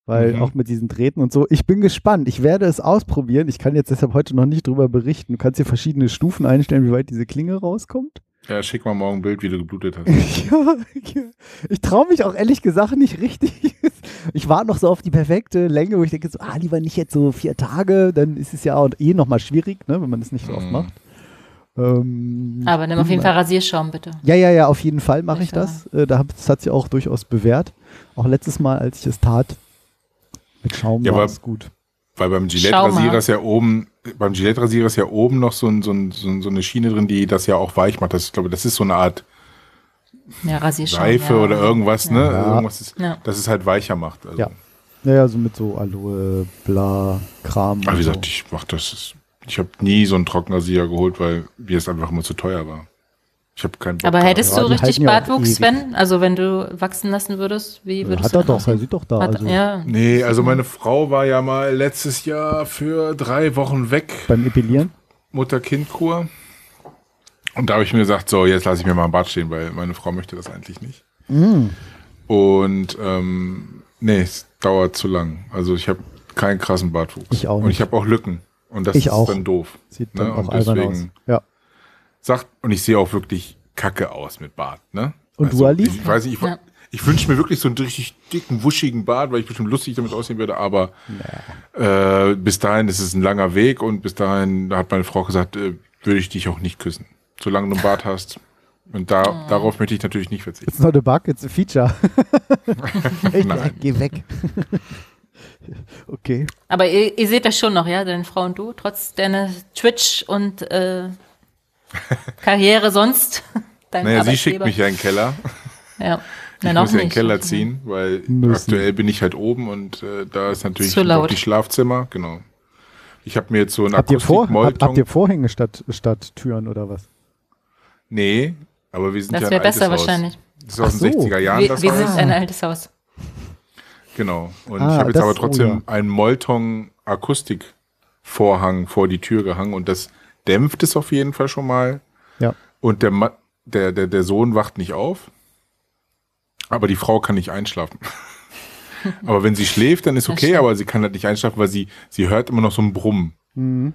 B: Weil
D: Mhm.
B: auch mit diesen Drähten und so. Ich bin gespannt. Ich werde es ausprobieren. Ich kann jetzt deshalb heute noch nicht drüber berichten. Du kannst hier verschiedene Stufen einstellen, wie weit diese Klinge rauskommt.
D: Ja, schick mal morgen ein Bild, wie du geblutet hast.
B: [laughs] ja, ja. ich traue mich auch ehrlich gesagt nicht richtig. [laughs] Ich warte noch so auf die perfekte Länge, wo ich denke so, ah, lieber nicht jetzt so vier Tage, dann ist es ja auch eh nochmal schwierig, ne, wenn man das nicht so oft
D: Mhm.
B: macht. Ähm,
C: Aber nimm auf jeden
B: mal.
C: Fall Rasierschaum, bitte.
B: Ja, ja, ja, auf jeden Fall mache ich
C: Sicher.
B: das. Äh, da hab, das hat sich auch durchaus bewährt. Auch letztes Mal, als ich es tat, mit Schaum
D: Ja,
B: war
D: aber-
B: es gut.
D: Weil beim
C: Schau
D: Gillette-Rasierer
C: mal.
D: ist ja oben, beim Gillette-Rasierer ist ja oben noch so, ein, so, ein, so, ein, so eine Schiene drin, die das ja auch weich macht. Das, ich glaube, das ist so eine Art
C: Ja, Rasierschaum.
D: Seife
C: ja.
D: oder irgendwas, ne?
B: Ja.
D: Irgendwas ist,
C: Ja.
D: Das es halt weicher macht. Also,
B: Ja. Naja, so mit so Aloe, bla, Kram.
D: Aber Ah, wie
B: und so.
D: gesagt, ich mach das. Ich habe nie so einen Trockenrasierer geholt, weil mir es einfach immer zu teuer war. Ich habe keinen Bock.
C: Aber
D: gehabt.
C: hättest
B: Ja,
C: du
B: die
C: richtig
B: halten ja auch
C: Bartwuchs,
B: ewig.
C: Sven? Also wenn du wachsen lassen würdest, wie würdest
B: Hat
C: du
B: er doch,
C: aussehen?
B: er sieht doch da.
C: Hat,
B: also
C: Ja,
D: Nee, also meine Frau war ja mal letztes Jahr für drei Wochen weg,
B: Beim Epilieren.
D: Mutter-Kind-Kur. Und da habe ich mir gesagt, so, jetzt lasse ich mir mal im Bad stehen, weil meine Frau möchte das eigentlich nicht.
B: Mm.
D: Und ähm, nee, es dauert zu lang. Also ich habe keinen krassen Bartwuchs.
B: Ich auch
D: Und
B: nicht.
D: ich habe auch Lücken. Und das
B: Ich
D: ist
B: auch.
D: dann doof.
B: Sieht dann
D: ne?
B: auch
D: Und
B: albern aus.
D: deswegen-
B: Ja.
D: sagt, und ich sehe auch wirklich kacke aus mit Bart, ne?
B: Und du, Ali?
D: Ich weiß nicht, ich,
C: Ja.
D: ich wünsche mir wirklich so einen richtig dicken, wuschigen Bart, weil ich bestimmt lustig damit aussehen werde, aber äh, bis dahin ist es ein langer Weg und bis dahin hat meine Frau gesagt, äh, würde ich dich auch nicht küssen, solange du einen Bart hast. Und
C: Mhm.
D: da, darauf möchte ich natürlich nicht verzichten.
B: It's not a bug, it's a
D: [laughs]
B: feature. ich,
D: Nein.
B: Geh weg. okay.
C: aber ihr, ihr seht das schon noch, ja, deine Frau und du, trotz deiner Twitch und
D: [laughs]
C: äh, Karriere sonst. [laughs] Dein
D: Naja, sie schickt
C: Arbeitgeber.
D: mich ja in den Keller.
C: Ja,
D: Ich
C: Nein, auch
D: muss ja in den
C: nicht.
D: Keller ziehen, weil
B: Müssen.
D: aktuell bin ich halt oben und äh, da ist natürlich
C: Zu laut.
D: die Schlafzimmer, genau. Ich habe mir jetzt so einen
B: Habt ihr, Vor habt,
D: Akustikmolton-
B: habt ihr Vorhänge statt, statt Türen oder was?
D: Nee, aber wir sind
C: Das
D: ja ein
C: wäre
D: altes
C: besser
D: Haus.
C: wahrscheinlich.
D: Das ist aus
B: Ach
D: den
B: so.
D: 60er Jahren.
C: Wir,
D: das
C: wir
D: Haus.
C: sind ein altes Haus.
D: genau. Und
B: Ah,
D: ich habe jetzt
B: das-
D: aber
B: oh
D: trotzdem einen Molton-Akustikvorhang vor die Tür gehangen und das dämpft es auf jeden Fall schon mal.
B: Ja.
D: Und der, Ma der, der, der Sohn wacht nicht auf, aber die Frau kann nicht einschlafen. [laughs] aber wenn sie schläft, dann ist okay, aber sie kann halt nicht einschlafen, weil sie, sie hört immer noch so ein Brummen.
B: Mhm.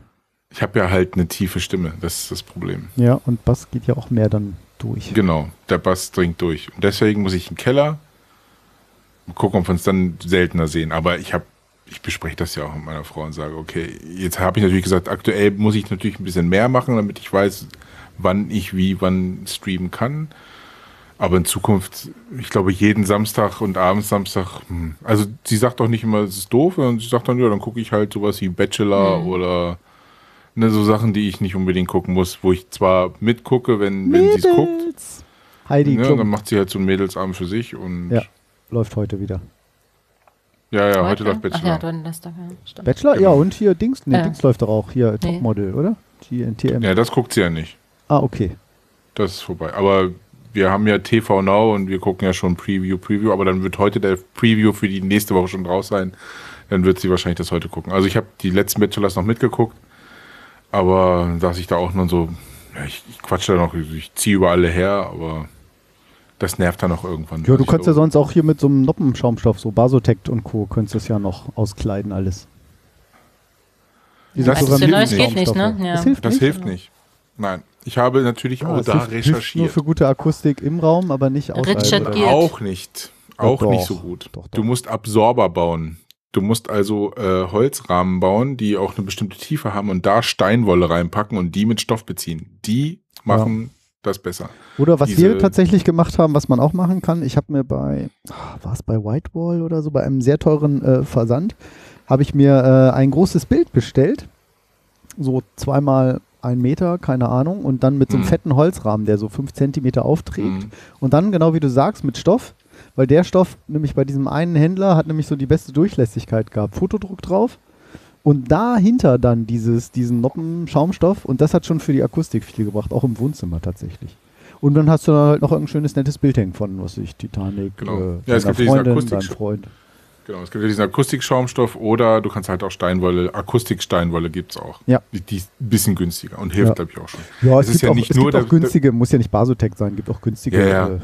D: Ich habe ja halt eine tiefe Stimme, das ist das Problem.
B: Ja, und Bass geht ja auch mehr dann durch.
D: Genau, der Bass dringt durch. Und deswegen muss ich in den Keller Mal gucken, ob wir uns dann seltener sehen. Aber ich habe ich bespreche das ja auch mit meiner Frau und sage, okay, jetzt habe ich natürlich gesagt, aktuell muss ich natürlich ein bisschen mehr machen, damit ich weiß, wann ich wie, wann streamen kann. Aber in Zukunft, ich glaube, jeden Samstag und abends Samstag, hm. also sie sagt doch nicht immer, es ist doof, sondern sie sagt dann, ja, dann gucke ich halt sowas wie Bachelor oder ne, so Sachen, die ich nicht unbedingt gucken muss, wo ich zwar mitgucke, wenn, wenn sie es guckt,
B: Mädels. Heidi
D: ne, und dann
B: Klum
D: macht sie halt so einen Mädelsabend für sich und
B: Ja.
D: ja,
B: läuft heute wieder.
D: ja, heute läuft
C: Ach ja,
D: Bachelor.
C: Donnerstag, ja, stimmt.
B: Bachelor?
D: Genau.
B: Ja, und hier Dings. Nee,
C: Ja.
B: Dings läuft doch auch. Hier
C: Nee.
B: Topmodel, oder? GNTM.
D: ja, das guckt sie ja nicht.
B: Ah, okay.
D: Das ist vorbei. Aber wir haben ja TV Now und wir gucken ja schon Preview, Preview, aber dann wird heute der Preview für die nächste Woche schon raus sein. Dann wird sie wahrscheinlich das heute gucken. Also ich habe die letzten Bachelors noch mitgeguckt, aber saß ich da auch nur so, ja, ich, ich quatsche da noch, ich ziehe über alle her, aber das nervt dann auch irgendwann.
B: Ja, du
D: Ich
B: kannst ja
D: glaube,
B: sonst auch hier mit so einem Noppenschaumstoff, so Basotect und Co. könntest du es ja noch auskleiden alles. Diese
D: Das ist
B: programmierten
D: für Neues geht
C: nicht, ne?
B: Schaumstoffe.
C: Ja.
B: Das hilft
D: Das
B: nicht.
D: hilft nicht. Nein, ich habe natürlich
B: Ja,
D: auch
B: es
D: da
B: hilft, hilft nur
D: recherchiert.
B: für gute Akustik im Raum, aber nicht außerhalb.
C: Richard
B: oder?
C: Gere- Giert.
D: Auch nicht. Auch
B: Doch,
D: nicht so
B: doch.
D: gut.
B: Doch, doch.
D: Du musst Absorber bauen. Du musst also äh, Holzrahmen bauen, die auch eine bestimmte Tiefe haben und da Steinwolle reinpacken und die mit Stoff beziehen. Die machen das besser.
B: Oder was wir
D: diese-
B: tatsächlich gemacht haben, was man auch machen kann, ich habe mir bei, ah, war es bei Whitewall oder so, bei einem sehr teuren äh, Versand, habe ich mir äh, ein großes Bild bestellt. So zweimal ein Meter, keine Ahnung, und dann mit so einem
D: Mhm.
B: fetten Holzrahmen, der so fünf Zentimeter aufträgt.
D: Mhm.
B: Und dann, genau wie du sagst, mit Stoff, weil der Stoff nämlich bei diesem einen Händler hat nämlich so die beste Durchlässigkeit gehabt. Fotodruck drauf. Und dahinter dann dieses, diesen Noppen-Schaumstoff und das hat schon für die Akustik viel gebracht, auch im Wohnzimmer tatsächlich. Und dann hast du dann halt noch irgendein schönes, nettes Bild hängen von, was weiß ich, Titanic,
D: Genau.
B: äh,
D: Ja,
B: deiner
D: es gibt ja diesen
B: Freundin,
D: Akustik-
B: deinem Freund.
D: Genau, es gibt ja diesen Akustikschaumstoff oder du kannst halt auch Steinwolle, Akustiksteinwolle gibt's auch.
B: Ja.
D: Die, die ist ein bisschen günstiger und hilft,
B: Ja.
D: glaube ich, auch schon.
B: Ja, es,
D: es ist
B: gibt,
D: ja
B: auch,
D: nicht
B: es
D: nur
B: gibt auch
D: der- der-
B: günstige, muss ja nicht Basotec sein, gibt auch günstige.
D: Ja, ja.
B: äh,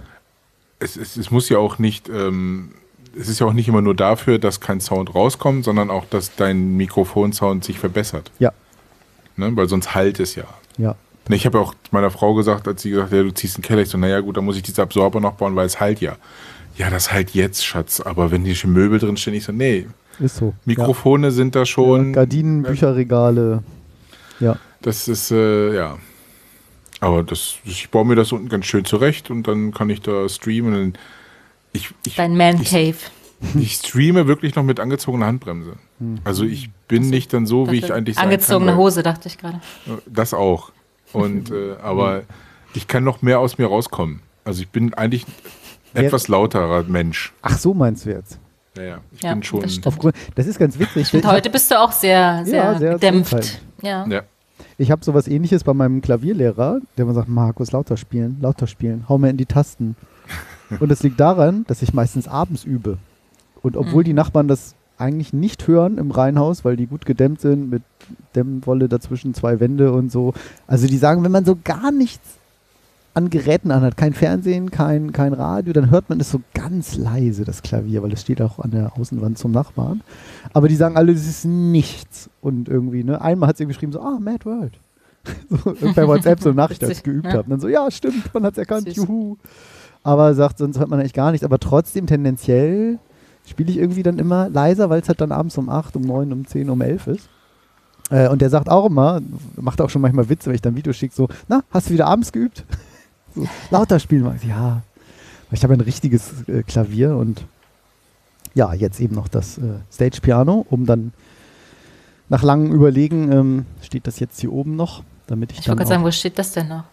D: es, es, es muss ja auch nicht, ähm, es ist ja auch nicht immer nur dafür, dass kein Sound rauskommt, sondern auch, dass dein Mikrofonsound sich verbessert.
B: Ja.
D: Ne? Weil sonst halt es ja.
B: ja.
D: Ne, ich habe ja auch meiner Frau gesagt, als sie gesagt hat, ja, du ziehst einen Keller, ich so, naja gut, dann muss ich diese Absorber noch bauen, weil es halt ja. Ja, das halt jetzt, Schatz, aber wenn hier schon Möbel drin stehen, ich so, nee,
B: ist so.
D: Mikrofone sind da
B: ja.
D: schon.
B: Gardinen, Bücherregale. Ja.
D: Das ist, äh, ja. Aber das, ich baue mir das unten ganz schön zurecht und dann kann ich da streamen. Und ich, ich,
C: Dein Man
D: ich-
C: Cave.
D: Ich streame wirklich noch mit angezogener Handbremse.
B: Hm.
D: Also ich
C: Hm.
D: bin nicht dann so, wie ich eigentlich sein
C: Angezogene
D: kann, weil-
C: Hose, dachte ich gerade.
D: Das auch.
C: [laughs]
D: Und äh, aber ich kann noch mehr aus mir rauskommen. Also ich bin eigentlich ein
B: Wer-
D: etwas lauterer Mensch.
B: Ach, so meinst du jetzt.
D: Ja, ja. Ich
C: Ja,
D: bin schon.
C: das stimmt.
B: Aufgrund, das ist ganz witzig.
C: Und heute bist du auch sehr, sehr,
B: sehr
C: gedämpft.
B: zurückhaltend.
C: Ja.
D: Ja.
B: Ich habe sowas ähnliches bei meinem Klavierlehrer, der immer sagt, Markus, lauter spielen, lauter spielen, hau mir in die Tasten. Und das liegt daran, dass ich meistens abends übe. Und
C: Mhm.
B: obwohl die Nachbarn das eigentlich nicht hören im Reihenhaus, weil die gut gedämmt sind, mit Dämmwolle dazwischen, zwei Wände und so. Also die sagen, wenn man so gar nichts an Geräten anhat, kein Fernsehen, kein, kein Radio, dann hört man es so ganz leise, das Klavier, weil es steht auch an der Außenwand zum Nachbarn. Aber die sagen alle, das ist nichts. Und irgendwie, ne, einmal hat sie geschrieben, so, ah, Mad World. [laughs] so, bei WhatsApp
C: [laughs]
B: so eine Nachricht, als ich
C: Witzig,
B: geübt
C: ne?
B: habe. Und dann so, ja, stimmt, man hat es erkannt,
C: Süß.
B: juhu. Aber sagt, sonst hört man eigentlich gar nichts. Aber trotzdem tendenziell spiele ich irgendwie dann immer leiser, weil es halt dann abends um 8, um 9, um 10, um 11 ist. Äh, und der sagt auch immer, macht auch schon manchmal Witze, wenn ich dann ein Video schicke, so, na, hast du wieder abends geübt? [laughs] so, lauter spielen. Mag ich. Ja, Weil ich habe ein richtiges äh, Klavier und ja, jetzt eben noch das äh, Stage-Piano, um dann nach langem Überlegen, ähm, steht das jetzt hier oben noch, damit ich,
C: Ich
B: dann
C: wollte
B: auch-
C: gerade sagen, wo steht das denn noch?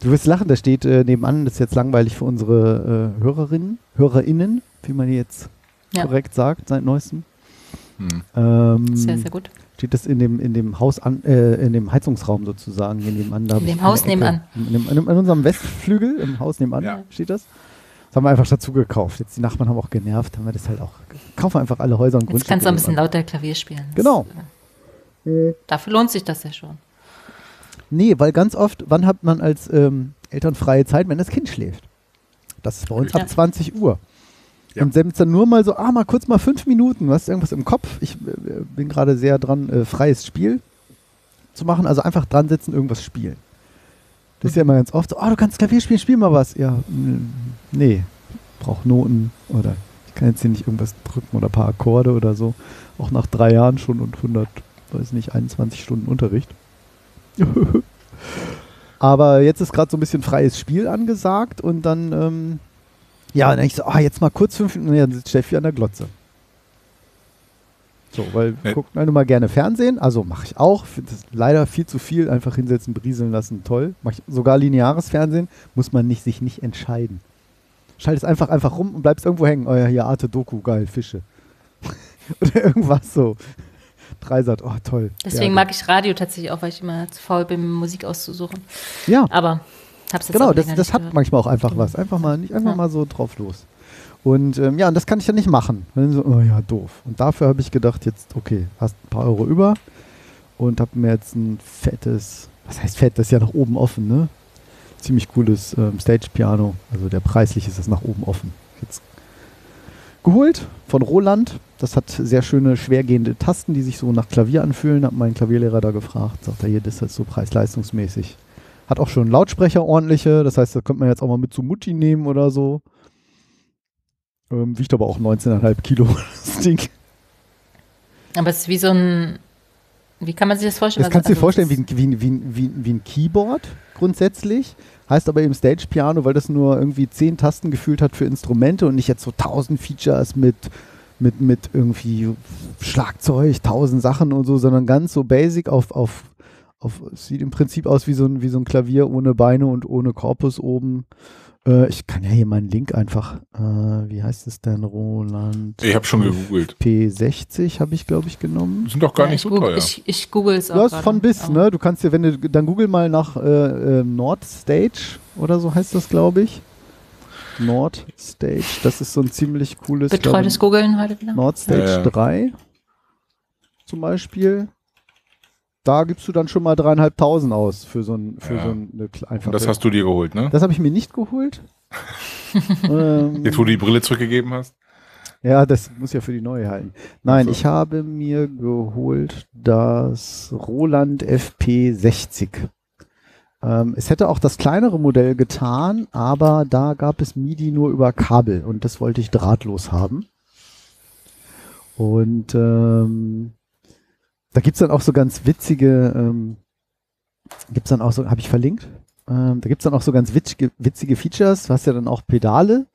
B: Du wirst lachen, da steht äh, nebenan, das ist jetzt langweilig für unsere äh, Hörerinnen, HörerInnen, wie man die jetzt
C: Ja.
B: korrekt sagt, seit neuestem.
D: Hm.
B: Ähm,
C: Sehr, sehr gut.
B: Steht das in dem, in dem Haus an, äh, in dem Heizungsraum sozusagen hier nebenan. Da hab
C: In
B: ich
C: dem
B: eine
C: Haus
B: Ecke.
C: nebenan.
B: In, dem, in, dem- in unserem Westflügel, im Haus nebenan
D: Ja.
B: steht das. Das haben wir einfach dazu gekauft. Jetzt die Nachbarn haben auch genervt, haben wir das halt auch. ge- Kaufen wir einfach alle Häuser und
C: Jetzt
B: Grundstücke.
C: kannst du ein bisschen
B: nebenan.
C: lauter Klavier spielen. Das,
B: Genau. Mhm.
C: äh, Dafür lohnt sich das ja schon.
B: Nee, weil ganz oft, wann hat man als ähm, Eltern freie Zeit, wenn das Kind schläft? Das ist bei uns
C: Ja.
B: ab 20 Uhr.
D: Ja.
B: Und selbst dann nur mal so, ah, mal kurz mal fünf Minuten, du hast irgendwas im Kopf. Ich äh, bin gerade sehr dran, äh, freies Spiel zu machen. Also einfach dran sitzen, irgendwas spielen. Das ist ja immer ganz oft so, ah, du kannst Klavier spielen, spiel mal was. Ja, mm, nee, brauch Noten oder kann jetzt hier nicht irgendwas drücken oder ein paar Akkorde oder so. Auch nach drei Jahren schon und 100, weiß nicht, 21 Stunden Unterricht. Aber jetzt ist gerade so ein bisschen freies Spiel angesagt und dann, ähm, ja, und dann ich so, ah, jetzt mal kurz fünf Minuten, und dann sitzt Steffi an der Glotze. So, weil
D: Äh.
B: guckt man halt immer gerne Fernsehen, also mache ich auch. Find das leider viel zu viel, einfach hinsetzen, brieseln lassen, toll. Mach ich sogar lineares Fernsehen, muss man nicht, sich nicht entscheiden. Schaltest einfach einfach rum und bleibst irgendwo hängen. Oh ja, hier Arte Doku, geil, Fische. [laughs] Oder irgendwas so. Dreisat, oh toll. Berge.
C: Deswegen mag ich Radio tatsächlich auch, weil ich immer zu faul bin, Musik auszusuchen.
B: Ja.
C: Aber hab's jetzt
B: Genau,
C: auch
B: das,
C: länger
B: das
C: nicht
B: hat
C: gehört.
B: manchmal auch einfach was. Einfach mal nicht einfach
C: Ja.
B: mal so drauf los. Und ähm, ja, und das kann ich ja nicht machen. Und dann so, oh ja, doof. Und dafür habe ich gedacht, jetzt, okay, hast ein paar Euro über und habe mir jetzt ein fettes, was heißt fett, das ist ja nach oben offen, ne? Ziemlich cooles ähm, Stage-Piano. Also der preislich ist das nach oben offen. Jetzt geholt von Roland. Das hat sehr schöne, schwergehende Tasten, die sich so nach Klavier anfühlen. Hab meinen Klavierlehrer da gefragt. Sagt er, hier, das ist halt so preis-leistungsmäßig. Hat auch schon einen Lautsprecher ordentliche, das heißt, da könnte man jetzt auch mal mit zu Mutti nehmen oder so. Ähm, wiegt aber auch 19,5 Kilo, [laughs] das Ding.
C: Aber es ist wie so ein. Wie kann man sich das vorstellen?
B: Das kannst du dir
C: Also,
B: vorstellen wie
C: es
B: ein, wie, ein, wie, ein, wie, ein, wie ein Keyboard grundsätzlich, heißt aber eben Stage-Piano, weil das nur irgendwie 10 Tasten gefühlt hat für Instrumente und nicht jetzt so 1000 Features mit, mit, mit irgendwie Schlagzeug, 1000 Sachen und so, sondern ganz so basic auf, auf, auf es sieht im Prinzip aus wie so, ein, wie so ein Klavier ohne Beine und ohne Korpus oben. Äh, ich kann ja hier mal einen Link einfach, äh, wie heißt es denn, Roland?
D: Ich habe schon gegoogelt.
B: P60 habe ich, glaube ich, genommen.
D: Die sind doch gar
C: ja,
D: nicht
C: ich
D: so
C: google,
D: teuer.
C: Ich, ich google es auch.
B: Ja, ist
C: gerade.
B: von bis,
C: Aber-
B: ne? Du kannst dir, wenn du, dann google mal nach äh, äh, Nordstage oder so heißt das, glaube ich. Nordstage, das ist so ein ziemlich cooles.
C: Betreutes
B: glaub
C: Googeln heute wieder.
B: ich, Nordstage
D: Ja, ja.
B: 3 zum Beispiel. Da gibst du dann schon mal dreieinhalbtausend aus für so, ein, für
D: Ja.
B: so eine kle-
D: Und
B: einfache.
D: das hast du dir geholt, ne?
B: das habe ich mir nicht
D: [laughs]
B: geholt. ähm,
D: Jetzt, wo du die Brille zurückgegeben hast?
B: ja, das muss ja für die neue halten. Nein,
D: Ach so.
B: ich habe mir geholt das Roland FP60. Ähm, es hätte auch das kleinere Modell getan, aber da gab es MIDI nur über Kabel und das wollte ich drahtlos haben. Und ähm, da gibt's dann auch so ganz witzige, ähm, gibt's dann auch so, habe ich verlinkt, ähm, da gibt's dann auch so ganz witzige, witzige Features. Du hast ja dann auch Pedale,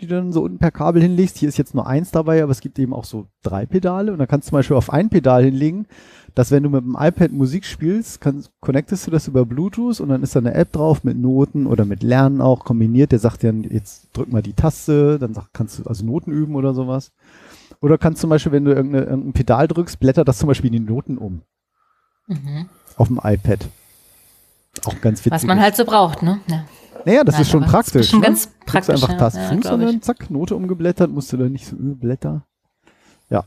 B: die du dann so unten per Kabel hinlegst. Hier ist jetzt nur eins dabei, aber es gibt eben auch so drei Pedale und dann kannst du zum Beispiel auf ein Pedal hinlegen, dass wenn du mit dem iPad Musik spielst, kannst, connectest du das über Bluetooth und dann ist da eine App drauf mit Noten oder mit Lernen auch kombiniert. Der sagt dir dann, jetzt drück mal die Taste, dann sag, kannst du also Noten üben oder sowas. Oder kannst zum Beispiel, wenn du irgendeine, irgendein Pedal drückst, blättert das zum Beispiel in die Noten um.
C: Mhm.
B: Auf dem iPad. Auch ganz witzig.
C: Was man halt so braucht, ne? Ja.
B: naja, das
C: Nein,
B: ist schon
C: aber das ist
B: praktisch.
C: schon
B: ne?
C: ganz
B: Drückst du
C: praktisch,
B: einfach
C: ja.
B: Taste
C: Ja,
B: 5
C: glaub
B: und dann
C: ich.
B: zack, Note umblättert, musst du da nicht so äh, Blätter. Ja.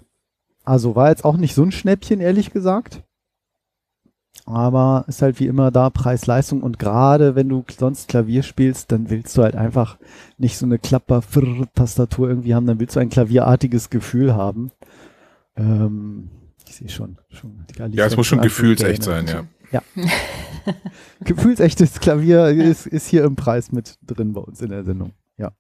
B: Also war jetzt auch nicht so ein Schnäppchen, ehrlich gesagt. Aber ist halt wie immer da Preis-Leistung und gerade wenn du sonst Klavier spielst, dann willst du halt einfach nicht so eine Klapper-Tastatur irgendwie haben, dann willst du ein klavierartiges Gefühl haben. Ähm, ich sehe schon, schon. die Alice
D: Ja, es
B: hat
D: muss schon
B: anfängt,
D: gefühlsecht
B: gerne.
D: sein, ja.
B: Gefühlsechtes Klavier ist, ist hier im Preis mit drin bei uns in der Sendung. Ja.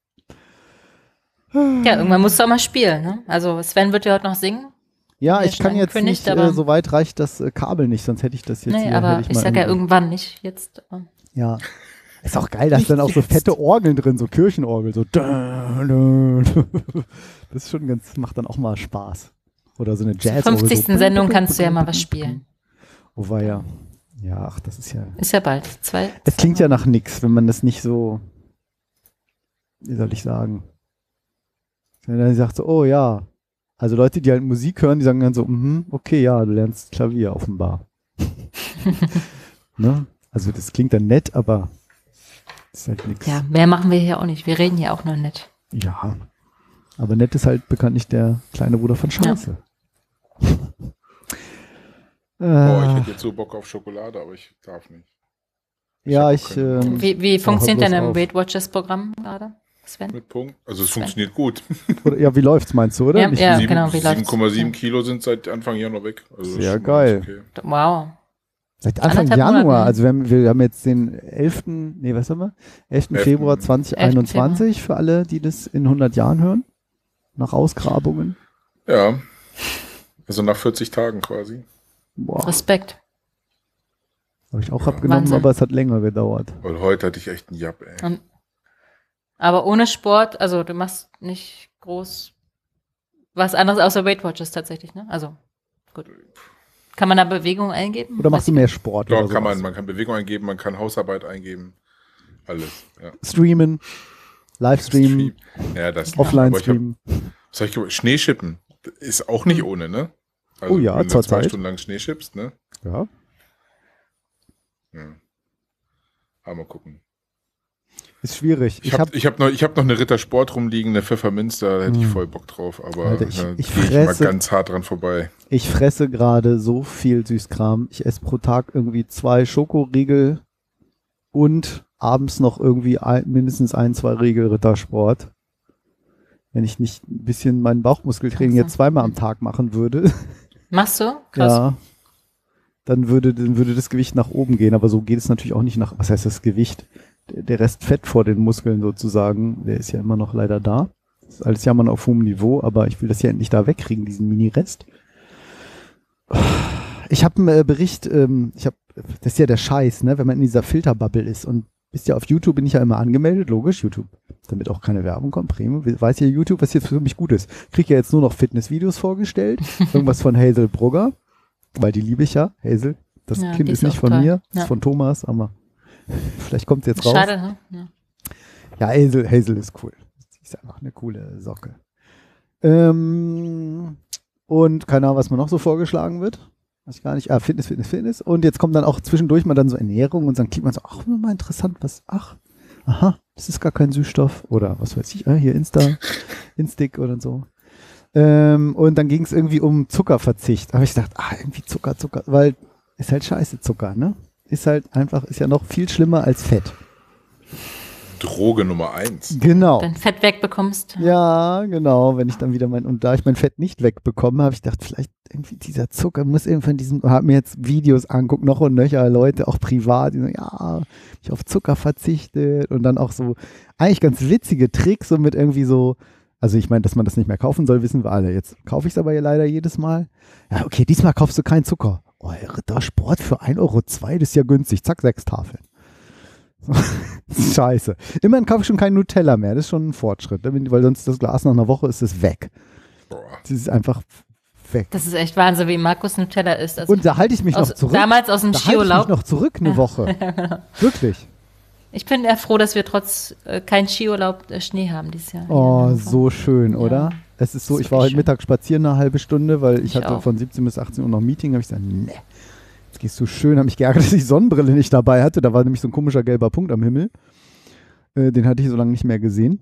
C: Ja, irgendwann musst du auch mal spielen, ne? Also Sven wird ja heute noch singen.
B: Ja,
C: Mir
B: ich
C: schon
B: kann jetzt
C: angekündigt,
B: nicht, äh,
C: aber-
B: so weit reicht das äh, Kabel nicht, sonst hätte ich das jetzt
C: nee,
B: hier.
C: ne? aber
B: hätte
C: ich,
B: mal
C: sag ja
B: irgendwie-
C: irgendwann nicht. Jetzt. ähm,
B: Ja. Ist auch geil, da ist dann auch so fette Orgeln drin, so Kirchenorgel, so. [laughs] Das ist schon ganz, macht dann auch mal Spaß. Oder so eine Jazz.
C: Zur 50. Sendung kannst du ja mal was spielen.
B: Oh, war ja. Ja, ach, das ist ja.
C: Ist ja bald. Zwei.
B: Es klingt ja nach nix, wenn man das nicht so, wie soll ich sagen, wenn man dann sagt so, oh ja, also Leute, die halt Musik hören, die sagen dann so, mhm, okay, ja, du lernst Klavier offenbar. [laughs] ne? Also das klingt dann nett, aber ist halt nix.
C: Ja, mehr machen wir hier auch nicht. Wir reden hier auch nur nett.
B: Ja. Aber nett ist halt bekanntlich der kleine Bruder von Scheiße.
D: Boah,
C: Ah.
D: ich
B: [laughs] Äh,
D: hätte jetzt so Bock auf Schokolade, aber ich darf nicht.
B: ja,
D: ich
B: ich,
D: hab auch keinen
B: ähm,
C: Wie, wie funktioniert
B: bloß
C: denn im
B: auf.
C: Weight Watchers Programm gerade, Sven?
D: Mit Punkt. Also es funktioniert gut.
B: oder, ja, wie läuft's, meinst du, oder?
C: Ja,
B: Nicht
C: ja.
B: wie-
D: Sieben-
C: genau, wie läuft's?
D: 7,7 Kilo sind seit Anfang Januar weg. Also
B: Sehr
D: schon mal
B: geil.
D: ganz okay.
C: Wow.
B: Seit Anfang
C: Anderthalb
B: Januar,
C: Monaten.
B: also wir haben, wir haben jetzt den 11., nee, was haben wir? 11.
D: Elften.
B: Februar 2021 für alle, die das in 100 Jahren hören. nach Ausgrabungen.
D: Ja. Also nach 40 Tagen quasi.
B: Boah,
C: Respekt.
B: habe ich auch abgenommen,
C: Wahnsinn.
B: aber es hat länger gedauert.
D: Weil heute hatte ich echt einen Japp, ey.
C: Und, aber ohne Sport, also du machst nicht groß was anderes außer Weight Watchers tatsächlich, ne? Also, gut. Kann man da Bewegung eingeben?
B: Oder machst du
C: Weiß
B: mehr Sport?
D: Doch,
B: oder
D: kann man.
B: sowas?
D: Man kann Bewegung eingeben, man kann Hausarbeit eingeben. Alles. Ja.
B: Streamen, Livestreamen,
D: Ja, das
B: offline
D: Aber ich hab-
B: streamen.
D: Was hab ich gemacht? Schneeschippen ist auch nicht ohne, ne?
B: Hm. Oh ja,
D: wenn du
B: zur
D: zwei
B: Zeit.
D: Stunden lang Schnee schippst, ne?
B: Ja.
D: Ja. Aber mal gucken.
B: Ist schwierig. Ich
D: Ich
B: habe
D: habe ich hab noch, ich hab noch eine Rittersport rumliegen, eine Pfefferminzer, da hätte ich
B: Hm.
D: voll Bock drauf, aber
B: Alter, ich-
D: da
B: ich
D: geh äh, mal
B: fresse-
D: ganz hart dran vorbei.
B: Ich fresse gerade so viel Süßkram. Ich esse pro Tag irgendwie zwei Schokoriegel und abends noch irgendwie ein, mindestens ein, zwei Riegel Rittersport. Wenn ich nicht ein bisschen meinen Bauchmuskeltraining
C: Ach so.
B: jetzt zweimal am Tag machen würde,
C: ich. Machst du? Krass.
B: ja, dann würde, dann würde das Gewicht nach oben gehen. Aber so geht es natürlich auch nicht nach, was heißt das Gewicht? Der, der Rest Fett vor den Muskeln sozusagen, der ist ja immer noch leider da. Das ist alles jammern auf hohem Niveau, aber ich will das ja endlich da wegkriegen, diesen Mini-Rest. Ich habe einen äh, Bericht, ähm, ich habe, das ist ja der Scheiß, ne, wenn man in dieser Filterbubble ist und bist ja auf YouTube, bin ich ja immer angemeldet, logisch, YouTube. Damit auch keine Werbung kommt, Premium. Weiß ja YouTube, was jetzt für mich gut ist. Krieg ja jetzt nur noch Fitnessvideos
C: [laughs]
B: vorgestellt. Irgendwas von Hazel Brugger, weil die liebe ich ja. Hazel, das
C: Ja,
B: Kind
C: die
B: ist
C: ist
B: nicht
C: auch
B: von
C: toll.
B: mir, ist
C: Ja.
B: von Thomas, aber [laughs] vielleicht kommt jetzt raus.
C: Schade, ne? Ja.
B: Ja, Hazel, Hazel ist cool. Sie ist einfach eine coole Socke. Ähm, und keine Ahnung, was mir noch so vorgeschlagen wird. Weiß ich gar nicht. Ah, Fitness, Fitness, Fitness. Und jetzt kommt dann auch zwischendurch mal dann so Ernährung und dann klickt man so, ach, mal interessant, was, ach, aha, das ist gar kein Süßstoff. Oder was weiß ich, ah, hier Insta, Instick oder so. Ähm, und dann ging es irgendwie um Zuckerverzicht. Aber ich dachte, ah, irgendwie Zucker, Zucker, weil ist halt scheiße Zucker, ne? Ist halt einfach, ist ja noch viel schlimmer als Fett.
D: Droge Nummer eins.
B: Genau.
C: Dein Fett wegbekommst.
B: Ja, genau. Wenn ich dann wieder mein, und da ich mein Fett nicht wegbekomme, habe ich gedacht, vielleicht irgendwie dieser Zucker muss irgendwie von diesem, habe mir jetzt Videos anguckt, noch und nöcher Leute, auch privat, die sagen, ja, ich auf Zucker verzichtet und dann auch so eigentlich ganz witzige Tricks und mit irgendwie so, also ich meine, dass man das nicht mehr kaufen soll, wissen wir alle. Jetzt kaufe ich es aber ja leider jedes Mal. Ja, okay, diesmal kaufst du keinen Zucker. Oh, Ritter Sport für 1,02 Euro, das ist ja günstig. Zack, sechs Tafeln. Scheiße. Immerhin kaufe ich schon kein Nutella mehr. Das ist schon ein Fortschritt, damit- weil sonst das Glas nach einer Woche ist es weg.
D: Boah.
B: Das ist einfach weg.
C: Das ist echt Wahnsinn, wie Markus Nutella ist. Also,
B: Und da halte ich mich
C: aus,
B: noch zurück.
C: damals aus dem
B: da halte ich mich
C: Skiurlaub.
B: noch zurück eine Woche.
C: [laughs]
B: Wirklich.
C: Ich bin eher froh, dass wir trotz äh, kein Skiurlaub äh, Schnee haben dieses Jahr.
B: Oh,
C: Ja, ne?
B: so schön, oder? Es ist so,
C: Ist
B: ich war
C: wirklich
B: heute
C: schön.
B: Mittag spazieren eine halbe Stunde, weil ich,
C: Ich
B: hatte
C: auch.
B: von 17 bis 18 Uhr noch ein Meeting. Da habe ich gesagt, ne, jetzt gehst du schön. Habe mich geärgert, [laughs] dass ich die Sonnenbrille nicht dabei hatte. Da war nämlich so ein komischer gelber Punkt am Himmel. Äh, den hatte ich so lange nicht mehr gesehen.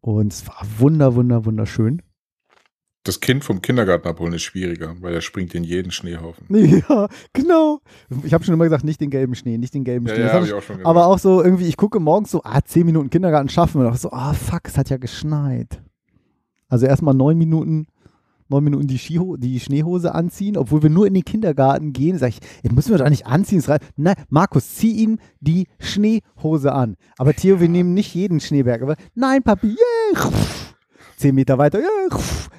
B: Und es war wunder, wunder, wunderschön.
D: Das Kind vom Kindergarten abholen ist schwieriger, weil er springt in jeden Schneehaufen.
B: Ja, genau. Ich habe schon immer gesagt, nicht den gelben Schnee, nicht den gelben Schnee. Hm, Das hab
D: hab
B: ich-
D: auch schon
B: aber auch so irgendwie, ich gucke morgens so, ah, 10 Minuten Kindergarten schaffen wir noch. So, ah, fuck, es hat ja geschneit. Also erstmal neun Minuten, neun Minuten die, Skiho die Schneehose anziehen, obwohl wir nur in den Kindergarten gehen. Sag ich, jetzt müssen wir doch nicht anziehen. es reicht- Nein, Markus, zieh ihm die Schneehose an. Aber Theo, wir nehmen nicht jeden Schneeberg. Aber nein, Papi, yeah. Zehn Meter weiter, yeah.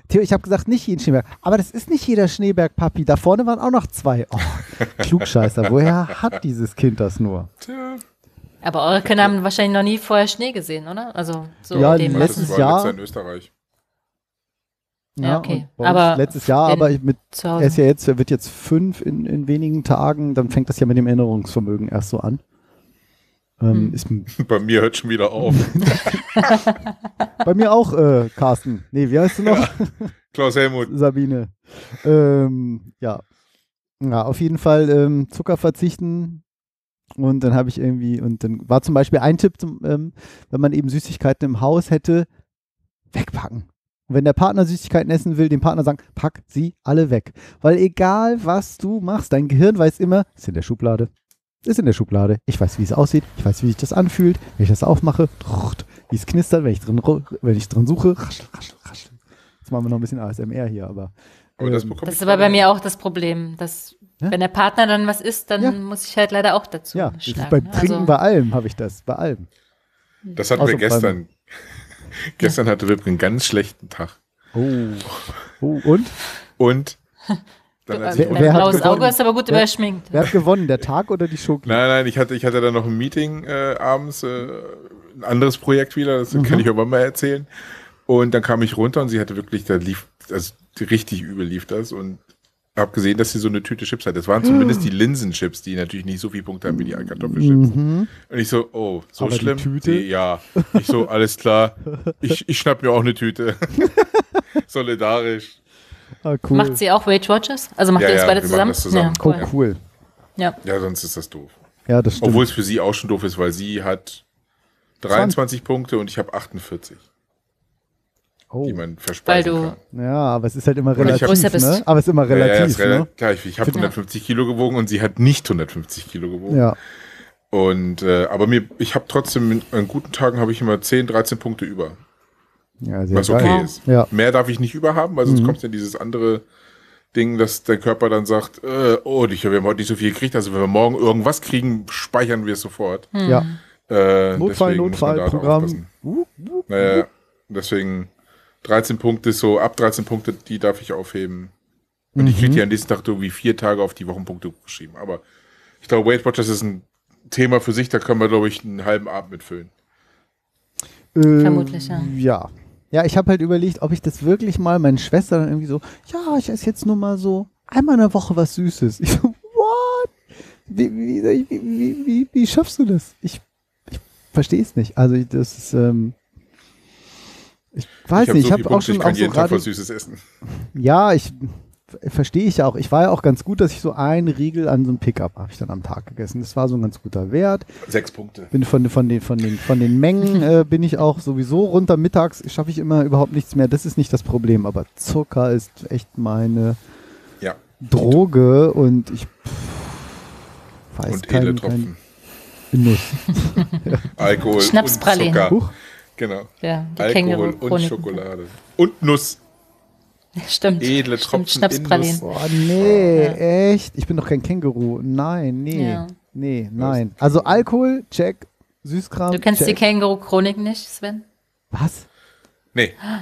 B: Theo, ich habe gesagt, nicht jeden Schneeberg. Aber das ist nicht jeder Schneeberg, Papi. Da vorne waren auch noch zwei. Oh, Klugscheißer, woher hat dieses Kind das nur?
D: Tja,
C: Aber eure Kinder haben wahrscheinlich noch nie vorher Schnee gesehen, oder? Also so
B: Ja,
C: in dem
D: das
B: letztes
C: letzten
D: war
B: Jahr-
D: letztes in Österreich.
C: Ja, okay.
B: und bei uns
C: Aber
B: letztes Jahr,
C: in-
B: aber ich mit, er ist
C: Zuhause.
B: ja jetzt, er wird jetzt fünf in, in wenigen Tagen, dann fängt das ja mit dem Erinnerungsvermögen erst so an. Ähm,
C: Hm.
B: Ist
D: Bei mir hört schon wieder
B: [laughs]
D: auf.
B: bei mir auch äh, Carsten. Nee, wie heißt du noch?
D: Klaus Helmut.
B: Sabine. Ähm, ja. Ja, auf jeden Fall ähm, Zucker verzichten. Und dann habe ich irgendwie, und dann war zum Beispiel ein Tipp, zum, ähm, wenn man eben Süßigkeiten im Haus hätte, wegpacken. Und wenn der Partner Süßigkeiten essen will, dem Partner sagen, pack sie alle weg. Weil egal, was du machst, dein Gehirn weiß immer, ist in der Schublade. Ist in der Schublade. Ich weiß, wie es aussieht. Ich weiß, wie sich das anfühlt. Wenn ich das aufmache, trucht, wie es knistert, wenn ich drin, ru- wenn ich drin suche. Raschel, raschel, raschel. Jetzt machen wir noch ein bisschen ASMR hier, aber.
D: Aber das
B: ähm,
D: bekomme
C: Das
D: ich
C: ist aber bei
D: gerade.
C: mir auch das Problem, dass
B: Ja.
C: wenn der Partner dann was isst, dann
B: Ja.
C: muss ich halt leider auch dazu
B: ja, das ist
C: schlagen.
B: beim
C: ne?
B: Trinken, bei allem habe ich das. Bei allem.
D: Das hatten wir
B: Außer beim-
D: gestern. [laughs] Gestern hatte Wip einen ganz schlechten Tag.
B: Oh. oh. Und?
D: Und
C: [laughs]
D: dann als ich
B: Wer- wer hat
C: blaues
B: gewonnen?
C: Auge ist aber gut
B: Wer-
C: überschminkt.
B: Wer hat gewonnen, der Tag oder die Schoki?
D: Nein, nein, ich hatte, ich hatte dann noch ein Meeting äh, abends, äh, ein anderes Projekt wieder, das
B: Mhm.
D: kann ich aber mal erzählen. Und dann kam ich runter und sie hatte wirklich, da lief, also richtig übel lief das und habe gesehen, dass sie so eine Tüte Chips hat. Das waren zumindest die Linsenchips, die natürlich nicht so viel Punkte haben wie die Kartoffelchips. Und ich so, oh, so
B: Mhm. Aber die
D: schlimm.
B: Tüte?
D: Nee, ja. Ich so, alles klar. Ich, ich schnapp mir auch
B: [laughs]
D: eine Tüte. Solidarisch.
B: Ah, cool.
C: Macht sie auch Weight Watchers? Also macht
D: Ja,
C: ihr das
D: ja,
C: beide
D: wir
C: zusammen?
D: machen das zusammen.
B: oh,
C: Ja, cool.
B: cool.
C: ja.
D: Ja, sonst ist das doof.
B: Ja, das stimmt.
D: Obwohl es für sie auch schon doof ist, weil sie hat 23 Punkte und ich habe 48,
B: oh.
D: die man
C: Weil
D: verspeisen
C: du
D: kann.
B: Ja, aber es ist halt immer
D: ich
B: relativ,
D: hab-
C: Größer bist.
B: ne? Aber es ist immer
D: ja, ja,
B: relativ,
D: ist rela-
B: ne?
D: Klar, ich, ich habe 150 Kilo gewogen und sie hat nicht 150 Kilo gewogen.
B: Ja.
D: Und äh, aber mir, ich habe trotzdem an guten Tagen habe ich immer 10, 13 Punkte über,
B: ja, sehr
D: was
B: geil.
D: okay ist.
B: Ja. Mhm.
D: Mehr darf ich nicht überhaben, weil sonst kommt ja dieses andere Ding, dass der Körper dann sagt, äh, oh, ich wir haben heute nicht so viel gekriegt, also wenn wir morgen irgendwas kriegen, speichern wir es sofort.
C: Hm.
B: Ja.
D: Äh,
B: Hm. Notfall,
D: deswegen muss man da halt
B: Notfallprogramm.
D: aufpassen.
B: Uh, uh.
D: Naja, deswegen 13 Punkte, so ab 13 Punkte, die darf ich aufheben. Und
B: Mhm.
D: ich kriege die am nächsten Tag irgendwie vier Tage auf die Wochenpunkte geschrieben. Aber ich glaube, Weight Watchers ist ein Thema für sich, da können wir, glaube ich, einen halben Abend mitfüllen.
B: Äh,
C: Vermutlich, ja.
B: Ja. Ja, ich habe halt überlegt, ob ich das wirklich mal meinen Schwestern irgendwie so, ja, ich esse jetzt nur mal so einmal in der Woche was Süßes. Ich so, what? Wie, wie, wie, wie, wie, wie schaffst du das? Ich, ich verstehe es nicht. Also ich- das ist, ähm, ich weiß
D: hab
B: nicht, ich
D: viele
B: habe auch schon
D: ich kann
B: auch so
D: jeden Tag
B: gerade
D: was Süßes essen.
B: Ja, ich verstehe ich ja auch. Ich war ja auch ganz gut, dass ich so einen Riegel an so einem Pickup habe ich dann am Tag gegessen. Das war so ein ganz guter Wert.
D: Sechs Punkte.
B: Bin von, von, den, von, den, von den
C: [laughs]
B: Mengen äh, bin ich auch sowieso runter. Mittags schaffe ich immer überhaupt nichts mehr. Das ist nicht das Problem. Aber Zucker ist echt meine
D: Ja.
B: Droge und ich pff, weiß
D: und edle
B: keinen,
D: Tropfen.
B: keinen
D: [laughs]
B: Genuss.
D: Alkohol
C: Schnapspralinen.
D: und Zucker.
B: Huch.
D: Genau.
C: Ja, die
D: Alkohol und
C: Känguru-Chroniken.
D: Schokolade. Und Nuss.
C: [laughs] Stimmt.
D: Edle
C: Stimmt,
D: Tropfen
C: Schnapspralinen.
D: Indus.
B: Oh nee,
C: Ja.
B: echt. Ich bin doch kein Känguru. Nein, nee.
C: Ja.
B: Nee, nein. Also Alkohol, check. Süßkram.
C: Du kennst die
B: check.
C: Känguru-Chronik nicht, Sven?
B: Was?
D: Nee,
C: Ah,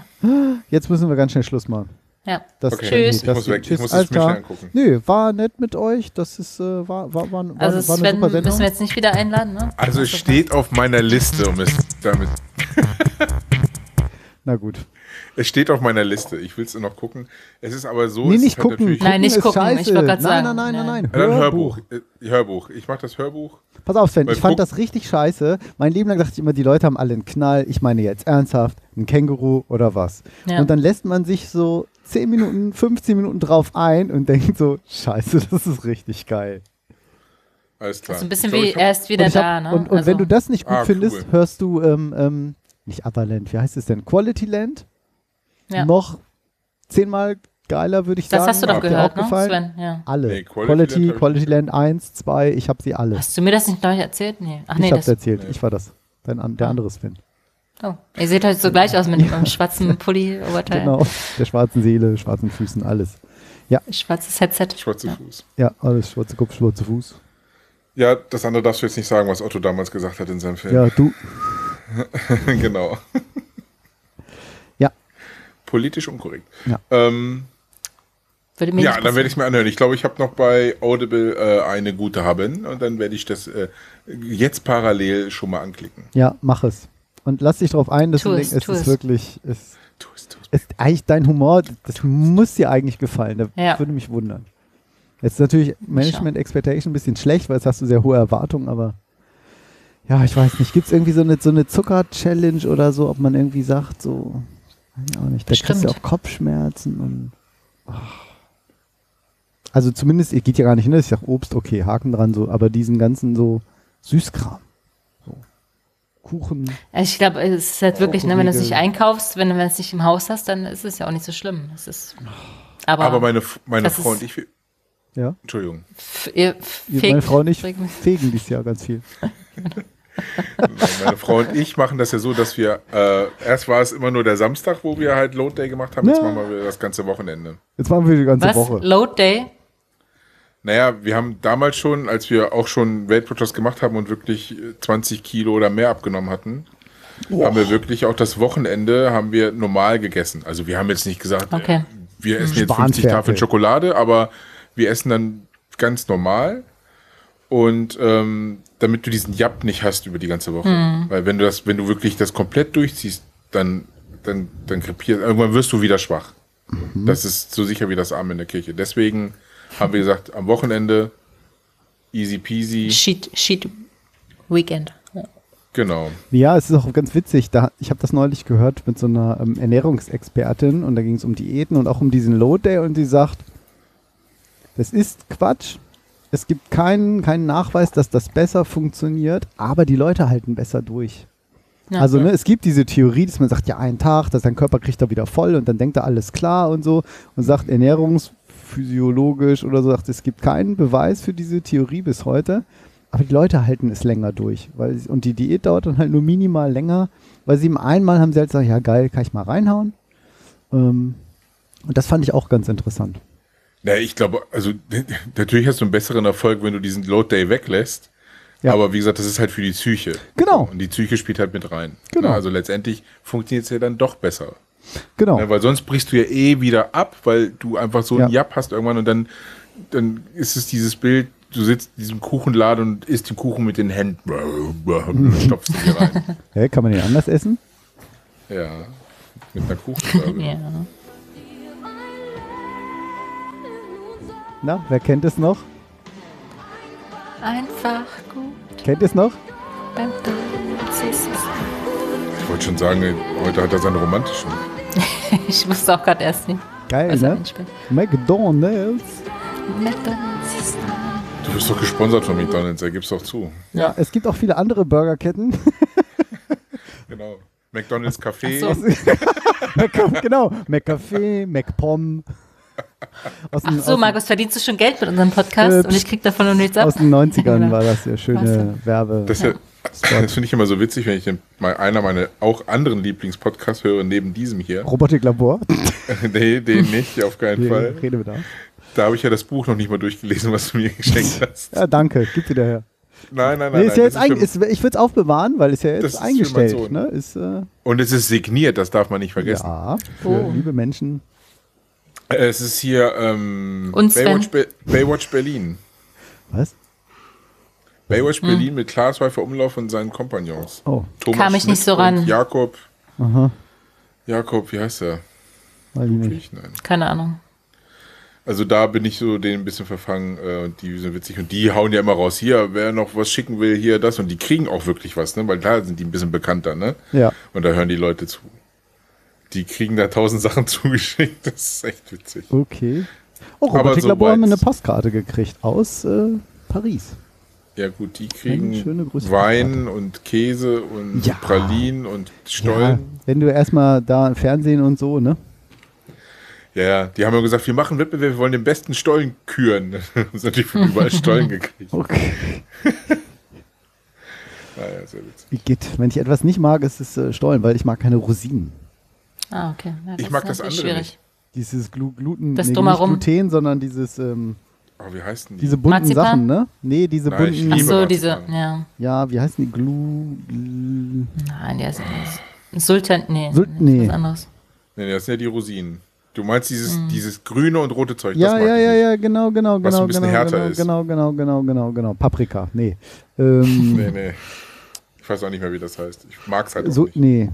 B: Jetzt müssen wir ganz schnell Schluss machen.
C: Ja.
B: Das
D: Okay.
C: Tschüss.
B: nee,
C: Ich
B: das
D: muss weg. Ich
B: Tschüss,
D: muss es
B: alles
D: mir schnell
B: klar.
D: angucken.
B: Nö, war nett mit euch. Das ist, äh, war, war, war, war,
C: Also
B: war eine
C: Sven
B: super Sendung.
C: müssen wir jetzt nicht wieder einladen, ne?
D: also es steht auf meiner Liste, um es damit
B: Na gut.
D: Es steht auf meiner Liste. Ich will es noch gucken. Es ist aber so.
B: Nee,
D: es
B: nicht
D: ist halt
B: gucken.
D: natürlich-
C: Nein, nicht
B: ist
C: gucken. Ich
B: Scheiße.
C: wollte grad
B: nein, nein,
C: sagen,
B: nein, nein, nein.
D: Ja, dann Hörbuch. Äh, Hörbuch. Ich mache das Hörbuch.
B: Pass auf, Sven.
D: Weil
B: Ich fand
D: guck-
B: das richtig scheiße. Mein Leben lang dachte ich immer, die Leute haben alle einen Knall. Ich meine jetzt ernsthaft, ein Känguru oder was.
C: Ja.
B: Und dann lässt man sich so 10 Minuten, 15 Minuten drauf ein und denkt so, scheiße, [laughs] das ist richtig geil.
D: Alles klar.
C: Das ist ein bisschen
D: Ich glaub,
C: wie,
D: ich hab-
C: er ist wieder
B: und ich hab-
C: da, ne?
B: Und, und wenn du das nicht gut
D: Ah, cool.
B: findest, hörst du, ähm, ähm, nicht Otherland, wie heißt es denn? Quality Land?
C: ja.
B: Noch zehnmal geiler, würde ich
C: Das
B: sagen.
C: hast du doch
B: Hat dir
C: gehört,
B: auch
C: ne,
B: gefallen?
C: Sven? Ja.
B: Alle.
D: Nee, Quality Land
B: Quality,
D: hab ich
B: Quality Land 1, 2, ich habe sie alle.
C: Hast du mir das nicht neu erzählt? Nee. Ach nee,
B: ich hab's
C: das. Ah.
B: erzählt, ich war das. Dein, an- der andere Sven.
C: Oh. Ihr seht heute so gleich aus mit
B: [laughs]
C: einem schwarzen Pulli-Oberteil.
B: Genau. Der schwarzen Seele, schwarzen Füßen, alles.
C: Schwarzes Headset.
D: Schwarze Fuß.
B: Ja, alles. Schwarze Kopf, schwarze Fuß.
D: Ja, das andere darfst du jetzt nicht sagen, was Otto damals gesagt hat in seinem Film.
B: Ja, du.
D: [laughs] genau.
B: [laughs] Ja.
D: Politisch unkorrekt.
B: Ja.
D: Ähm,
C: Würde mir
D: ja,
C: nicht
D: dann werde ich
C: passieren.
D: mir anhören. Ich glaube, ich habe noch bei Audible äh, eine gute haben und dann werde ich das äh, jetzt parallel schon mal anklicken.
B: Ja, mach es. Und lass dich drauf ein, dass
C: Tu
B: du
C: es,
B: denkst, es
C: tu
B: ist
C: es.
B: wirklich, es
D: Tu es, tu es.
B: ist eigentlich dein Humor, das muss dir eigentlich gefallen. Da
C: Ja.
B: würde mich wundern. Jetzt ist natürlich Management Expectation ein bisschen schlecht, weil jetzt hast du sehr hohe Erwartungen, aber ja, ich weiß nicht. Gibt es irgendwie so eine, so eine Zucker-Challenge oder so, ob man irgendwie sagt, so, weiß ich auch nicht, da kriegst du
C: Bestimmt.
B: auch Kopfschmerzen und. ach. Also zumindest, ihr geht ja gar nicht hin, ich sag Obst, okay, Haken dran, so, aber diesen ganzen so Süßkram. So. Kuchen.
C: Also Ich glaube, es ist halt wirklich, ne, wenn du es nicht
B: Riegel.
C: einkaufst, wenn du wenn du es nicht im Haus hast, dann ist es ja auch nicht so schlimm. Es ist, aber
D: Aber meine, F- meine
C: Ah. Das
D: Frau
C: ist-
D: und ich.
B: Ja.
D: Entschuldigung.
C: f- ihr
B: Ihr-
C: fegt-
B: Meine Frau nicht
C: fegt-
B: fegen dieses Jahr ganz viel.
D: Nein, meine Frau und ich machen das ja so, dass wir äh, erst war es immer nur der Samstag, wo wir halt Load Day gemacht haben. Jetzt
B: Ja.
D: machen wir das ganze Wochenende.
B: Jetzt machen wir die ganze
C: Was?
B: Woche.
C: Load Day?
D: Naja, wir haben damals schon, als wir auch schon Weltprotest gemacht haben und wirklich äh, 20 Kilo oder mehr abgenommen hatten, haben wir wirklich auch das Wochenende haben wir normal gegessen. Also wir haben jetzt nicht gesagt,
C: Okay.
D: äh, wir essen jetzt 50
B: Spanferkel.
D: Tafeln Schokolade, aber wir essen dann ganz normal. Und ähm, damit du diesen Jap nicht hast über die ganze Woche. Weil wenn du das, wenn du wirklich das komplett durchziehst, dann, dann, dann krepierst, irgendwann wirst du wieder schwach. Mhm. Das ist so sicher wie das Arm in der Kirche. Deswegen haben wir gesagt, am Wochenende easy peasy.
C: Sheet, Sheet Weekend. Ja.
D: Genau.
B: Ja, es ist auch ganz witzig. Da, ich habe das neulich gehört mit so einer ähm, Ernährungsexpertin und da ging es um Diäten und auch um diesen Low Day und sie sagt, das ist Quatsch. Es gibt keinen, keinen Nachweis, dass das besser funktioniert, aber die Leute halten besser durch.
C: Ja.
B: Also ne, es gibt diese Theorie, dass man sagt, ja, einen Tag, dass dein Körper kriegt er wieder voll und dann denkt er alles klar und so und sagt ernährungsphysiologisch oder so, sagt, es gibt keinen Beweis für diese Theorie bis heute. Aber die Leute halten es länger durch. Weil, sie- und die Diät dauert dann halt nur minimal länger, weil sie im einmal haben sie halt gesagt, ja geil, kann ich mal reinhauen. Ähm, und das fand ich auch ganz interessant.
D: Naja, ich glaube, also [laughs] natürlich hast du einen besseren Erfolg, wenn du diesen Load Day weglässt.
B: Ja.
D: Aber wie gesagt, das ist halt für die Psyche.
B: Genau.
D: Und die Psyche spielt halt mit rein.
B: Genau.
D: Na, also letztendlich funktioniert es ja dann doch besser.
B: Genau.
D: Ne, weil sonst brichst du ja eh wieder ab, weil du einfach so ein
B: Ja.
D: Jap hast irgendwann und dann, dann ist es dieses Bild, du sitzt in diesem Kuchenladen und isst den Kuchen mit den Händen. [laughs] Stopfst du dir rein.
B: Hä, kann man den anders essen?
D: ja. Mit
B: [laughs]
D: einer Kuchenladen.
C: Ja.
B: Na, wer kennt es noch?
C: Einfach gut
B: Kennt es noch?
C: beim Dulces.
D: Ich wollte schon sagen, heute hat er seinen romantischen.
C: [laughs] Ich wusste auch gerade erst nicht,
B: Geil,
C: was er
B: ne?
C: einspielt.
B: McDonald's.
C: McDonald's.
D: Du bist doch gesponsert von McDonalds, er gibt's doch zu.
B: Ja, es gibt auch viele andere Burgerketten.
D: Genau. McDonalds Café.
C: Ach so.
B: Mac- genau, McCafé, McPom. Aus den,
C: So,
B: aus,
C: Markus, verdienst du schon Geld mit unserem Podcast
B: Äh,
C: und ich krieg davon nur nichts ab?
B: aus den 90ern
C: Oder?
B: war das ja schöne Werbe.
D: Das, ist ja, das finde ich immer so witzig, wenn ich den, mal einer meiner auch anderen Lieblingspodcasts höre, neben diesem
B: [laughs]
D: hier. [laughs]
B: Robotiklabor.
D: nee, den nicht, auf keinen
B: Nee,
D: Fall.
B: Redebedarf.
D: Da habe ich ja das Buch noch nicht mal durchgelesen, was du mir geschenkt hast.
B: Ja, danke, gib wieder her.
D: Nein, nein, nein.
B: Nee, ist ja
D: nein,
B: jetzt
D: das ist
B: ein,
D: für-
B: ist, ich würde es aufbewahren, weil es ja jetzt
D: Das ist für meinen
B: eingestellt
D: Sohn.
B: ne? ist. Äh,
D: und es ist signiert, das darf man nicht vergessen.
B: ja, für
C: Oh.
B: liebe Menschen.
D: Es ist hier ähm,
C: Und Sven.
D: Baywatch, Be Baywatch Berlin.
B: Was?
D: Baywatch
B: Hm.
D: Berlin mit Klaas Weifer Umlauf und seinen Kompagnons.
B: Oh,
D: Thomas
C: Kam ich nicht so
D: und
C: ran.
D: Jakob,
B: aha.
D: Jakob, wie heißt er?
B: Weiß ich nicht.
D: Ich, nein.
C: Keine Ahnung.
D: Also da bin ich so denen ein bisschen verfangen äh, und die sind witzig und die hauen ja immer raus, hier, wer noch was schicken will, hier das und die kriegen auch wirklich was, ne? Weil da sind die ein bisschen bekannter, ne?
B: Ja.
D: Und da hören die Leute zu. Die kriegen da tausend [laughs] Sachen zugeschickt, das ist echt witzig.
B: Okay. Oh,
D: Aber
B: Robotiklabor
D: so
B: haben wir eine
D: weit's.
B: Postkarte gekriegt aus äh, Paris.
D: Ja gut, die
B: Eine schöne
D: kriegen
B: Grüße
D: Wein und Käse und
B: Ja.
D: Pralinen und
B: Ja,
D: Stollen.
B: wenn du erstmal da Fernsehen und so, ne?
D: Ja. ja, die haben ja gesagt, wir machen Wettbewerb, wir wollen den besten Stollen küren. [laughs] Haben sie natürlich von überall Stollen gekriegt.
B: Okay.
D: Naja, Ah, sehr witzig.
B: Igitt, wenn ich etwas nicht mag, ist es äh, Stollen, weil ich mag keine Rosinen.
C: Ah, okay. Ja, das
D: Ich mag
C: ist
D: das
C: natürlich
D: andere nicht.
B: Dieses Glu Gluten,
C: Das
B: nicht
C: Drumherum.
B: Gluten, sondern dieses, ähm,
D: Oh, wie heißen die?
B: diese bunten
C: Marzipan?
B: Sachen, ne? Nee, diese
D: Nein, ich
B: bunten,
C: Ach
D: liebe-
C: so,
D: Lieber
C: diese,
D: Marzipan.
C: ja.
B: ja, wie heißen die? Glu, Gl
C: Nein, der ist anders. Sultan, nee.
B: Sul-
C: das ist
B: nee.
C: Was anderes.
D: Nee, nee, das sind ja die Rosinen. Du meinst dieses, dieses grüne und rote Zeug.
B: Mhm. Ja,
D: das mag
B: ja,
D: ich
B: ja,
D: nicht.
B: ja, genau, genau,
D: Was
B: genau,
D: ein bisschen
B: genau,
D: härter
B: genau,
D: ist.
B: genau, genau, genau, genau, genau, Paprika, nee.
D: [laughs]
B: Ähm,
D: Nee, nee. Ich weiß auch nicht mehr, wie das heißt. Ich mag's halt auch
B: so,
D: nicht.
B: nee.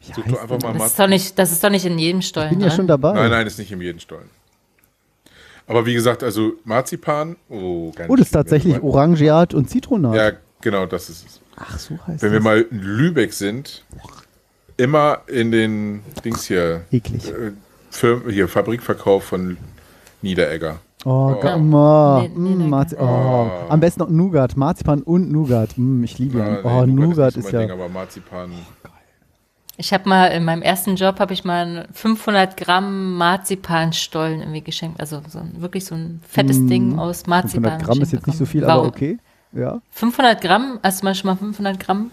B: Wie
D: Such
B: heißt
D: doch Also, einfach mal
C: Das ist,
D: Marzipan.
C: doch nicht, das ist doch nicht in jedem Stollen.
B: bin ja
C: drin.
B: schon dabei.
D: Nein, nein, ist nicht in jedem Stollen. Aber wie gesagt, also Marzipan, oh, ganz
B: Oh, das ist
D: schlimm.
B: tatsächlich Orangeat und Zitronat.
D: Ja, genau, das ist es.
B: Ach, so heißt
D: Wenn wir
B: das.
D: mal in Lübeck sind, immer in den Dings hier,
B: Eklig.
D: äh, Firmen, hier Fabrikverkauf von Niederegger.
B: Oh,
D: Oh.
B: komm mal.
C: Nee, nee, nee,
B: mm, Marzi- oh. Am besten noch Nougat, Marzipan und Nougat. Mm, ich liebe ihn.
D: Ah,
B: oh,
D: nee,
B: Nougat
D: nicht so
B: ist
D: mein
B: ja.
D: Ding, aber Marzipan.
C: Ich habe mal in meinem ersten Job habe ich mal einen 500 Gramm Marzipanstollen irgendwie geschenkt. Also so ein, wirklich so ein fettes Ding aus Marzipan.
B: 500 Hm, Gramm ist jetzt
C: geschenkt
B: nicht so
C: bekommen.
B: viel,
C: Warum?
B: aber okay. Ja.
C: 500 Gramm, hast du mal schon mal 500 Gramm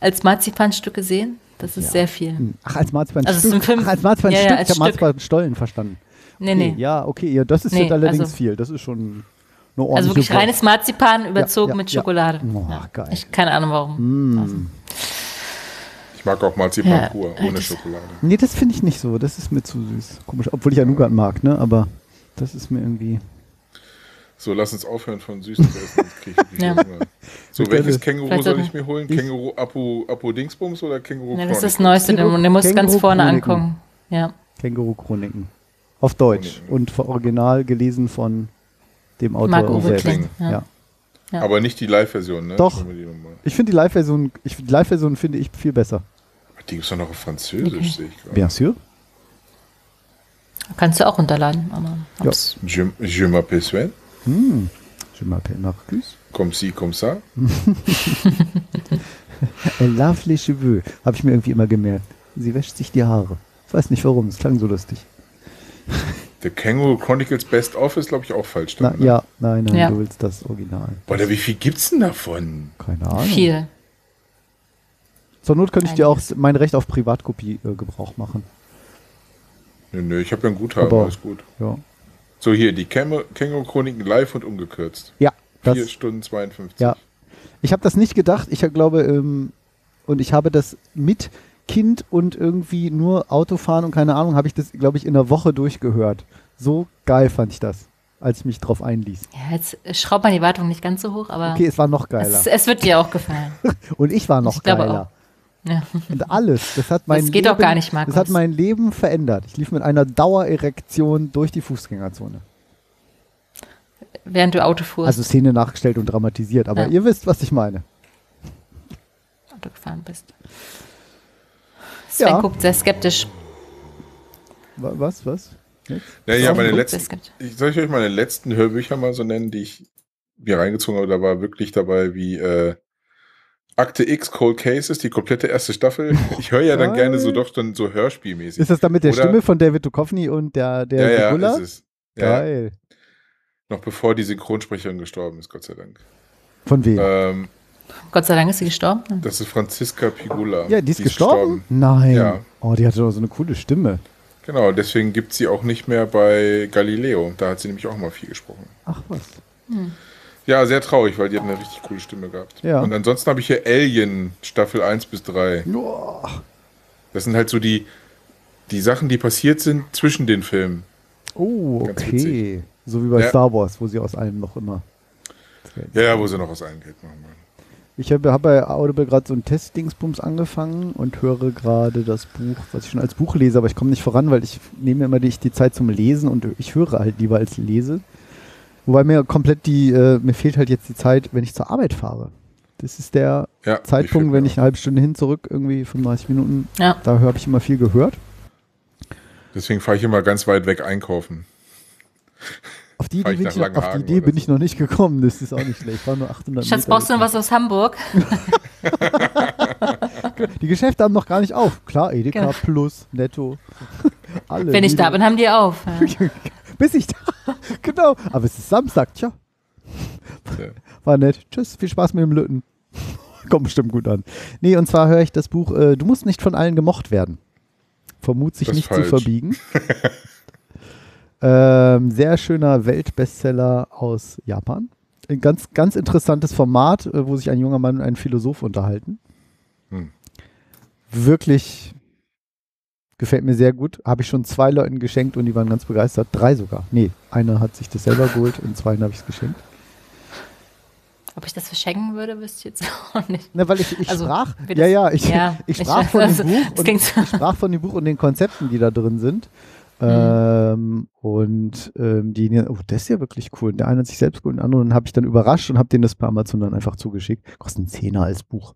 C: als Marzipanstück gesehen? Das ist sehr viel.
B: Ach, als Marzipan
C: Also es sind fünf-
B: Ach, als Marzipan
C: Ja, ja,
B: Stück.
C: als
B: ich habe
C: Stück.
B: Marzipan Stollen verstanden.
C: Nee,
B: Okay,
C: nee.
B: Ja, okay. Ja, das ist
C: Nee,
B: jetzt allerdings
C: also-
B: viel. Das ist schon Eine
C: Also
B: ordentliche
C: wirklich
B: Wurst.
C: reines Marzipan überzogen
B: ja,
C: mit
B: ja. Hm.
C: Schokolade.
B: Oh,
C: Ja.
B: geil.
C: Ich, keine Ahnung warum. Also
D: Ich mag auch Marzipan
C: Ja,
D: pur,
C: äh,
D: ohne
C: das-
D: Schokolade.
B: Nee, das finde ich nicht so. Das ist mir zu süß. Komisch, obwohl ich ja Nougat mag, ne? Aber das ist mir irgendwie.
D: So, lass uns aufhören von süßen zu essen. sonst
C: [laughs]
D: krieg ich wirklich
C: Ja.
D: Hunger. So,
B: Ich
D: welches
B: glaube,
D: Känguru
C: vielleicht
D: soll
C: sollten-
D: ich mir holen?
B: Ich-
D: Känguru Apu, Apu Dingsbums oder Känguru
C: Ja, das ist das
D: Chronicles?
C: Neueste, der, der muss ganz
B: Känguru
C: vorne
B: Chroniken.
C: angucken. Ja.
B: Känguru-Chroniken. Auf Deutsch
D: Chroniken.
B: und vor- original gelesen von dem Autor
C: Marc-Uwe
B: selbst.
C: Kling, ja. Ja.
D: Aber nicht die Live-Version, ne?
B: Doch.
D: Nur die Nummer.
B: Ich finde die Live-Version, ich die Live-Version finde ich viel besser.
D: Ach, Ah, Die gibt's doch noch auf Französisch, sehe ich gerade.
B: Bien sûr.
C: Kannst du auch runterladen. Aber
B: Ja.
C: hab's-
D: Je, je m'appelle Sven.
B: Je m'appelle Marcus.
D: Comme si, comme ça.
B: I love les cheveux. Habe ich mir irgendwie immer gemerkt. Sie wäscht sich die Haare. Ich weiß nicht warum, es klang so lustig.
D: The Känguru Chronicles Best Of ist, glaube ich, auch falsch.
B: Na,
D: dann, ne?
B: ja, nein, nein,
C: Ja.
B: du willst das Original.
D: Oder wie viel gibt's denn davon?
B: Keine Ahnung.
C: Viel.
B: Zur Not könnte ich dir auch mein Recht auf Privatkopie äh, Gebrauch machen.
D: Nö, nö, ich habe ja ein Guthaben,
B: Aber-
D: alles gut.
B: Ja.
D: So, hier, die Kämme- Känguru Chroniken live und umgekürzt.
B: Ja, das,
D: 4 Stunden 52.
B: Ja. Ich habe das nicht gedacht. Ich glaube, ähm, und ich habe das mit Kind und irgendwie nur Autofahren und keine Ahnung, habe ich das, glaube ich, in einer Woche durchgehört. So geil fand ich das, als ich mich drauf einließ.
C: Ja, jetzt schraubt man die Wartung nicht ganz so hoch, aber
B: Okay, es war noch
C: es,
B: geiler.
C: es wird dir auch gefallen.
B: Und ich war noch
C: Ich glaube
B: geiler.
C: Ja. [laughs]
B: Und alles. Das hat mein
C: Das geht
B: Leben,
C: doch gar nicht, Markus.
B: Das hat mein Leben verändert. Ich lief mit einer Dauererektion durch die Fußgängerzone.
C: Während du Auto fuhrst,
B: Also Szene nachgestellt und dramatisiert, aber
C: Ja.
B: ihr wisst, was ich meine.
C: Auto gefahren bist. Sven
B: Ja.
C: guckt sehr skeptisch.
B: Wa- Was, was?
D: Naja,
C: Sven
D: meine
C: guckt
D: letzten,
C: sehr skeptisch.
D: ich, soll ich euch meine letzten Hörbücher mal so nennen, die ich mir reingezogen habe? Da war wirklich dabei wie äh, Akte X Cold Cases, die komplette erste Staffel. Ich höre ja dann
B: Geil.
D: gerne so doch dann so Hörspielmäßig.
B: Ist das dann mit der
D: Oder-
B: Stimme von David Duchovny und der, der
D: ja, ja,
B: Gorilla?
D: ist es. Ja,
B: Geil.
D: noch bevor die Synchronsprecherin gestorben ist, Gott sei Dank.
B: Von wem?
D: Ähm,
C: Gott sei Dank ist sie gestorben.
D: das ist Franziska Pigula.
B: Ah. ja, die ist, gestorben? Nein.
D: Ja.
B: Oh, die hatte doch so eine coole Stimme.
D: Genau, deswegen gibt sie auch nicht mehr bei Galileo. Da hat sie nämlich auch mal viel gesprochen.
B: Ach was.
D: Ja, sehr traurig, weil die hat eine richtig coole Stimme gehabt.
B: Ja.
D: Und ansonsten habe ich hier Alien, Staffel 1 bis 3. Das sind halt so die, die Sachen, die passiert sind zwischen den Filmen.
B: Oh,
D: Ganz
B: okay.
D: witzig.
B: So wie bei
D: Ja.
B: Star Wars, wo sie aus allem noch immer.
D: Ja, ja, wo sie noch was eingeht. machen wollen.
B: Ich habe hab bei Audible gerade so ein Testdingsbums angefangen und höre gerade das Buch, was ich schon als Buch lese, aber ich komme nicht voran, weil ich nehme mir immer die, die Zeit zum Lesen und ich höre halt lieber als lese. Wobei mir komplett die, äh, mir fehlt halt jetzt die Zeit, wenn ich zur Arbeit fahre. Das ist der
D: Ja,
B: Zeitpunkt,
D: die
B: wenn
D: Filme.
B: ich eine halbe Stunde hin zurück, irgendwie 35 Minuten,
C: Ja.
B: da habe ich immer viel gehört.
D: Deswegen fahre ich immer ganz weit weg einkaufen.
B: Auf die,
D: Fahr
B: Idee bin,
D: ich nach
B: ich, noch- auf die
D: Langenhagen
B: Idee
D: oder
B: bin
D: so.
B: ich noch nicht gekommen, das ist auch nicht schlecht. War nur 800
C: Schatz,
B: Meter.
C: brauchst du noch was aus Hamburg?
B: Die Geschäfte haben noch gar nicht auf. Klar, Edeka
C: Genau.
B: plus, Netto, [laughs] alle.
C: Wenn ich da
B: Lidl.
C: bin, haben die auf. Ja.
B: [laughs] Bis ich da. genau. Aber es ist Samstag. Tja.
D: Ja.
B: War nett. Tschüss. Viel Spaß mit dem Lütten. [laughs] Kommt bestimmt gut an. Nee, und zwar höre ich das Buch äh, Du musst nicht von allen gemocht werden. Vermut sich
D: Das ist
B: nicht
D: falsch.
B: zu
D: [laughs]
B: verbiegen. ähm, sehr schöner Weltbestseller aus Japan. Ein ganz, ganz interessantes Format, äh, wo sich ein junger Mann und ein Philosoph unterhalten.
D: Hm.
B: Wirklich Gefällt mir sehr gut. Habe ich schon zwei Leuten geschenkt und die waren ganz begeistert. Drei sogar. Nee, einer hat sich das selber geholt und zweien habe ich es geschenkt.
C: Ob ich das verschenken würde, wüsste ich jetzt [laughs] auch nicht.
B: Na, weil ich, ich
C: Also,
B: sprach.
C: wenn
B: Ja,
C: das-
B: ja, ich,
C: ja,
B: [laughs] ich
C: ich-
B: sprach
C: [laughs]
B: von dem
C: also,
B: Buch.
C: das
B: Und,
C: klingt
B: ich
C: so.
B: sprach von dem Buch und den Konzepten, die da drin sind.
C: Mhm.
B: Ähm, und ähm, die, oh, das ist ja wirklich cool. Der eine hat sich selbst geholt, den anderen habe ich dann überrascht und habe denen das bei Amazon dann einfach zugeschickt. Kostet einen Zehner als Buch.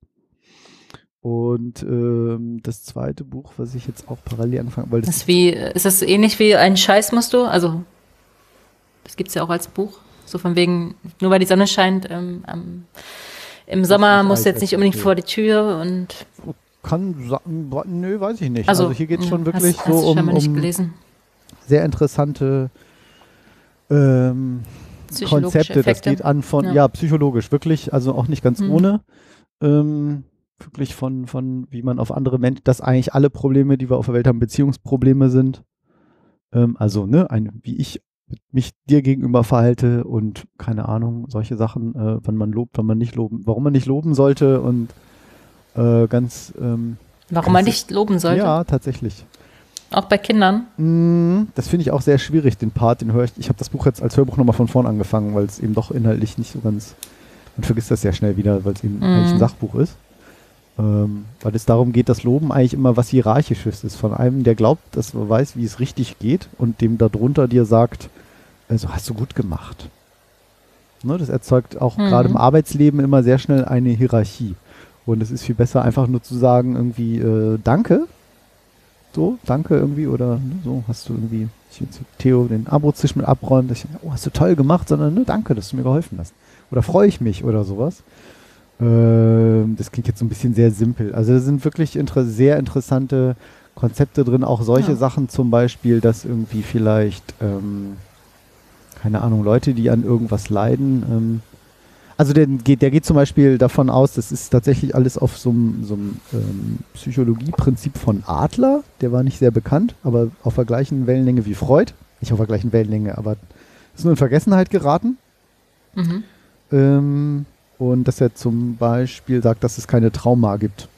B: Und ähm, das zweite Buch, was ich jetzt auch parallel anfange, weil das
C: Das ist, wie, ist das so ähnlich wie ein Scheiß musst du? Also, das gibt's ja auch als Buch. So von wegen, nur weil die Sonne scheint, ähm, am, im Sommer
B: nicht
C: musst du jetzt
B: alltäglich,
C: nicht unbedingt
B: okay.
C: vor die Tür und
B: Kann sagen, wa- nö, weiß ich nicht. Also,
C: also,
B: hier geht es schon
C: mh,
B: wirklich
C: hast, hast
B: so
C: du
B: um,
C: scheinbar nicht
B: um
C: gelesen.
B: sehr interessante ähm,
C: Psychologische
B: Konzepte. Das
C: Effekte.
B: geht an von, ja.
C: Ja.
B: psychologisch, wirklich, also auch nicht ganz
C: Mhm.
B: ohne. Ähm, wirklich von, von, wie man auf andere Menschen, dass eigentlich alle Probleme, die wir auf der Welt haben, Beziehungsprobleme sind. Ähm, also, ne, ein, wie ich mich dir gegenüber verhalte und keine Ahnung, solche Sachen, äh, wann man lobt, wann man nicht loben, warum man nicht loben sollte und äh, ganz, ähm,
C: Warum man dich loben sollte.
B: ja, tatsächlich.
C: Auch bei Kindern. Mhm.
B: Mm, Das finde ich auch sehr schwierig, den Part, den höre ich. Ich habe das Buch jetzt als Hörbuch nochmal von vorn angefangen, weil es eben doch inhaltlich nicht so ganz. Man vergisst das sehr schnell wieder, weil es eben
C: Mhm.
B: eigentlich ein Sachbuch ist. Ähm, weil es darum geht, dass Loben eigentlich immer was Hierarchisches ist. Von einem, der glaubt, dass man weiß, wie es richtig geht und dem darunter dir sagt, also hast du gut gemacht. Ne, das erzeugt auch
C: Mhm.
B: gerade im Arbeitsleben immer sehr schnell eine Hierarchie. Und es ist viel besser, einfach nur zu sagen, irgendwie äh, Danke. So, danke irgendwie oder ne, so hast du irgendwie ich jetzt Theo den Abrotisch mit abräumt. Ich, oh, hast du toll gemacht, sondern ne, danke, dass du mir geholfen hast. Oder freue ich mich oder sowas. Ähm, das klingt jetzt so ein bisschen sehr simpel. Also da sind wirklich inter sehr interessante Konzepte drin. Auch solche
C: Ja.
B: Sachen zum Beispiel, dass irgendwie vielleicht, ähm, keine Ahnung, Leute, die an irgendwas leiden, ähm, also der geht, der geht zum Beispiel davon aus, das ist tatsächlich alles auf so einem so einem, ähm, Psychologieprinzip von Adler, der war nicht sehr bekannt, aber auf der gleichen Wellenlänge wie Freud. Nicht auf der gleichen Wellenlänge, aber ist nur in Vergessenheit geraten.
C: Mhm.
B: Ähm, und dass er zum Beispiel sagt, dass es keine Trauma gibt.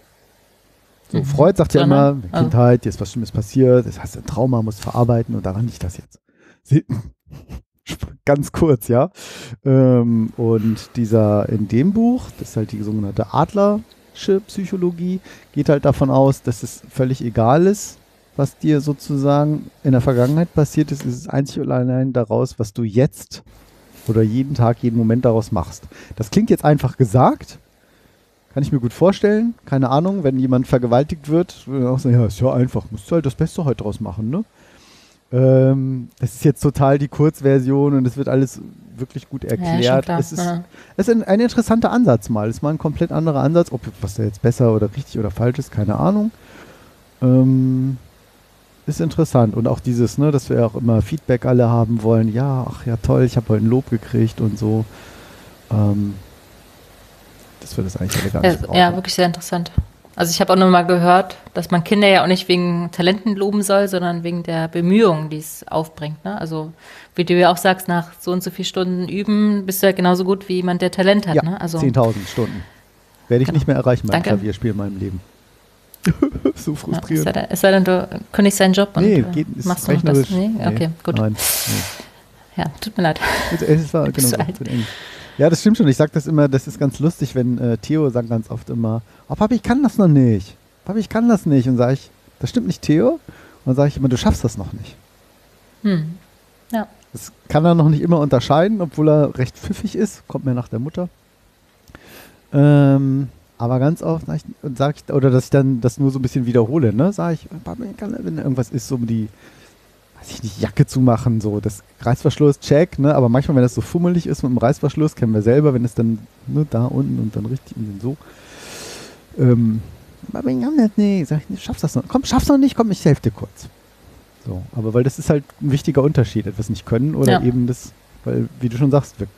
B: So,
C: Mhm.
B: Freud sagt ja immer,
C: Sondern- also-
B: Kindheit, dir ist was Schlimmes passiert, das heißt, ein Trauma muss verarbeiten und daran liegt das jetzt. [laughs] Sie Ganz kurz, ja. Ähm, und dieser in dem Buch, das ist halt die sogenannte Adlersche Psychologie, geht halt davon aus, dass es völlig egal ist, was dir sozusagen in der Vergangenheit passiert ist, ist es einzig und allein daraus, was du jetzt oder jeden Tag, jeden Moment daraus machst. Das klingt jetzt einfach gesagt. Kann ich mir gut vorstellen. Keine Ahnung, wenn jemand vergewaltigt wird, würde man auch sagen, ja, ist ja einfach, musst du halt das Beste heute draus machen, ne? Ähm, das ist jetzt total die Kurzversion und es wird alles wirklich gut erklärt.
C: Ja, schon klar.
B: es ist
C: ja.
B: es ist ein, ein interessanter Ansatz mal. Es ist mal ein komplett anderer Ansatz. Ob was da jetzt besser oder richtig oder falsch ist, keine Ahnung. Ähm, ist interessant. Und auch dieses, ne, dass wir auch immer Feedback alle haben wollen. Ja, ach ja, toll, ich habe heute ein Lob gekriegt und so. Ähm, dass wir das eigentlich alle gar nicht
C: Ja,
B: brauchen.
C: Äh, ja, wirklich sehr interessant. Also ich habe auch nur mal gehört, dass man Kinder ja auch nicht wegen Talenten loben soll, sondern wegen der Bemühungen, die es aufbringt. Ne? Also wie du ja auch sagst, nach so und so viel Stunden üben bist du ja genauso gut wie jemand, der Talent hat.
B: ja,
C: ne? Also
B: 10.000 Stunden. Werde ich
C: Genau.
B: nicht mehr erreichen beim
C: Danke.
B: Klavierspiel in meinem
C: [laughs]
B: Leben. so
C: ja, es,
B: frustrierend.
C: sei denn, es sei denn, du kündigst seinen Job und
B: nee,
C: äh,
B: geht, ist
C: machst nur
B: rechnerisch.
C: das. Nee? Okay, gut.
B: Nein, nee.
C: Ja, tut mir leid.
B: Es- Es war
C: Bist
B: genau
C: du
B: so,
C: alt?
B: so eng. Ja, das stimmt schon. Ich sag das immer, das ist ganz lustig, wenn äh, Theo sagt ganz oft immer, oh Papi, ich kann das noch nicht. Papi, ich kann das nicht. Und sage ich, das stimmt nicht, Theo. Und dann sage ich immer, du schaffst das noch nicht.
C: Hm. Ja.
B: Das kann er noch nicht immer unterscheiden, obwohl er recht pfiffig ist. Kommt mir nach der Mutter. Ähm, aber ganz oft sag ich, und sag ich, oder dass ich dann das nur so ein bisschen wiederhole, ne? Sag ich, Papa, ich kann- wenn irgendwas ist, um die, weiß ich nicht, Jacke zu machen, so. Das Reißverschluss, check, ne? Aber manchmal, wenn das so fummelig ist mit dem Reißverschluss, kennen wir selber, wenn es dann ne, da unten und dann richtig und dann so. Ähm, Papa, ich kann das nicht. Sag ich, schaffst das noch? Komm, schaffst noch nicht, komm, ich helfe dir kurz. So, aber weil das ist halt ein wichtiger Unterschied, etwas nicht können oder
C: Ja.
B: eben das, weil, wie du schon sagst, wir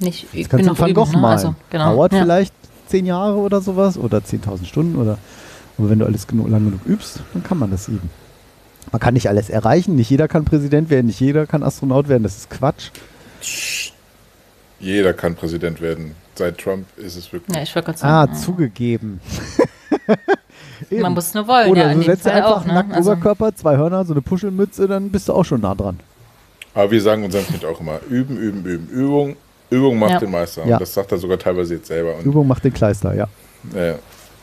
C: Nicht
B: Jetzt kannst du
C: genug
B: Van Gogh
C: üben, ne?
B: malen.
C: Also, genau.
B: Dauert
C: ja.
B: vielleicht zehn Jahre oder sowas oder 10.000 Stunden oder. Aber wenn du alles genug, lang genug übst, dann kann man das eben. Man kann nicht alles erreichen. Nicht jeder kann Präsident werden, nicht jeder kann Astronaut werden. Das ist Quatsch.
D: Jeder kann Präsident werden. Seit Trump ist es wirklich.
C: Ja, ich wollte gerade
B: Ah,
C: sagen, [laughs]
B: zugegeben. Eben.
C: man muss es nur wollen. ja,
B: Oder
C: in
B: du
C: dem
B: setzt dir
C: Fall
B: einfach
C: auch,
B: einen
C: ne?
B: nackten
C: Also-
B: Oberkörper, zwei Hörner, so eine Puschelmütze, dann bist du auch schon nah dran.
D: Aber wir sagen unserem Kind auch immer: Üben, üben, üben. Übung, Übung macht
C: Ja.
D: den Meister. Und
B: Ja.
D: das sagt er sogar teilweise jetzt selber. Und
B: Übung macht den Kleister, ja.
D: äh,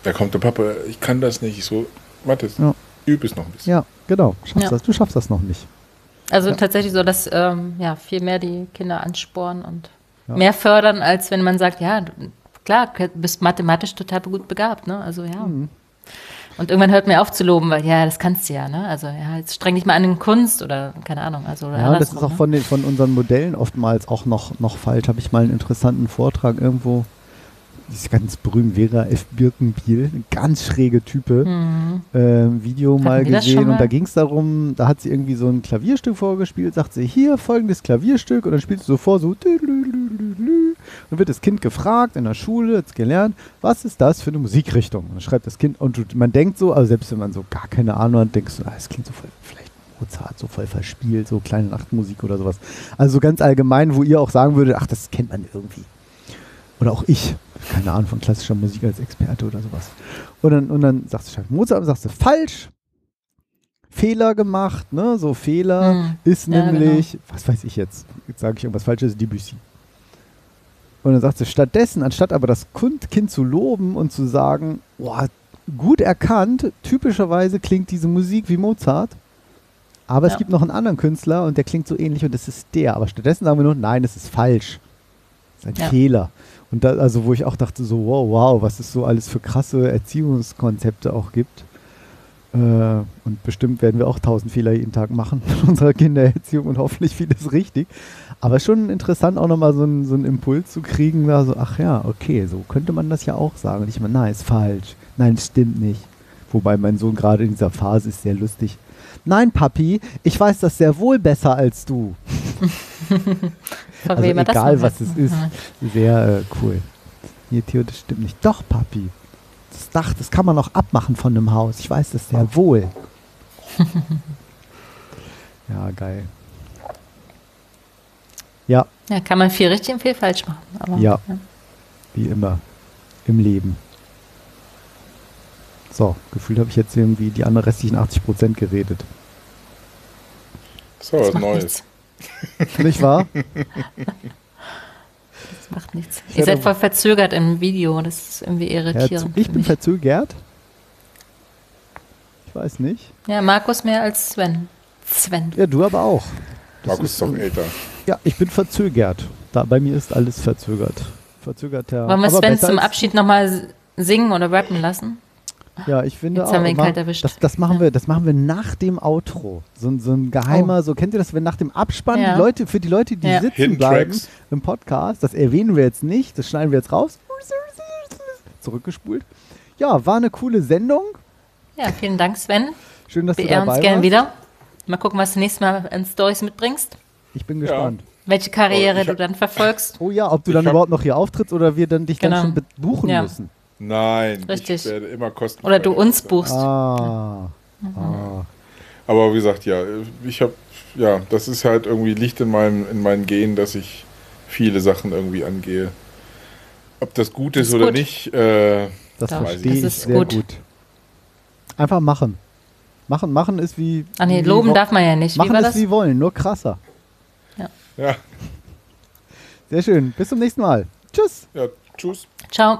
D: da kommt der Papa: Ich kann das nicht. Ich so, Mathis,
B: Ja.
D: üb es noch ein bisschen.
B: Ja, genau. Schaffst
C: Ja.
B: Das, du schaffst das noch nicht.
C: Also tatsächlich so, dass ähm, ja, viel mehr die Kinder anspornen und
B: Ja.
C: mehr fördern, als wenn man sagt, ja, du- klar, du bist mathematisch total gut begabt, ne? Also ja.
B: Mhm.
C: Und irgendwann hört mir auf zu loben, weil ja, das kannst du ja, ne? Also ja, jetzt streng dich mal an in Kunst oder keine Ahnung. Also oder
B: Ja, und das ist
C: andersrum,
B: auch von, den, von unseren Modellen oftmals auch noch, noch falsch. Habe ich mal einen interessanten Vortrag irgendwo. Dieses ganz berühmt Vera F. Birkenbiel, eine ganz schräge
C: Hm.
B: Type, ähm, Video mal
C: wir das
B: gesehen
C: schon
B: und da
C: mal?
B: ging es darum, da hat sie irgendwie so ein Klavierstück vorgespielt, sagt sie, hier folgendes Klavierstück und dann spielst du so vor, so tüdelülülülü. dann wird das Kind gefragt in der Schule, hat's gelernt, was ist das für eine Musikrichtung? Und dann schreibt das Kind und du- man denkt so, also selbst wenn man so gar keine Ahnung hat, denkst du, ah, das klingt so voll, vielleicht Mozart, so voll verspielt, so kleine Nachtmusik oder sowas. Also so ganz allgemein, wo ihr auch sagen würdet, ach, das kennt man irgendwie. Oder auch ich, keine Ahnung von klassischer Musik als Experte oder sowas. Und dann, und dann sagst du, schreib Mozart und sagst du, falsch, Fehler gemacht, ne? So Fehler
C: Hm.
B: ist
C: Ja, genau.
B: nämlich, was weiß ich jetzt, jetzt sage ich irgendwas Falsches, Debussy. Und dann sagt sie, stattdessen, anstatt aber das Kund- Kind zu loben und zu sagen, boah, gut erkannt, typischerweise klingt diese Musik wie Mozart, aber es
C: Ja.
B: gibt noch einen anderen Künstler und der klingt so ähnlich und das ist der. Aber stattdessen sagen wir nur, nein, das ist falsch. Das ist ein
C: Ja.
B: Fehler. Und da, also wo ich auch dachte, so, wow, wow, was es so alles für krasse Erziehungskonzepte auch gibt. Äh, und bestimmt werden wir auch tausend Fehler jeden Tag machen [laughs] in unserer Kindererziehung und hoffentlich vieles richtig. Aber schon interessant, auch nochmal so einen, so einen Impuls zu kriegen, da so, ach ja, okay, so könnte man das ja auch sagen. Und ich meine, nein, ist falsch. Nein, es stimmt nicht. Wobei mein Sohn gerade in dieser Phase ist sehr lustig. Nein, Papi, ich weiß das sehr wohl besser als du.
C: Von
B: Also
C: wem er das Mhm.
B: egal,
C: noch
B: was
C: hat.
B: es ist. Sehr äh, cool. Nee, Theo, das stimmt nicht. Doch, Papi. Das Dach, das kann man noch abmachen von einem Haus. Ich weiß das sehr wohl. ja, geil. Ja,
C: Ja, kann man viel richtig und viel falsch machen. Aber,
B: Ja. wie immer. Im Leben. So, gefühlt habe ich jetzt irgendwie die anderen restlichen 80% geredet.
D: So,
C: das
D: was
C: macht
D: Neues.
C: nichts.
B: Nicht wahr?
C: Das macht nichts.
B: Ich
C: Ihr seid
B: hätte-
C: voll verzögert im Video. Das ist irgendwie
B: Ja,
C: irritierend.
B: zu, ich
C: für
B: bin
C: mich.
B: verzögert. Ich weiß nicht.
C: ja, Markus mehr als Sven. Sven.
B: Ja, du aber auch. Das
D: Markus ist doch älter.
B: Ja, ich bin verzögert. Da, bei mir ist alles verzögert. Verzögert, ja.
C: Wollen wir
B: Aber
C: Sven
B: besser
C: zum
B: als-
C: Abschied nochmal singen oder rappen lassen?
B: Ja, ich finde
C: Jetzt
B: auch.
C: haben wir ihn
B: immer-
C: kalt erwischt.
B: Das, das, machen wir, das machen wir nach dem Outro. So, ein- so ein geheimer, so kennt ihr das, wenn nach dem Abspann
C: Oh. Ja.
B: die Leute, für die Leute, die
C: Ja.
B: sitzen
D: Hidden
B: bleiben
D: Tracks.
B: im Podcast, das erwähnen wir jetzt nicht, das schneiden wir jetzt raus. Zurückgespult. Ja, war eine coole Sendung.
C: Ja, vielen Dank, Sven.
B: Schön, dass
C: Wir
B: du
C: ehren
B: dabei
C: uns gern
B: warst.
C: wieder. Mal gucken, was du nächstes Mal an Stories mitbringst.
B: Ich bin gespannt.
C: Welche Karriere
D: Oh, ich
C: du
D: hab-
C: dann verfolgst.
B: Oh ja, ob du
D: Ich
B: dann
D: hab-
B: überhaupt noch hier auftrittst oder wir dann dich
C: Genau.
B: dann schon be- buchen
C: Ja.
B: müssen.
D: Nein,
C: Richtig.
D: ich werde immer kostenlos.
C: Oder du uns buchst.
B: Ah. ah.
D: Aber wie gesagt, ja, ich habe, ja, das ist halt irgendwie liegt in meinem in meinen Genen, dass ich viele Sachen irgendwie angehe. Ob das gut ist,
C: Ist
D: oder
C: gut.
D: nicht, äh,
B: Das
C: Doch,
B: verstehe
D: das
B: ich
D: ist
B: sehr gut.
C: gut.
B: Einfach machen. Machen, machen ist wie.
C: Ah nee,
B: wie
C: loben
B: wo-
C: darf man ja nicht. Wie
B: Machen
C: war
B: ist
C: das?
B: wie wollen, nur krasser.
D: ja,
B: Sehr schön. Bis zum nächsten Mal. Tschüss.
D: ja, tschüss.
C: Ciao.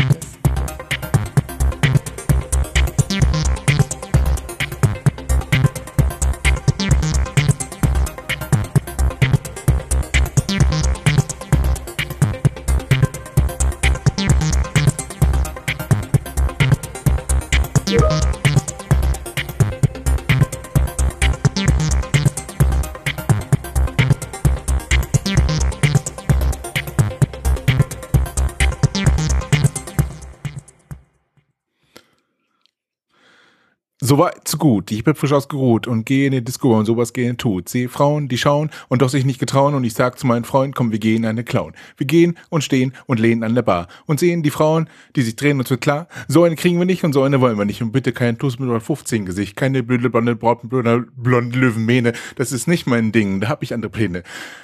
D: Soweit so gut. Ich bin frisch ausgeruht und gehe in den Disco und sowas gehen tut. Sehe Frauen, die schauen und doch sich nicht getrauen und ich sag zu meinen Freunden, komm, wir gehen eine klauen. Wir gehen und stehen und lehnen an der Bar und sehen die Frauen, die sich drehen und wird klar, so eine kriegen wir nicht und so eine wollen wir nicht und bitte kein Tuss mit 15 Gesicht, keine blöde blonde Braut- blöde blonde Löwenmähne. Das ist nicht mein Ding, da hab ich andere Pläne.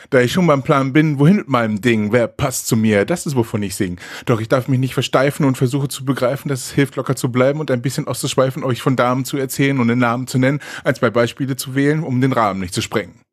D: Da ich schon beim Plan bin, wohin mit meinem Ding, wer passt zu mir, das ist wovon ich sing. Doch ich darf mich nicht versteifen und versuche zu begreifen, dass es hilft locker zu bleiben und ein bisschen auszuschweifen, euch von Damen zu erzählen und den Namen zu nennen, als bei Beispiele zu wählen, um den Rahmen nicht zu sprengen.